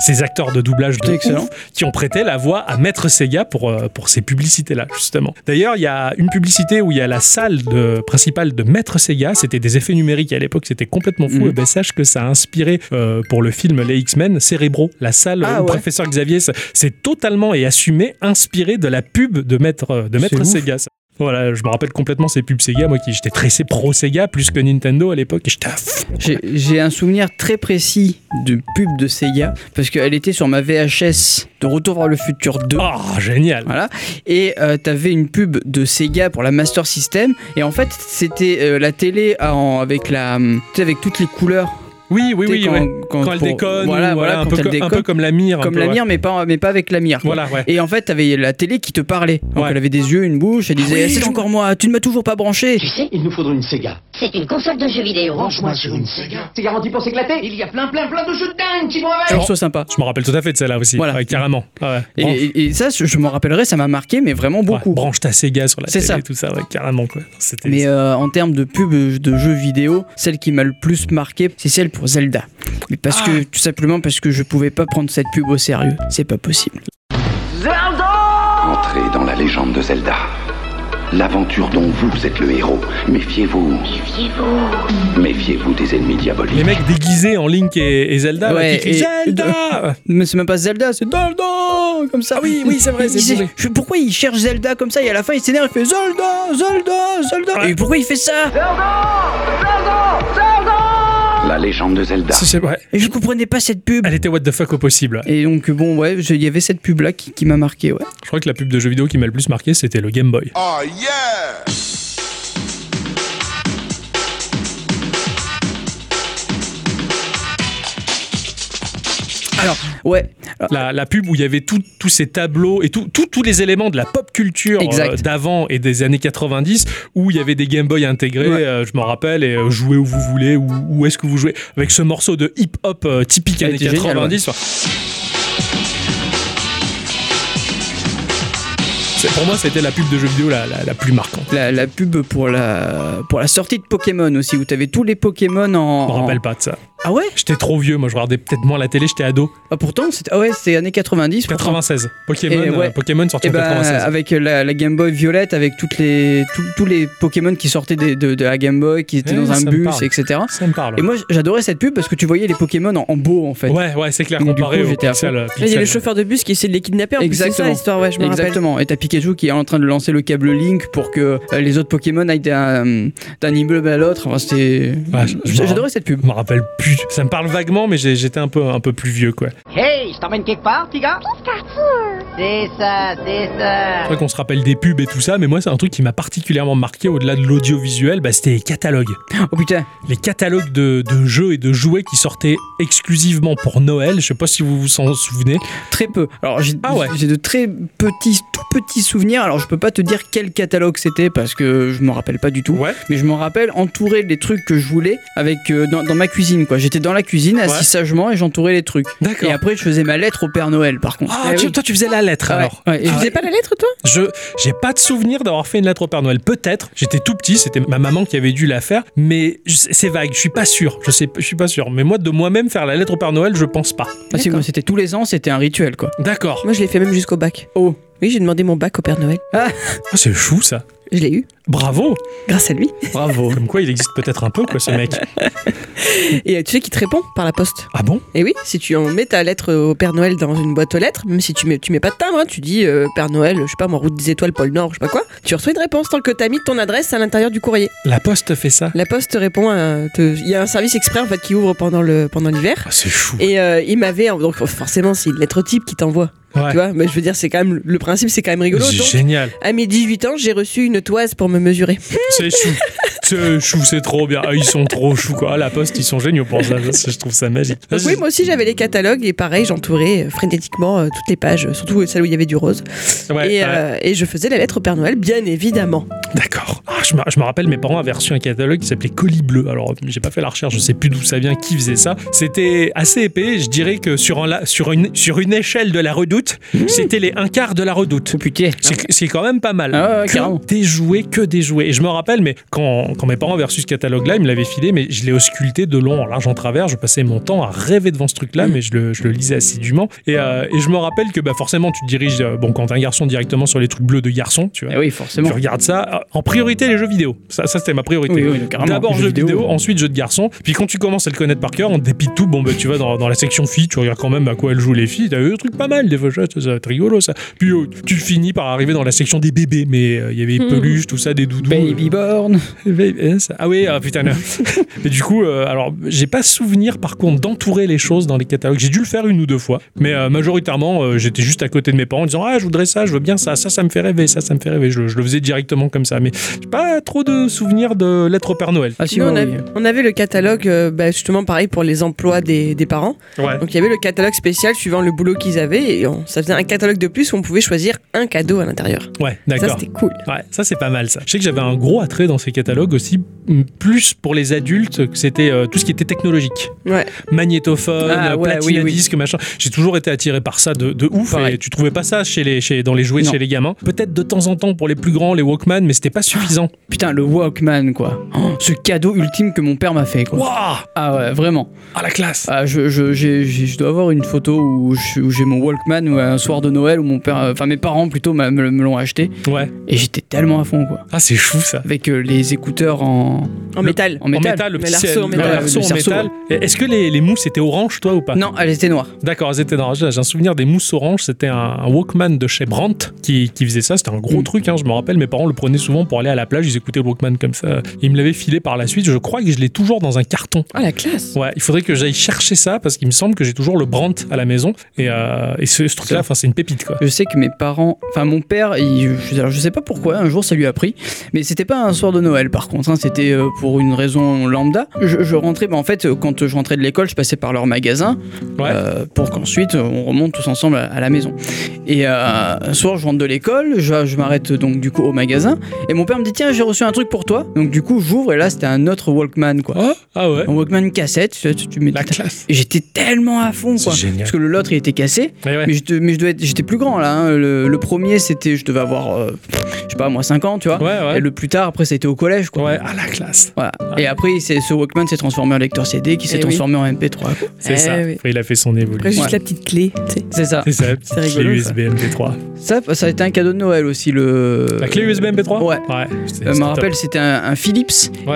Speaker 2: ces acteurs de doublage de
Speaker 3: Putain, excellent.
Speaker 2: ouf qui ont prêté la voix à Maître Sega pour, euh, pour ces publicités-là, justement. D'ailleurs, il y a une publicité où il y a la salle de, principale de Maître Sega. C'était des effets numériques à l'époque, c'était complètement fou.
Speaker 12: Mhm.
Speaker 2: Et ben, sache que ça a inspiré euh, pour le film Les X-Men, Cérébro, la salle euh,
Speaker 12: Ah
Speaker 2: où
Speaker 12: ouais.
Speaker 2: professeur Xavier, c'est- c'est totalement et assumé inspiré de la pub de Maître, euh, de Maître
Speaker 12: ouf.
Speaker 2: Sega. ça. Voilà, je me rappelle complètement ces pubs Sega, moi qui j'étais très pro Sega plus que Nintendo à l'époque, et j'étais à fond.
Speaker 3: J'ai- J'ai un souvenir très précis de pub de Sega parce qu'elle était sur ma VHS de Retour vers le futur 2.
Speaker 2: Oh, génial!
Speaker 3: Voilà. Et euh, t'avais une pub de Sega pour la Master System. Et en fait, c'était euh, la télé en- avec la, hum, tu sais, avec toutes les couleurs.
Speaker 2: Oui, oui,
Speaker 3: Tu sais,
Speaker 2: oui, ouais. Quand elle déconne,
Speaker 3: Voilà, voilà,
Speaker 2: ou voilà, un
Speaker 3: quand
Speaker 2: peu
Speaker 3: elle
Speaker 2: co- un
Speaker 3: déconne.
Speaker 2: peu comme la mire, un
Speaker 3: Comme
Speaker 2: peu,
Speaker 3: la
Speaker 2: ouais.
Speaker 3: mire, mais pas, mais pas avec la mire. quoi.
Speaker 2: Voilà, ouais.
Speaker 3: Et en fait, t'avais la télé qui te parlait. Donc elle avait des yeux, une bouche, elle disait Eh, C'est encore moi, tu ne m'as toujours pas branché. Tu
Speaker 11: sais, il nous faudrait une Sega.
Speaker 10: C'est une console de jeux vidéo. Range-moi sur une Sega. C'est garanti pour s'éclater. Il y a plein, plein, plein de jeux de dingue qui vont avec.
Speaker 3: Alors, soit sympa.
Speaker 2: Je me rappelle tout à fait de celle-là aussi. Ouais, carrément. Ah ouais.
Speaker 3: Et,
Speaker 2: Branche-
Speaker 3: et- et ça, je je m'en rappellerai, ça m'a marqué, mais vraiment beaucoup.
Speaker 2: branche ta Sega sur la
Speaker 3: C'est
Speaker 2: télé
Speaker 3: ça.
Speaker 2: et tout ça, ouais, carrément quoi. C'était-
Speaker 3: Mais euh, en termes de pub euh, de jeux vidéo, celle qui m'a le plus marqué, c'est celle pour Zelda. Mais
Speaker 2: Ah.
Speaker 3: parce que, tout simplement parce que je pouvais pas prendre cette pub au sérieux. C'est pas possible.
Speaker 9: Entrez dans la légende de Zelda. L'aventure dont vous êtes le héros. Méfiez-vous. Méfiez-vous. Méfiez-vous des ennemis diaboliques.
Speaker 2: Les mecs déguisés en Link et, et Zelda, là, qui- qui-
Speaker 3: et- (laughs)
Speaker 2: Zelda
Speaker 3: Mais c'est même pas Zelda, c'est Zelda Comme ça.
Speaker 2: Ah oui, oui, c'est vrai, c'est
Speaker 3: Il disait,
Speaker 2: vrai.
Speaker 3: je- Pourquoi il cherche Zelda comme ça et à la fin il s'énerve, il fait Zelda, Zelda, Zelda Et pourquoi il fait ça
Speaker 9: La légende de Zelda.
Speaker 2: Si, c'est- ouais.
Speaker 3: Et je comprenais pas cette pub.
Speaker 2: Elle était what the fuck au possible.
Speaker 3: Et donc, bon, ouais, je- il y avait cette pub là qui, qui m'a marqué, ouais.
Speaker 2: Je crois que la pub de jeux vidéo qui m'a le plus marqué, c'était le Game Boy.
Speaker 14: Oh yeah!
Speaker 3: Alors, ouais.
Speaker 2: La, la pub où il y avait tout- tous ces tableaux et tout- tout- tous les éléments de la pop culture
Speaker 3: Exact.
Speaker 2: euh, d'avant et des années 90, où il y avait des Game Boy intégrés, euh, je m'en rappelle, et euh, jouez où vous voulez, où, où est-ce que vous jouez, avec ce morceau de hip-hop euh, typique années
Speaker 3: était génial,
Speaker 2: 90.
Speaker 3: ouais.
Speaker 2: enfin, C'est- Pour moi, c'était la pub de jeu vidéo la, la- la plus marquante.
Speaker 3: La, la pub pour la, pour la sortie de Pokémon aussi, où t'avais tous les Pokémon en.
Speaker 2: Je me rappelle
Speaker 3: en-
Speaker 2: pas de ça.
Speaker 3: Ah ouais
Speaker 2: J'étais trop vieux, moi je regardais peut-être moins la télé, j'étais ado.
Speaker 3: Ah, pourtant, c'était ah ouais, c'était années 90. pourtant.
Speaker 2: 96. Pokémon,
Speaker 3: Et ouais.
Speaker 2: euh, Pokémon sorti
Speaker 3: Eh
Speaker 2: en
Speaker 3: ben,
Speaker 2: 96.
Speaker 3: Avec la, la Game Boy violette, avec toutes les, tous- tous les Pokémon qui sortaient des- de, de la Game Boy, qui étaient
Speaker 2: Eh,
Speaker 3: dans un
Speaker 2: ça me
Speaker 3: bus,
Speaker 2: parle.
Speaker 3: etc.
Speaker 2: Ça me parle.
Speaker 3: Et moi, j'adorais cette pub parce que tu voyais les Pokémon en, en beau, en fait.
Speaker 2: Ouais, ouais, c'est clair,
Speaker 3: Donc, du
Speaker 2: comparé
Speaker 3: coup,
Speaker 2: au
Speaker 3: j'étais à
Speaker 2: Pixel.
Speaker 3: fond.
Speaker 2: euh,
Speaker 1: Il y a
Speaker 2: Pixel.
Speaker 1: le chauffeur de bus qui essaie de les kidnapper en plus, c'est ça
Speaker 3: Exactement.
Speaker 1: l'histoire, ouais, je me rappelle.
Speaker 3: Exactement. Et t'as Pikachu qui est en train de lancer le câble Link pour que euh, les autres Pokémon aillent d'un euh, d'un immeuble à l'autre. Enfin, c'était.
Speaker 2: Ouais, je- je me
Speaker 3: J'adorais cette pub.
Speaker 2: Je me rappelle plus. Ça me parle vaguement, mais j'ai- j'étais un peu, un peu plus vieux, quoi.
Speaker 10: Hey, je t'emmène quelque part, petit gars C'est ça, c'est
Speaker 2: C'est
Speaker 10: ça.
Speaker 2: vrai qu'on se rappelle des pubs et tout ça, mais moi, c'est un truc qui m'a particulièrement marqué au-delà de l'audiovisuel, bah, c'était les catalogues.
Speaker 3: Oh putain.
Speaker 2: Les catalogues de, de jeux et de jouets qui sortaient exclusivement pour Noël. Je sais pas si vous vous en souvenez.
Speaker 3: Très peu. Alors j'ai
Speaker 2: Ah ouais.
Speaker 3: j'ai de très petits, tout petits souvenirs. Alors je peux pas te dire quel catalogue c'était parce que je m'en rappelle pas du tout.
Speaker 2: Ouais.
Speaker 3: Mais je m'en rappelle entouré des trucs que je voulais avec euh, dans, dans ma cuisine quoi. J'étais dans la cuisine assis
Speaker 2: Ouais.
Speaker 3: sagement et j'entourais les trucs.
Speaker 2: D'accord.
Speaker 3: Et après je faisais ma lettre au Père Noël par contre.
Speaker 2: Ah,
Speaker 3: Eh
Speaker 2: tu-
Speaker 3: oui.
Speaker 2: toi, tu faisais la lettre
Speaker 3: Ah ouais.
Speaker 2: alors.
Speaker 3: Ouais. Et je
Speaker 2: Ah
Speaker 3: faisais
Speaker 2: ouais.
Speaker 1: pas la lettre, toi
Speaker 2: Je j'ai pas de souvenir d'avoir fait une lettre au Père Noël. Peut-être, j'étais tout petit, c'était ma maman qui avait dû la faire, mais je- c'est vague. Je suis pas sûr. Je sais, je suis pas sûr. Mais moi, de moi-même faire la lettre au Père Noël, je pense pas.
Speaker 3: Ah, si, moi, c'était tous les ans, c'était un rituel quoi.
Speaker 2: D'accord.
Speaker 1: Moi, je l'ai fait même jusqu'au bac.
Speaker 3: Oh.
Speaker 1: Oui, j'ai demandé mon bac au Père Noël.
Speaker 2: Ah, c'est chou ça.
Speaker 1: Je l'ai eu,
Speaker 2: Bravo.
Speaker 1: grâce à lui.
Speaker 2: Bravo. Comme quoi, il existe peut-être un peu quoi, ce mec.
Speaker 1: Et euh, tu sais qu'il te répond par la poste.
Speaker 2: Ah bon
Speaker 1: Et oui, si tu en mets ta lettre au Père Noël dans une boîte aux lettres, même si tu mets, tu mets pas de timbre, hein, tu dis euh, Père Noël, je sais pas, moi, route des étoiles, pôle Nord, je sais pas quoi, tu reçois une réponse tant que t'as mis ton adresse à l'intérieur du courrier.
Speaker 2: La Poste fait ça.
Speaker 1: La poste te répond, à- te- il y a un service exprès en fait qui ouvre pendant le pendant l'hiver.
Speaker 2: Ah, c'est chou.
Speaker 1: Et euh, il m'avait donc forcément c'est une lettre type qui t'envoie.
Speaker 2: Ouais.
Speaker 1: Tu vois, mais je veux dire c'est quand même le principe c'est quand même rigolo.
Speaker 2: C'est
Speaker 1: Donc,
Speaker 2: génial.
Speaker 1: à mes 18 ans, j'ai reçu une toise pour me mesurer.
Speaker 2: C'est chou. C'est chou, c'est trop bien. Ah, Ils sont trop chou quoi. Ah, La Poste, ils sont géniaux pour ça. Je trouve ça magique.
Speaker 1: Donc oui, moi aussi j'avais les catalogues et pareil, j'entourais euh, frénétiquement euh, toutes les pages, euh, surtout celles où il y avait du rose.
Speaker 2: Ouais,
Speaker 1: et,
Speaker 2: ouais.
Speaker 1: euh, et je faisais la lettre au Père Noël, bien évidemment.
Speaker 2: D'accord. Ah, je, me, je me rappelle, mes parents avaient reçu un catalogue qui s'appelait Colis Bleu. Alors, j'ai pas fait la recherche, je sais plus d'où ça vient, qui faisait ça. C'était assez épais. Je dirais que sur, un la- sur, une, sur une échelle de la redoute,
Speaker 3: Mmh.
Speaker 2: c'était les un quart de la redoute.
Speaker 3: Oh putain.
Speaker 2: C'est- C'est quand même pas mal.
Speaker 3: Ah ouais,
Speaker 2: que
Speaker 3: carrément.
Speaker 2: des jouets, que des jouets. Et je me rappelle, mais quand, quand mes parents avaient reçu ce catalogue-là, ils me l'avaient filé, mais je l'ai ausculté de long en large en travers. Je passais mon temps à rêver devant ce truc-là,
Speaker 3: Mmh.
Speaker 2: mais je le, je le lisais assidûment. Et, euh, et je me rappelle que bah, forcément, tu te diriges, euh, bon, quand t'es un garçon, directement sur les trucs bleus de garçon, tu vois.
Speaker 3: Eh oui, forcément.
Speaker 2: Tu regardes ça. euh, En priorité, les jeux vidéo. Ça, ça c'était ma priorité.
Speaker 3: Oui, oui, carrément.
Speaker 2: D'abord
Speaker 3: Les
Speaker 2: jeux
Speaker 3: jeux
Speaker 2: vidéo,
Speaker 3: vidéo.
Speaker 2: ensuite jeux de garçon. Puis quand tu commences à le connaître par cœur, on te dépite tout. Bon, bah, tu vas dans, dans la section filles, tu regardes quand même à quoi elles jouent les filles. T'as eu des trucs pas mal, des fois, ça, ça va être rigolo ça. Puis euh, tu finis par arriver dans la section des bébés, mais euh, il y avait
Speaker 3: Hmm.
Speaker 2: les peluches, tout ça, des doudous.
Speaker 3: Ben, Babyborn.
Speaker 2: Euh, baby- euh, ça- Ah oui, ah, putain. non. mais du coup, euh, alors, j'ai pas souvenir par contre d'entourer les choses dans les catalogues. J'ai dû le faire une ou deux fois, mais euh, majoritairement, euh, j'étais juste à côté de mes parents en disant Ah, je voudrais ça, je veux bien ça, ça, ça me fait rêver, ça, ça me fait rêver. Je, je le faisais directement comme ça, mais j'ai pas trop de souvenirs de lettres au Père Noël.
Speaker 3: Ah si,
Speaker 1: Nous, on,
Speaker 3: moi,
Speaker 1: a-
Speaker 3: oui.
Speaker 1: on avait le catalogue, euh, bah, justement pareil pour les emplois des, des parents.
Speaker 2: Ouais.
Speaker 1: Donc il y avait le catalogue spécial suivant le boulot qu'ils avaient et on- ça faisait un catalogue de plus où on pouvait choisir un cadeau à l'intérieur.
Speaker 2: Ouais,
Speaker 1: Ça
Speaker 2: d'accord.
Speaker 1: c'était cool.
Speaker 2: Ouais, ça c'est pas mal ça. Je sais que j'avais un gros attrait dans ces catalogues aussi, m- plus pour les adultes, que c'était euh, tout ce qui était technologique.
Speaker 1: Ouais.
Speaker 2: magnétophone,
Speaker 3: Ah, ouais,
Speaker 2: platine
Speaker 3: oui,
Speaker 2: à
Speaker 3: oui.
Speaker 2: disque, machin. J'ai toujours été attiré par ça de, de ouf.
Speaker 3: Pareil.
Speaker 2: Et tu trouvais pas ça chez les, chez, dans les jouets
Speaker 3: Non.
Speaker 2: chez les gamins. Peut-être de temps en temps pour les plus grands, les Walkman, mais c'était pas suffisant.
Speaker 3: Putain, le Walkman quoi. Oh, ce cadeau ultime que mon père m'a fait quoi.
Speaker 2: Waouh
Speaker 3: Ah ouais, vraiment.
Speaker 2: Ah la classe
Speaker 3: Ah, je, je, j'ai- j'ai- je dois avoir une photo où je suis- où j'ai mon Walkman ou un soir de Noël où mon père, euh, enfin mes parents plutôt m'a- me, me l'ont acheté
Speaker 2: Ouais.
Speaker 3: et j'étais tellement à fond quoi.
Speaker 2: Ah c'est chou ça.
Speaker 3: Avec euh, les écouteurs en,
Speaker 1: En
Speaker 3: Le-
Speaker 1: métal.
Speaker 3: en métal.
Speaker 2: En métal, le
Speaker 1: Mais
Speaker 2: petit
Speaker 1: l'arceau en
Speaker 2: le
Speaker 1: métal.
Speaker 2: l'arceau
Speaker 3: Ouais,
Speaker 2: en
Speaker 3: le arceau,
Speaker 2: métal. Et Est-ce que les, les mousses étaient oranges, toi, ou pas
Speaker 3: Non, elle était noire.
Speaker 2: D'accord, elles étaient dans J'ai un souvenir des mousses oranges. C'était un, un Walkman de chez Brandt qui, qui faisait ça. C'était un gros
Speaker 3: Mm.
Speaker 2: truc, hein, je me rappelle. Mes parents le prenaient souvent pour aller à la plage. Ils écoutaient le Walkman comme ça. Ils me l'avaient filé par la suite. Je crois que je l'ai toujours dans un carton.
Speaker 1: Ah la classe.
Speaker 2: Ouais, il faudrait que j'aille chercher ça parce qu'il me semble que j'ai toujours le Brandt à la maison et, euh, et ce, ce truc-là, enfin, c'est une pépite quoi.
Speaker 3: Je sais que mes parents, enfin mon père, il- je, alors, je sais pas pourquoi, un jour jour, ça lui a pris. Mais c'était pas un soir de Noël, par contre. hein, c'était euh, pour une raison lambda. Je, je rentrais, bah, en fait, euh, quand je rentrais de l'école, je passais par leur magasin euh, pour qu'ensuite euh, on remonte tous ensemble à, à la maison. Et euh, un soir, je rentre de l'école, je, je m'arrête donc du coup au magasin. Et mon père me dit Tiens, j'ai reçu un truc pour toi. Donc du coup, j'ouvre et là, c'était un autre Walkman, quoi.
Speaker 2: ah ouais
Speaker 3: Un Walkman cassette. Tu, tu, tu mets La classe. Et j'étais tellement à fond, quoi.
Speaker 2: génial.
Speaker 3: Parce que l'autre, il était cassé. Mais, je, devais- mais je devais être- j'étais plus grand, là. hein. Le, le premier, c'était, je devais avoir, euh, je sais pas, moi, 5 ans, tu vois. Et le plus tard, après, ça a été au collège, quoi.
Speaker 2: Ouais, à la classe.
Speaker 3: Voilà. Et après, c'est- ce Walkman s'est transformé en lecteur CD qui s'est
Speaker 1: Eh
Speaker 3: transformé en MP3. quoi.
Speaker 2: C'est ça. Il a fait son évolution.
Speaker 1: Après, juste
Speaker 3: Ouais.
Speaker 1: la petite clé.
Speaker 3: C'est ça.
Speaker 2: C'est ça, la petite
Speaker 3: C'est
Speaker 2: clé
Speaker 3: rigolo, ça.
Speaker 2: USB MP3.
Speaker 3: Ça, ça a été un cadeau de Noël aussi, le...
Speaker 2: La clé USB MP3
Speaker 3: Euh, Ouais. Euh,
Speaker 2: c'est- c'est
Speaker 3: me
Speaker 2: top.
Speaker 3: rappelle, c'était un, un Philips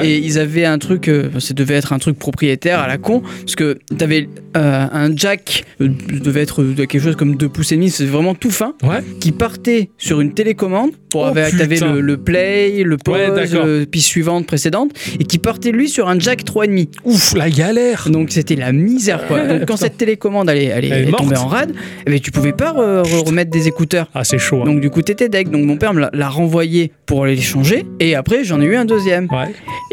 Speaker 3: et ils avaient un truc, euh, ça devait être un truc propriétaire à la con, parce que t'avais euh, un jack, euh, devait être euh, quelque chose comme deux pouces et demi, c'est vraiment tout fin, qui partait sur une télécommande pour avec t'avais
Speaker 2: Oh, putain.
Speaker 3: le, le play, le pause,
Speaker 2: Ouais, d'accord.
Speaker 3: euh, puis suivante, précédente, et qui partait lui sur un jack 3,5.
Speaker 2: Ouf, la galère
Speaker 3: Donc c'était la misère quoi.
Speaker 2: (laughs) Ouais,
Speaker 3: Donc
Speaker 2: putain.
Speaker 3: quand cette télécommande allait, allait,
Speaker 2: Elle est
Speaker 3: allait tomber
Speaker 2: morte.
Speaker 3: en rade, eh ben, tu pouvais pas re- re- remettre des écouteurs.
Speaker 2: Ah, c'est chaud. hein.
Speaker 3: Donc du coup t'étais deck. Donc mon père me l'a- l'a renvoyé pour aller les changer. Et après j'en ai eu un deuxième.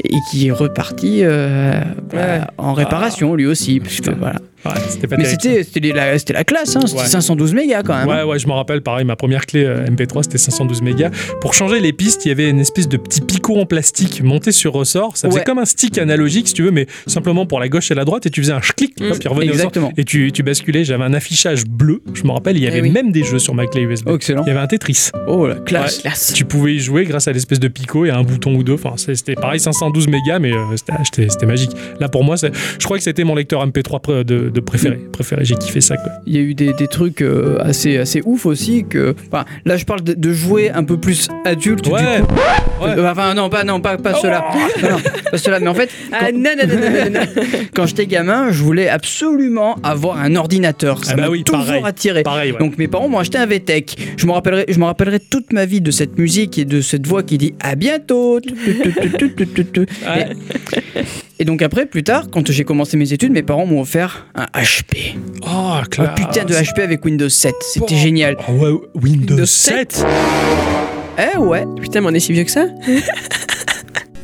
Speaker 3: Et qui est reparti euh, voilà, en réparation lui aussi.
Speaker 2: Ah,
Speaker 3: parce que, voilà.
Speaker 2: Ouais, c'était pas
Speaker 3: Mais
Speaker 2: terrible,
Speaker 3: c'était euh, c'était la, c'était la classe. Hein. C'était
Speaker 2: Ouais.
Speaker 3: 512 mégas quand même. hein.
Speaker 2: Ouais, ouais, je me rappelle, pareil, ma première clé euh, MP3, c'était 512 mégas. Pour changer les pistes, il y avait une espèce de petit picot en plastique monté sur ressort. Ça faisait
Speaker 3: Ouais.
Speaker 2: comme un stick analogique, si tu veux, mais simplement pour la gauche et la droite, et tu faisais un clic,
Speaker 3: Mm.
Speaker 2: hop, il revenait au centre,
Speaker 3: Exactement.
Speaker 2: et tu, tu basculais. J'avais un affichage bleu, je me rappelle, il y avait
Speaker 3: Eh oui.
Speaker 2: même des jeux sur ma clé USB.
Speaker 3: excellent.
Speaker 2: Il y avait un Tetris.
Speaker 3: Oh la classe.
Speaker 2: Ouais. Tu pouvais y jouer grâce à l'espèce de picot et à un bouton ou deux. Enfin, c'est- c'était pareil, 512 mégas, mais euh, c'était- ah, c'était c'était magique. Là, pour moi, c'est- je crois que c'était mon lecteur MP3 pré- de, de préféré. préféré. J'ai kiffé ça. Quoi.
Speaker 3: Il y a eu des, des trucs euh, assez, assez ouf aussi que. Enfin, là je parle de, de jouer un peu plus adulte. du
Speaker 2: Ouais. Oh.
Speaker 3: coup. Euh, Enfin non, pas non, pas, pas cela. Non, non, pas cela. Mais en fait,
Speaker 1: Ah non, non, non, non, non, non.
Speaker 3: (laughs) quand j'étais gamin, je voulais absolument avoir un ordinateur. Ça
Speaker 2: Ah bah
Speaker 3: m'a
Speaker 2: oui,
Speaker 3: toujours
Speaker 2: pareil.
Speaker 3: attiré.
Speaker 2: Pareil, ouais.
Speaker 3: Donc mes parents m'ont acheté un VTech. Je me rappellerai, je me rappellerai toute ma vie de cette musique et de cette voix qui dit à bientôt. Tu, tu, tu, tu, tu, tu, tu. Et, et donc après, plus tard, quand j'ai commencé mes études, mes parents m'ont offert un HP.
Speaker 2: Oh,
Speaker 3: Un
Speaker 2: classe.
Speaker 3: putain de HP avec Windows 7. C'était génial.
Speaker 2: Ah ouais, Windows, 7.
Speaker 3: Eh ouais.
Speaker 1: Putain, mais on est si vieux que ça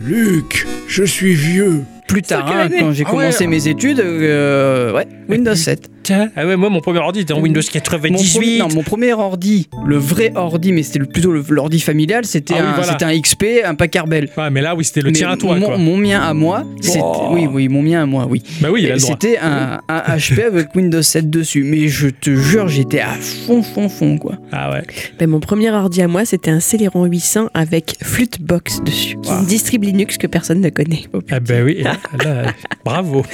Speaker 12: Luc, je suis vieux.
Speaker 3: Plus tard, hein,
Speaker 1: année
Speaker 3: quand j'ai
Speaker 1: Ah
Speaker 3: commencé
Speaker 1: ouais.
Speaker 3: mes études, euh, ouais, Windows 7.
Speaker 2: Tiens, ah ouais, moi, mon premier ordi était en Windows 98.
Speaker 3: Mon premier, non, mon premier ordi, le vrai ordi, mais c'était le- plutôt le- l'ordi familial, c'était
Speaker 2: Ah oui,
Speaker 3: un,
Speaker 2: voilà.
Speaker 3: c'était un XP, un Packard Bell.
Speaker 2: Ouais, Ah, mais là, oui, c'était le
Speaker 3: Mais
Speaker 2: tien à toi.
Speaker 3: mon,
Speaker 2: quoi.
Speaker 3: mon mien à moi, c'était-
Speaker 2: Oh.
Speaker 3: oui, oui, mon mien à moi, oui.
Speaker 2: Bah oui, il a
Speaker 3: Et
Speaker 2: le droit.
Speaker 3: C'était
Speaker 2: (laughs)
Speaker 3: un, un HP avec Windows 7 dessus, mais je te jure, j'étais à fond, fond, fond, quoi.
Speaker 2: Ah ouais.
Speaker 1: Ben, mon premier ordi à moi, c'était un Celeron 800 avec Flutebox dessus, qui est une distrib Linux que personne ne connaît.
Speaker 2: Ah bah oui, et là, là, bravo.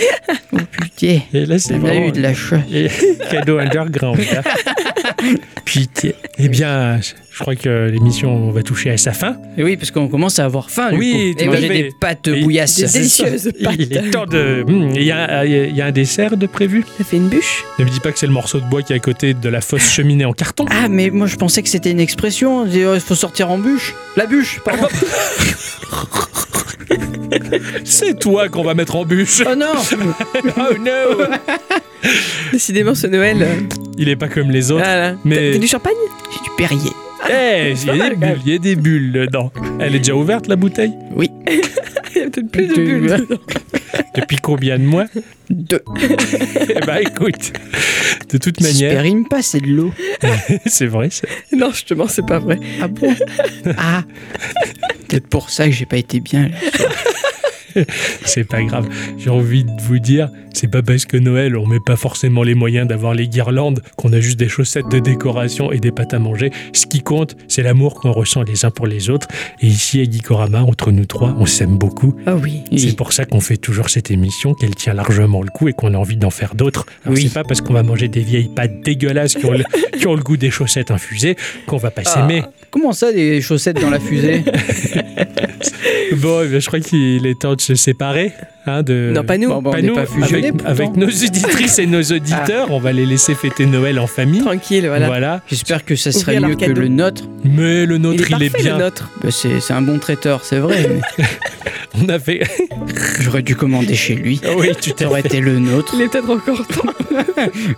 Speaker 3: Putain.
Speaker 2: Et là, c'est
Speaker 3: On a
Speaker 2: vraiment-
Speaker 3: eu de la chance.
Speaker 2: Et- (laughs) Cadeau underground. là.
Speaker 3: (laughs)
Speaker 2: Putain. Eh bien, je je crois que l'émission va toucher à sa fin.
Speaker 3: Et oui, parce qu'on commence à avoir faim, du
Speaker 2: Oui,
Speaker 3: coup.
Speaker 2: tout
Speaker 3: Et
Speaker 2: à
Speaker 3: manger
Speaker 2: fait.
Speaker 3: des pâtes
Speaker 2: Et-
Speaker 3: bouillasses.
Speaker 2: C'est ça. Il est temps de. Hmm, Il y, a- il y a un dessert de prévu
Speaker 1: Ça fait une bûche
Speaker 2: Ne me dis pas que c'est le morceau de bois qui est à côté de la fausse cheminée en carton.
Speaker 3: Ah, mais moi je pensais que c'était une expression. oh, Il faut sortir en bûche. La bûche, pardon.
Speaker 2: Ah, C'est toi qu'on va mettre en bûche.
Speaker 3: Oh
Speaker 1: (laughs)
Speaker 3: non
Speaker 2: Oh no
Speaker 1: Décidément, ce Noël. euh,
Speaker 2: Il est pas comme les autres.
Speaker 1: voilà. T'as-
Speaker 2: Mais.
Speaker 1: T'as du champagne
Speaker 3: J'ai du Perrier.
Speaker 2: Eh, il y a des bulles, il y a des bulles dedans. Elle est déjà ouverte la bouteille
Speaker 3: Oui.
Speaker 1: (laughs) Il y a peut-être plus de bulles. dedans. (laughs)
Speaker 2: Depuis combien de mois (laughs)
Speaker 3: Deux.
Speaker 2: Eh ben écoute, de toute manière, (laughs)
Speaker 3: J'espérime pas, c'est de l'eau.
Speaker 2: c'est vrai. c'est-
Speaker 1: Non, je te mens, c'est pas vrai.
Speaker 3: Ah bon (laughs) Ah Peut-être pour ça que j'ai pas été bien. là.
Speaker 2: C'est pas grave. J'ai envie de vous dire, c'est pas parce que Noël, on met pas forcément les moyens d'avoir les guirlandes, qu'on a juste des chaussettes de décoration et des pâtes à manger. Ce qui compte, c'est l'amour qu'on ressent les uns pour les autres. Et ici, à Geekorama, entre nous trois, on s'aime beaucoup.
Speaker 1: Ah oui.
Speaker 2: C'est pour ça qu'on fait toujours cette émission, qu'elle tient largement le coup et qu'on a envie d'en faire d'autres. Alors, C'est pas parce qu'on va manger des vieilles pâtes dégueulasses qui
Speaker 1: (laughs)
Speaker 2: ont le, qui ont le goût des chaussettes infusées qu'on va
Speaker 1: Ah.
Speaker 2: pas s'aimer.
Speaker 3: Comment ça, des chaussettes dans la fusée
Speaker 2: Bon, eh bien, je crois qu'il est temps de se séparer. hein, de...
Speaker 1: Non, pas nous.
Speaker 3: Bon, bon, on
Speaker 2: Pas
Speaker 3: n'est
Speaker 2: nous,
Speaker 3: pas fusionnés,
Speaker 2: avec,
Speaker 3: pourtant.
Speaker 2: avec nos auditrices et nos auditeurs, on va les laisser fêter Noël en
Speaker 1: (laughs)
Speaker 2: famille.
Speaker 1: Tranquille, Ah. (laughs) voilà.
Speaker 2: Voilà.
Speaker 3: J'espère que ça serait
Speaker 1: Ouvrir leur
Speaker 3: mieux que
Speaker 1: cadeau.
Speaker 3: le nôtre.
Speaker 2: Mais le nôtre, il est,
Speaker 1: parfait,
Speaker 2: bien.
Speaker 1: le nôtre.
Speaker 3: Bah, c'est c'est un bon traiteur, c'est vrai. mais-
Speaker 2: On a fait. (laughs) Ah
Speaker 3: J'aurais dû commander chez lui.
Speaker 2: oui, tu t'es
Speaker 3: T'aurais été le nôtre.
Speaker 2: (laughs)
Speaker 1: Il est peut-être encore temps.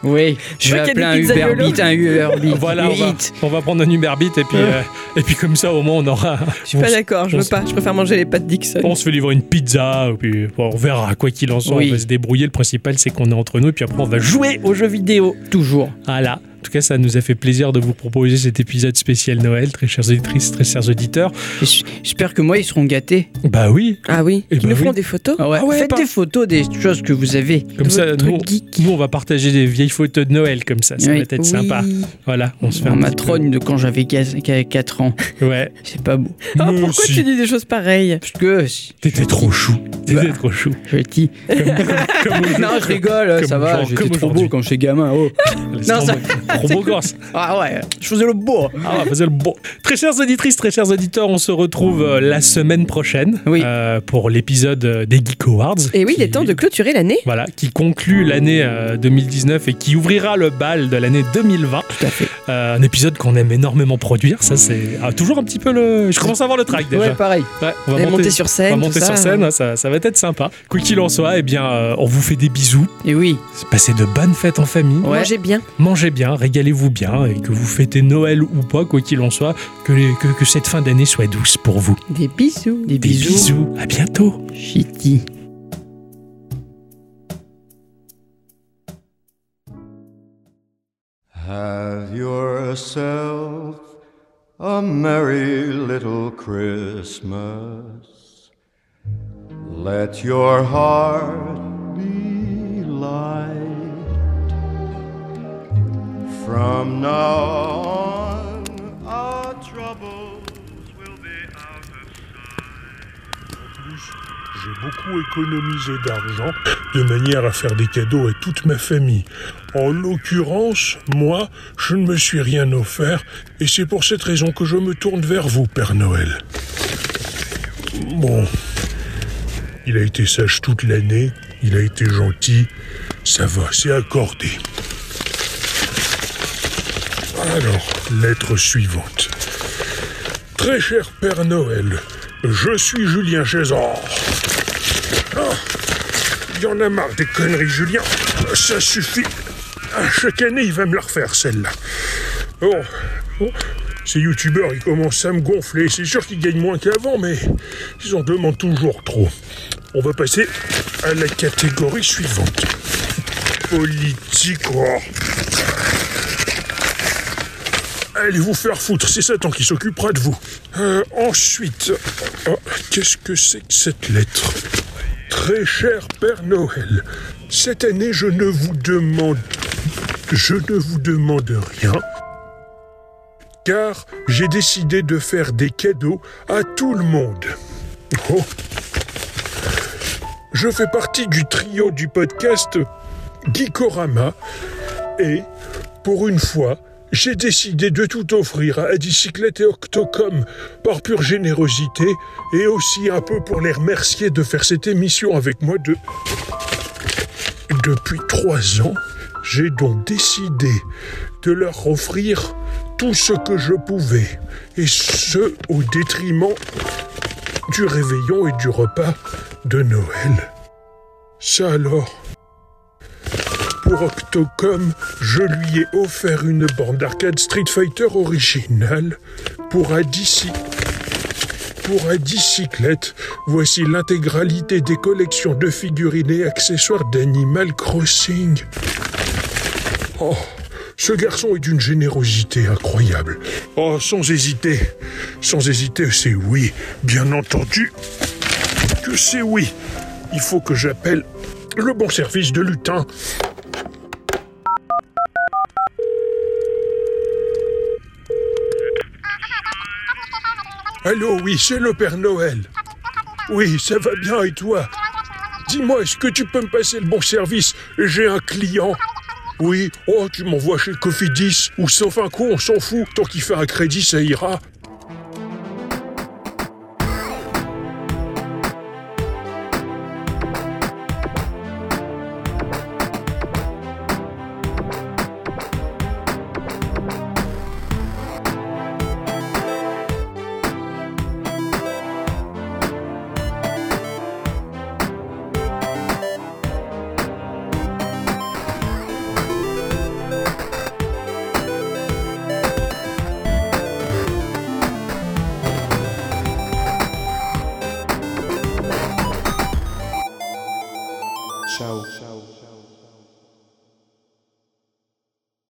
Speaker 3: Oui, je vais
Speaker 1: crois qu'il
Speaker 3: appeler
Speaker 1: y a
Speaker 3: un
Speaker 1: des
Speaker 3: Uber
Speaker 1: pizzaiolos.
Speaker 3: Beat, un Uber Beat.
Speaker 2: Voilà, on va,
Speaker 3: Eat.
Speaker 2: on va prendre un Uber Beat et puis, euh, et puis comme ça, au moins, on aura.
Speaker 1: Je suis pas d'accord, je veux pas. Je préfère manger les pâtes Dixon.
Speaker 2: On se fait livrer une pizza, et puis bon, on verra. Quoi qu'il en soit,
Speaker 3: Oui.
Speaker 2: on va se débrouiller. Le principal, c'est qu'on est entre nous, et puis après, on va jouer aux jeux vidéo.
Speaker 3: Toujours.
Speaker 2: Voilà. En tout cas, ça nous a fait plaisir de vous proposer cet épisode spécial Noël, très chères auditrices, très chers auditeurs.
Speaker 3: J- J'espère que moi, ils seront gâtés.
Speaker 2: Bah oui,
Speaker 1: Ah oui,
Speaker 2: Eh
Speaker 1: ils
Speaker 2: ben
Speaker 1: nous feront
Speaker 2: oui.
Speaker 1: des photos.
Speaker 3: Ah ouais.
Speaker 2: Ah ouais,
Speaker 3: Faites
Speaker 2: par-
Speaker 3: des photos des choses que vous avez.
Speaker 2: comme ça,
Speaker 1: Votre
Speaker 2: nous,
Speaker 1: truc geek.
Speaker 2: nous, on va partager des vieilles photos de Noël, comme ça, ça
Speaker 3: Oui.
Speaker 2: va être sympa.
Speaker 1: Oui.
Speaker 2: Voilà, on se fait
Speaker 3: Ma
Speaker 2: un petit
Speaker 3: matrogne de quand j'avais 4 ans.
Speaker 2: peu- Ouais.
Speaker 3: (laughs) C'est pas beau.
Speaker 1: Oh,
Speaker 2: Nous
Speaker 1: pourquoi
Speaker 2: aussi.
Speaker 1: tu dis des choses pareilles
Speaker 3: Parce que si-
Speaker 2: T'étais trop chou. T'étais
Speaker 3: Bah.
Speaker 2: trop chou.
Speaker 3: (laughs) je dis.
Speaker 2: Comme au jeu.
Speaker 3: Non, je rigole,
Speaker 2: Comme
Speaker 3: ça va.
Speaker 2: genre,
Speaker 3: J'étais
Speaker 2: comme
Speaker 3: trop
Speaker 2: aujourd'hui.
Speaker 3: beau quand j'étais gamin. Oh.
Speaker 2: Laisse
Speaker 3: Non, ça-
Speaker 2: tomber. Trop
Speaker 3: (laughs)
Speaker 2: beau gosse.
Speaker 3: Ah ouais, je faisais le beau.
Speaker 2: Ah, ouais, faisait le bon. Très chères auditrices, très chers auditeurs, on se retrouve euh, la semaine prochaine
Speaker 3: Oui.
Speaker 2: euh, pour l'épisode euh, des Geek Awards.
Speaker 1: Et Eh oui, il
Speaker 2: qui-
Speaker 1: est temps de clôturer l'année.
Speaker 2: Voilà, qui conclut l'année euh, 2019 et qui ouvrira le bal de l'année 2020.
Speaker 3: Tout à fait.
Speaker 2: Euh, un épisode qu'on aime énormément produire. Ça, c'est ah, toujours un petit peu le. Je commence à avoir le track déjà.
Speaker 3: Ouais, pareil.
Speaker 2: Ouais, on va
Speaker 1: Et monter sur
Speaker 2: on va
Speaker 1: scène.
Speaker 2: monter
Speaker 1: tout ça.
Speaker 2: sur scène, ouais, ça, ça va être sympa. Quoi qu'il en soit, eh bien, euh, on vous fait des bisous.
Speaker 3: Et oui,
Speaker 2: Passez de bonnes fêtes en famille.
Speaker 3: Ouais.
Speaker 1: Mangez bien.
Speaker 2: Mangez bien, régalez-vous bien, et que vous fêtez Noël ou pas, quoi qu'il en soit, que, les- que, que cette fin d'année soit douce pour vous.
Speaker 1: Des bisous.
Speaker 3: des
Speaker 2: Des
Speaker 3: bisous.
Speaker 2: bisous, à bientôt
Speaker 3: Chiti.
Speaker 9: Have yourself a merry little Christmas. Let your heart be light. From now on, our troubles will be out of
Speaker 8: J'ai beaucoup économisé d'argent de manière à faire des cadeaux à toute ma famille. En l'occurrence, moi, je ne me suis rien offert et c'est pour cette raison que je me tourne vers vous, Père Noël. Bon, il a été sage toute l'année, il a été gentil, ça va, c'est accordé. Alors, lettre suivante. Très cher Père Noël, je suis Julien César. Ah, Il y en a marre des conneries, Julien. Ça suffit. À chaque année, il va me la refaire, celle-là. Bon, bon, ces youtubeurs, ils commencent à me gonfler. C'est sûr qu'ils gagnent moins qu'avant, mais ils en demandent toujours trop. On va passer à la catégorie suivante. Politique. oh. Allez vous faire foutre, c'est Satan qui s'occupera de vous. Euh, ensuite, oh, qu'est-ce que c'est que cette lettre Très cher Père Noël, cette année je ne vous demande... Je ne vous demande rien, car j'ai décidé de faire des cadeaux à tout le monde. Oh. Je fais partie du trio du podcast Geekorama et pour une fois, j'ai décidé de tout offrir à Dicyclette et Octocom par pure générosité et aussi un peu pour les remercier de faire cette émission avec moi de... Depuis trois ans, j'ai donc décidé de leur offrir tout ce que je pouvais, et ce au détriment du réveillon et du repas de Noël. Ça alors pour Octocom, je lui ai offert une bande d'arcade Street Fighter originale pour Adici. Pour Adicyclette, voici l'intégralité des collections de figurines et accessoires d'Animal Crossing. Oh, ce garçon est d'une générosité incroyable. Oh, sans hésiter, sans hésiter, c'est oui, bien entendu que c'est oui. Il faut que j'appelle le bon service de lutin. Allô, oui, c'est le Père Noël. Oui, ça va bien et toi Dis-moi, est-ce que tu peux me passer le bon service J'ai un client. Oui, oh, tu m'envoies chez Cofidis ou sauf un coup, on s'en fout. Tant qu'il fait un crédit, ça ira.
Speaker 9: Ciao.